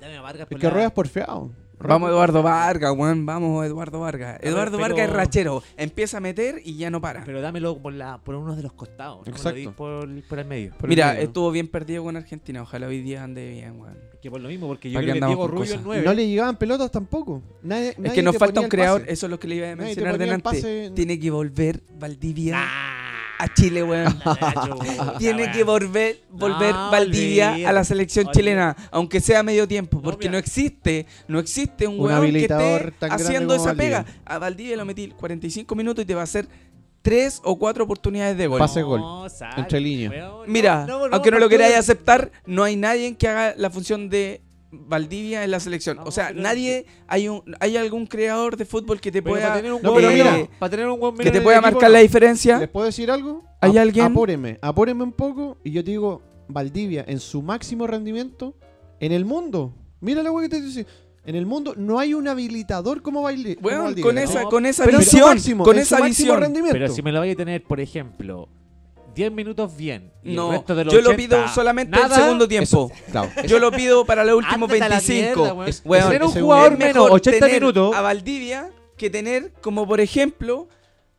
Dame a Vargas Es que Rueda es porfeado. Vamos Eduardo Vargas, weón, vamos Eduardo Vargas. ver, Eduardo pero- Vargas es rachero, empieza a meter y ya no para. Pero dámelo por, la, por uno de los costados. no me lo Exacto. di Por, por el medio. Por el Mira, medio. estuvo bien perdido con Argentina, ojalá hoy día ande bien, weón. Que por lo mismo, porque yo ¿Para qué creo que andamos Diego con Rubio cosas? es Y 9. no le llegaban pelotas tampoco. Nadie, Es nadie que nos te falta ponía un el creador, pase. eso es lo que le iba a Nadie te mencionar ponía el delante. pase. Tiene que volver Valdivia a Chile, weón. Tiene que volver, volver No, Valdivia olvídate. a la selección Olvídate. chilena, aunque sea medio tiempo, No, porque mira. no, existe, no existe un Un weón que habilitador esté tan grande haciendo como esa pega. Valdivia. A Valdivia lo metí 45 minutos y te va a hacer tres o cuatro oportunidades de gol. Pase gol. Entre líneas. Mira, aunque no lo queráis aceptar, no hay nadie que haga la función de Valdivia en la selección. No, o sea, pero- nadie hay un hay algún creador de fútbol que te para pueda tener un No, buen pero menos, mira, para tener un buen menos que te en el pueda equipo, marcar no. la diferencia. ¿Les puedo decir algo? ¿Hay Ap- alguien? Apóreme, apóreme un poco y yo te digo, Valdivia, en su máximo rendimiento, en el mundo, mira la wea que te estoy diciendo, en el mundo no hay un habilitador como, Baile, como Weón, Valdivia. con ¿no? esa No, con esa Pero en su visión, máximo, con en su esa máximo visión. rendimiento. Pero si me lo vaya a tener, por ejemplo, 10 minutos bien. Y No, el resto de los yo lo 80, pido solamente el nada, segundo tiempo. Claro, Yo lo pido para los últimos ándate a la 25. mierda, weón. Es- Weón, ese Tener un es un- jugador es menos mejor 80 tener minutos. a Valdivia que tener como por ejemplo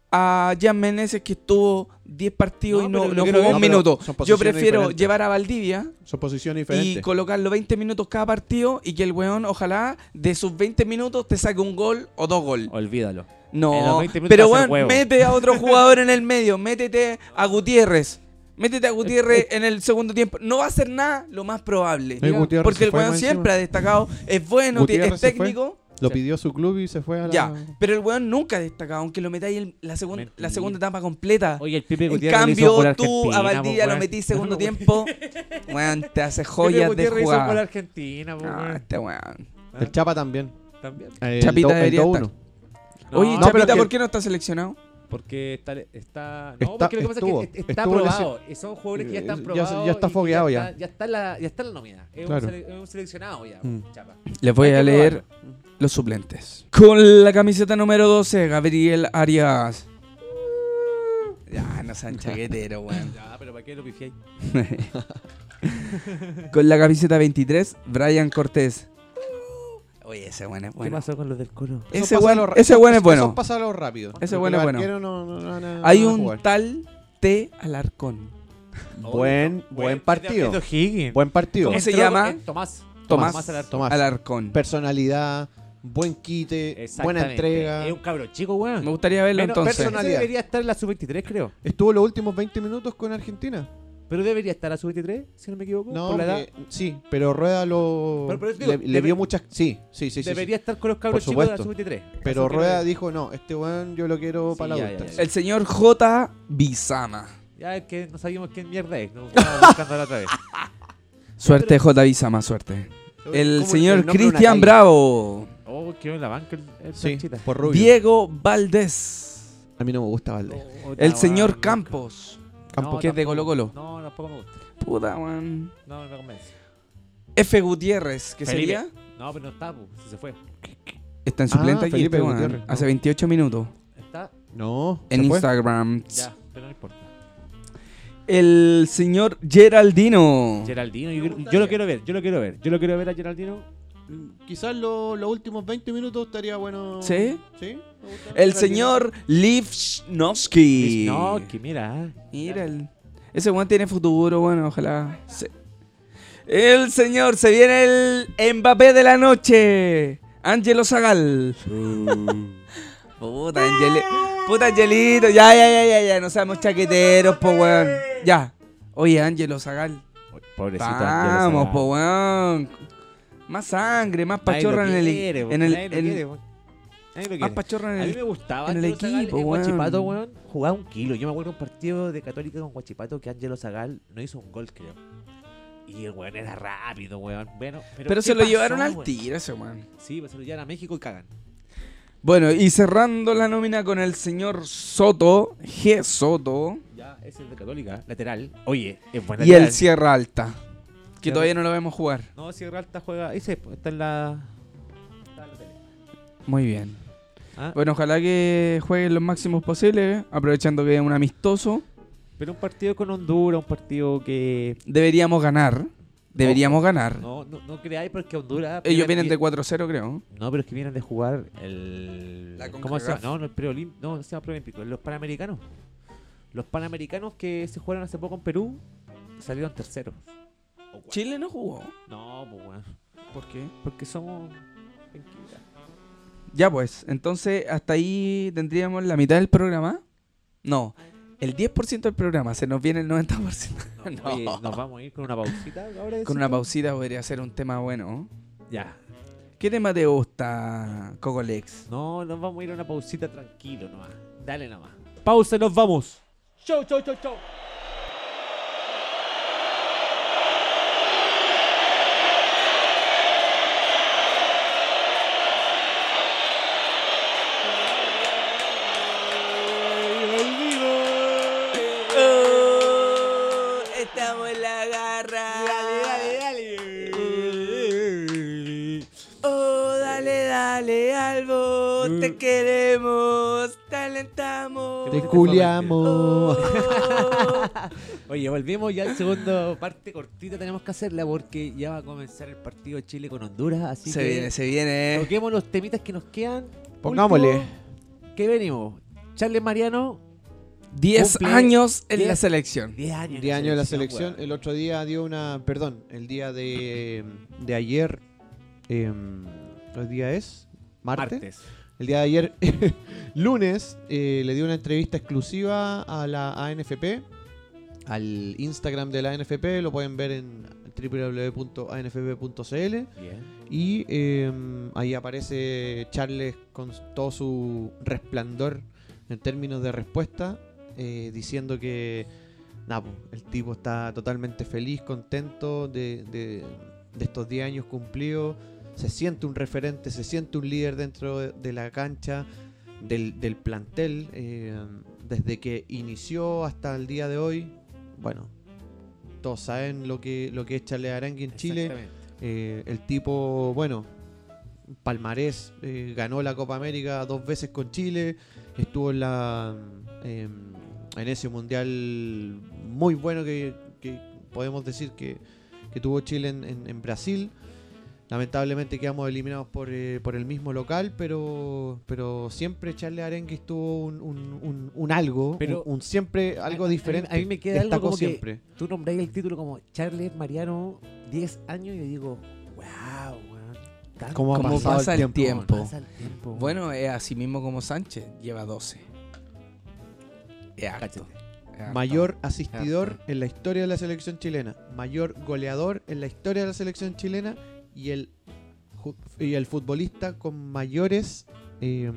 a Jan Meneses que estuvo 10 partidos No, y no, pero no yo creo jugó que- un No, pero minuto. Yo son posiciones prefiero diferentes. llevar a Valdivia son y posiciones diferentes. colocarlo 20 minutos cada partido y que el weón ojalá de sus 20 minutos te saque un gol o dos goles. Olvídalo. En los No, 20 minutos pero va a ser bueno, huevo. mete a otro jugador en el medio, métete a Gutiérrez. Métete a Eh, Gutiérrez en el segundo tiempo. No va a hacer nada, lo más probable. Oye, Eh, Gutiérrez porque se el fue weón más siempre encima. ha destacado, es bueno, ti- Gutiérrez es se fue. técnico. Lo Sí. pidió su club y se fue a la. Ya, pero el weón nunca ha destacado, aunque lo metáis en la, segun- la Mentira. segunda etapa completa. Oye, el Pipe en Gutiérrez lo hizo por cambio, tú Argentina, a po, Valdivia lo weón. metí segundo tiempo. Weón, te hace Pipe joyas de Gutiérrez hizo por jugada. Argentina, po, Ah, weón. este weón. El Chapa también. Eh, También. El Chapita do- el debería 2-1. Oye, no, pero Chapita, es que- ¿por qué no está seleccionado? Porque está. está no, Está- porque lo que pasa estuvo- es que est- está estuvo probado. eh, Son jugadores que ya Ya- están ya probados. está y que fogueado ya. Ya está, ya está la, ya está la nómina. Es, Claro. un, sele- es un seleccionado ya, Mm. chapa. Les voy Hay a que leer los suplentes. Con la camiseta número 12, Gabriel Arias. Ya, no sean chaquetero, weón. Ya, pero ¿para qué lo pifiáis? Con la camiseta 23, Brian Cortés. Oye, ese weón es bueno. con los del coro? Ese weón ese weón es bueno. pasarlo rápido. Ese Porque weón el es bueno. arquero no- no- no- no- no Hay va a un jugar. tal T. Alarcón. Buen, buen partido. Buen partido. ¿Cómo se llama? Tomás. Tomás. Alarcón. Tomás. Alarcón. Personalidad, buen quite, buena Exactamente. entrega. Es un cabro chico, weón. Me gustaría verlo Menos- entonces. ese Personalidad. debería estar en la sub-23, creo. Estuvo los últimos 20 minutos con Argentina. Pero debería estar en la sub-23, si no me equivoco. No, Uh, por la edad. que- sí, pero Rueda lo Pero- pero te le, digo, le debe- dio muchas sí, sí, sí, sí, sí. debería estar con los cabros Por chicos de la supuesto. sub-23. Pero Eso creo Rueda que- dijo, "No, este weón yo lo quiero Sí, para la ya, adulta." ya, ya. El señor J. Bizama. Ya es que no sabíamos quién mierda es. Nos estábamos buscando la otra vez. Suerte, J. Bizama, suerte. El ¿Cómo- señor nombre de una Cristian calle? Bravo. Oh, quiero en la banca el, el Sí, Panchita. por Rubio. Diego Valdés. A mí no me gusta Valdés. Oh, El no, señor no, Campos. Campo- que es de tampoco. Colo-Colo. No, tampoco me gusta. Puta, weón. No, no me convence. F. Gutiérrez, que Felipe. sería. No, pero no está, pu, si se fue. Está en Ah, suplente aquí, Felipe este weón, Gutiérrez, Hace no. 28 minutos. Está, No, En ¿se fue? Instagram. ya, pero no importa. El señor Geraldino. Geraldino, yo, yo lo quiero ver, yo lo quiero ver. Yo lo quiero ver a Geraldino. Quizás lo- los últimos 20 minutos estaría bueno. ¿Sí? Sí. me gusta El Geraldino. señor Livsnovsky. No, que mira. ah. Mira, el- ese weón tiene futuro, bueno, ojalá. se- El señor, se viene el Mbappé de la noche. Angelo Zagal. Mm. Puta, Angeli- Puta Angelito, ya, ya, ya, ya, ya, no seamos chaqueteros, po weón. Ya. Oye, Angelo Zagal. ah, Pobrecito. Vamos, po weón. Más sangre, más pachorra en el. en el- en- más pachorra en A mí me el. gustaba en el Ángelo Zagal equipo, en weón. Guachipato, weón. Jugaba un kilo. Yo me acuerdo un partido de Católica con Guachipato que Ángelo Zagal no hizo un gol, creo. Y el weón era rápido, weón. Bueno, pero Pero ¿qué se lo pasó, llevaron al weón? tiro ese weón. Sí, pues se lo llevan a México y cagan. Bueno, y cerrando la nómina con el señor Soto, G. Soto, Ya, ese es de Católica. Lateral. Oye, es buen y lateral. el Sierra Alta, que Sierra- todavía no lo vemos jugar. No, Sierra Alta juega. Ese pues, está en la. Está en la tele. Muy bien. Ah, Bueno, ojalá que jueguen los máximos posibles, ¿eh? aprovechando que es un amistoso. Pero un partido con Honduras, un partido que. Deberíamos ganar, deberíamos ganar. No, no, no creáis porque Honduras. Ellos vienen de 4-0, creo. No, pero es que vienen de jugar el. La ¿Cómo se llama? CONCACAF. No, no, el preolímpico. No, no se llama preolímpico. Los panamericanos. Los panamericanos que se jugaron hace poco en Perú salieron terceros. O cuartos. Chile no jugó. No, pues bueno. ¿Por qué? Porque somos. Ya pues, entonces hasta ahí tendríamos la mitad del programa. No, el 10% del programa, se nos viene el 90%. No, oye, nos vamos a ir con una pausita ahora. Con una pausita podría ser un tema bueno. Ya. ¿Qué tema te gusta, Cocolex? No, nos vamos a ir a una pausita tranquilo nomás. Dale nomás. Pausa y nos vamos. Chau, chau, chau, chau. Uh, estamos en la garra. Oh, dale, dale, Albo. Te queremos, te alentamos. Uh. Te culiamos. Oye, volvimos ya al segundo parte cortita tenemos que hacerla porque ya va a comenzar el partido de Chile con Honduras, así Se que viene, se viene. toquemos los temitas que nos quedan. Pongámosle. Último, ¿Qué venimos? Charles Mariano, 10 Cumple años en diez- la selección. 10 años. en 10 años de la selección. weón. El otro día dio una. Perdón, el día de, de ayer. em, ¿Qué día es? ¿Marte? Martes. El día de ayer, lunes, eh, le dio una entrevista exclusiva a la ANFP, al Instagram de la ANFP, lo pueden ver en www.anfb.cl Bien. y eh, ahí aparece Charles con todo su resplandor en términos de respuesta, eh, diciendo que nada, po, el tipo está totalmente feliz, contento de, de- de estos 10 años cumplidos, se siente un referente, se siente un líder dentro de, de la cancha, del, del plantel, eh, desde que inició hasta el día de hoy. Bueno, todos saben lo que, lo que es Charles Arangui en Chile. Exactamente. Eh, el tipo, bueno, palmarés, eh, ganó la Copa América dos veces con Chile, estuvo en la eh, en ese mundial muy bueno que, que podemos decir que, que tuvo Chile en, en- en Brasil. Lamentablemente quedamos eliminados por, eh, por el mismo local, pero pero siempre Charles Arengues tuvo un, un- un- un algo, Pero- un, un siempre algo a- a mí- diferente. a mí me queda algo destacó como que- siempre. Tú nombráis el título como Charles Mariano, 10 años, y yo digo, wow, weón. tan- ¿Cómo ha ¿Cómo pasado pasa el el tiempo? tiempo? pasa el tiempo, weón. Bueno, es así mismo como Sánchez, lleva 12. Es harto. Cáchate. es harto. Mayor asistidor Harto. en la historia de la selección chilena. Mayor goleador en la historia de la selección chilena. Y el, ju- y el futbolista con mayores eh,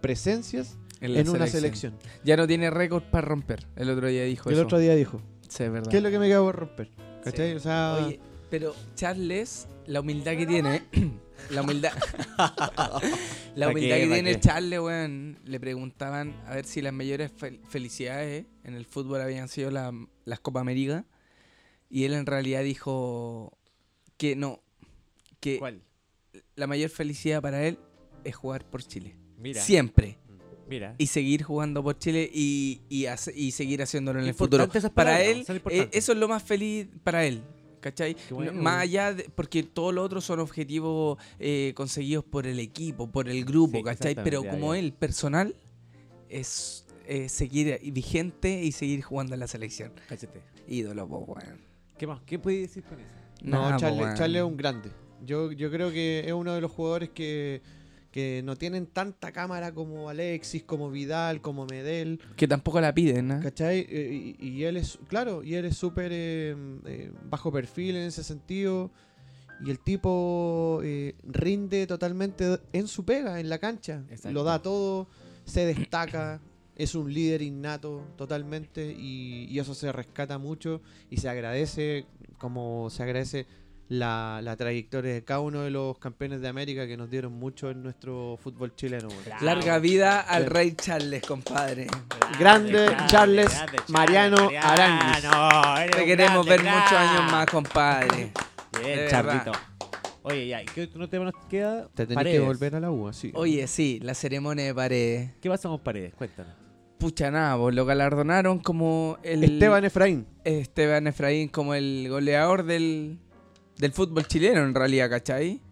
presencias en, la una selección. Ya no tiene récord para romper. El otro día dijo Y el eso. otro día dijo, Sí, es verdad. ¿qué es lo que me queda por romper? ¿Cachai? Sí. O sea, Oye, pero Charles, la humildad que tiene, la humildad, la ¿Pa' humildad qué, que pa' tiene qué? Charles, weón, le preguntaban a ver si las mayores fel- felicidades en el fútbol habían sido la- las Copa América y él en realidad dijo que no, que ¿Cuál? la mayor felicidad para él es jugar por Chile, Mira, siempre eh, mira. y seguir jugando por Chile y, y, hace- y seguir haciéndolo en el Importante futuro. esas Para palabras, él, son eh, importantes. eso es lo más feliz para él. ¿Cachai? Qué bueno, No- más güey. allá, de- porque todo lo otro son objetivos eh, conseguidos por el equipo, por el grupo, Sí, ¿cachai? Pero exactamente, como ahí. él, personal, es eh, seguir vigente y seguir jugando en la selección. Cáchate. Ídolo, po, weón. ¿Qué más? ¿Qué puedes decir con eso? No, Nah, po, Charles, pues, weón. Charles es un grande. Yo, yo creo que es uno de los jugadores que, que no tienen tanta cámara como Alexis, como Vidal, como Medel. Que tampoco la piden, ¿Ah? ¿eh? ¿Cachai? Eh, y, y él es, claro, y él es súper eh, eh, bajo perfil en ese sentido. Y el tipo eh, rinde totalmente en su pega, en la cancha. Exacto. Lo da todo, se destaca, es un líder innato totalmente. Y, y eso se rescata mucho y se agradece, como se agradece la, la trayectoria de cada uno de los campeones de América que nos dieron mucho en nuestro fútbol chileno. güey. Claro. Larga vida al rey Charles, compadre. Grande, Charles Mariano Aránguiz. Aránguiz. Te queremos ver muchos años más, compadre. Bien, De Charlito. Oye, ya, ¿qué otro tema nos queda? Te tenés Paredes. que volver a la U, así. Oye, sí, la ceremonia de paredes. ¿Qué pasa con Paredes? Cuéntanos. Pucha nada, vos, lo galardonaron como el Esteban Efraín. Esteban Efraín como el goleador del, del fútbol chileno en realidad, ¿cachai?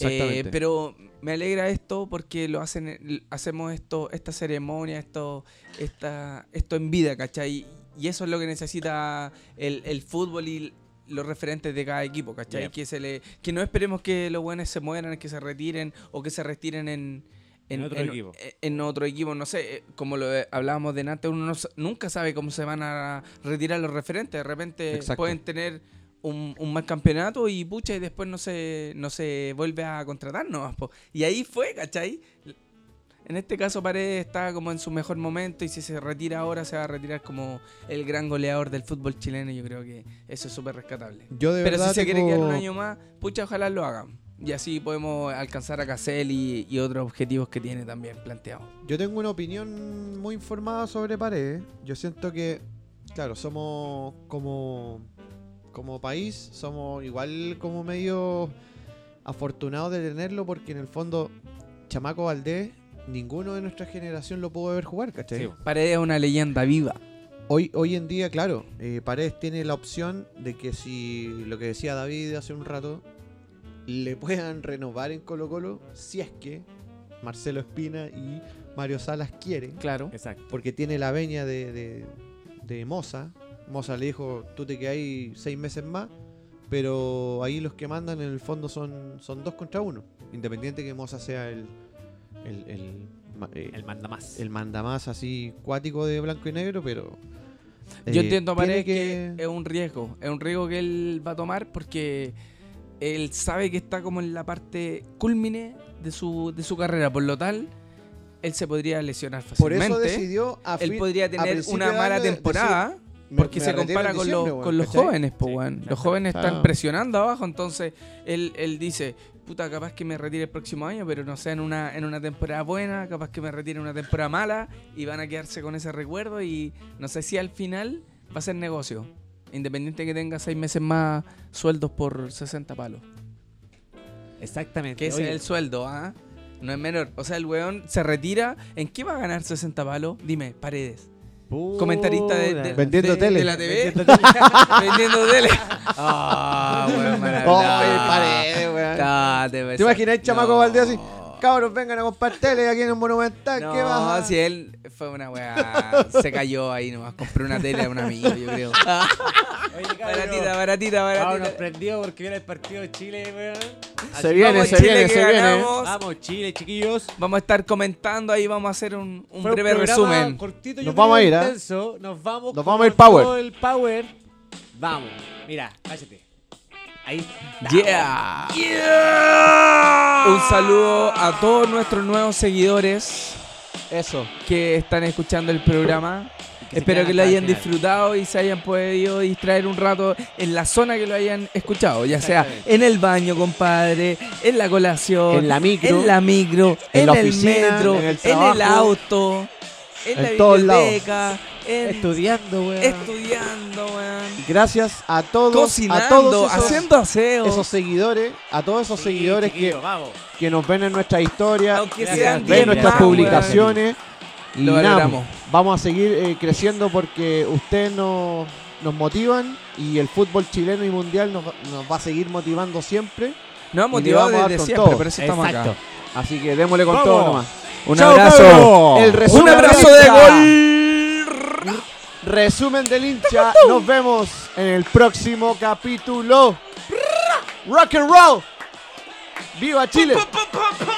Eh, pero me alegra esto porque lo hacen, hacemos esto, esta ceremonia, esto, esta, esto en vida, ¿cachai? Y eso es lo que necesita el, el fútbol y los referentes de cada equipo, ¿cachai? Yeah. Que se le, que no esperemos que los buenos se mueran, que se retiren o que se retiren en, En otro equipo. eh, En otro equipo, no sé, eh, como lo eh, hablábamos de antes, uno no sa- nunca sabe cómo se van a retirar los referentes. De repente Exacto. pueden tener un, un mal campeonato y pucha, y después no se, no se vuelve a contratar nomás, po. Y ahí fue, ¿cachai? En este caso Paredes está como en su mejor momento y si se retira ahora se va a retirar como el gran goleador del fútbol chileno. y Yo creo que eso es súper rescatable. Yo de Pero verdad si se quiere tengo- quedar un año más, pucha, ojalá lo hagan. Y así podemos alcanzar a Casel y, y otros objetivos que tiene también planteados. Yo tengo una opinión muy informada sobre Paredes. Yo siento que, claro, somos como, como país, somos igual como medio afortunados de tenerlo porque en el fondo, Chamaco Valdés, ninguno de nuestra generación lo pudo ver jugar, ¿cachai? Sí. Paredes es una leyenda viva. Hoy, hoy en día, claro, eh, Paredes tiene la opción de que si lo que decía David hace un rato, le puedan renovar en Colo Colo si es que Marcelo Espina y Mario Salas quieren, Claro. Exacto. porque tiene la veña de, de, de Moza. Moza le dijo, tú te quedas ahí seis meses más, pero ahí los que mandan en el fondo son, son dos contra uno, independiente que Moza sea el... el, el ma- eh, El manda más. el mandamás así cuático de blanco y negro, pero Yo Eh, entiendo a Paredes que... tiene es un riesgo, es un riesgo que él va a tomar porque él sabe que está como en la parte culmine de su, de su carrera, por lo tal, él se podría lesionar Por fácilmente. eso decidió a él fin- a podría tener principio una de mala año de- temporada decir, me- porque me se retiro en compara con, los- diciembre, weón, con los ¿cachai? jóvenes, po, Sí, weón. Los claro. jóvenes están Ah. presionando abajo, entonces él, él dice, puta, capaz que me retire el próximo año, pero no sea en una, en una temporada buena, capaz que me retire en una temporada mala y van a quedarse con ese recuerdo y no sé si al final va a ser negocio. Independiente que tenga seis meses más sueldos por 60 palos. Exactamente. Que ese Oye, es el sueldo, ¿ah? No es menor. O sea, el weón se retira. ¿En qué va a ganar 60 palos? Dime, paredes. puta. comentarista de, de- Vendiendo de- tele. de la TV Vendiendo tele. vendiendo tele ah weón Oh, maravilloso. Paredes, weón. Ah, te ¿Te imaginas el chamaco No. Valdés así? Cabros, vengan a comprar tele aquí en el Monumental. no, ¿Qué vas a si él fue una weá, se cayó ahí nomás, compré una tele a un amigo, yo creo. Oye, Baratita, cabrón. baratita, Pablo nos baratita. prendió porque viene el partido de Chile, weón. Se Así- viene, Vamos, se Chile, viene, que se viene. ¿eh? ganamos. Vamos, Chile, chiquillos. Vamos a estar comentando ahí, vamos a hacer un, un Fue un breve programa resumen. cortito, yo creo, Nos vamos a ir, ¿ah? intenso. Nos vamos. con Nos vamos a ir power. todo el power. Vamos. Mira, cállate. Ahí está. Yeah. Un saludo a todos nuestros nuevos seguidores Eso. que están escuchando el programa. se Espero quedan que lo hasta el hayan final. disfrutado y se hayan podido distraer un rato en la zona que lo hayan escuchado, ya sea Exactamente. en el baño, compadre, en la colación, En la micro, en, la micro, en en la el oficina, metro, en en el el, trabajo, auto, en, en la todos biblioteca, en- Estudiando, weón. estudiando, weón, Gracias a todos, cocinando, a todos esos, haciendo aseo, esos seguidores, a todos esos Sí, seguidores que, chiquillos, vamos. que nos ven en nuestra historia, aunque Gracias, sean ven ven diez nuestras más, weón. publicaciones. Y Lo nada, valoramos. vamos a seguir eh, creciendo porque ustedes nos, nos motivan y el fútbol chileno y mundial nos, va- nos va a seguir motivando siempre. weón. Nos ha le motivado vamos a dar desde con siempre, todo. por eso estamos Exacto. acá. Así que démosle con ¡Vamos! todo nomás. Un Chao, abrazo. Pablo. El resumen Un abrazo del de hincha. gol. Resumen del hincha. Nos vemos en el próximo capítulo. Rock and roll. Viva Chile. Pa, pa, pa, pa.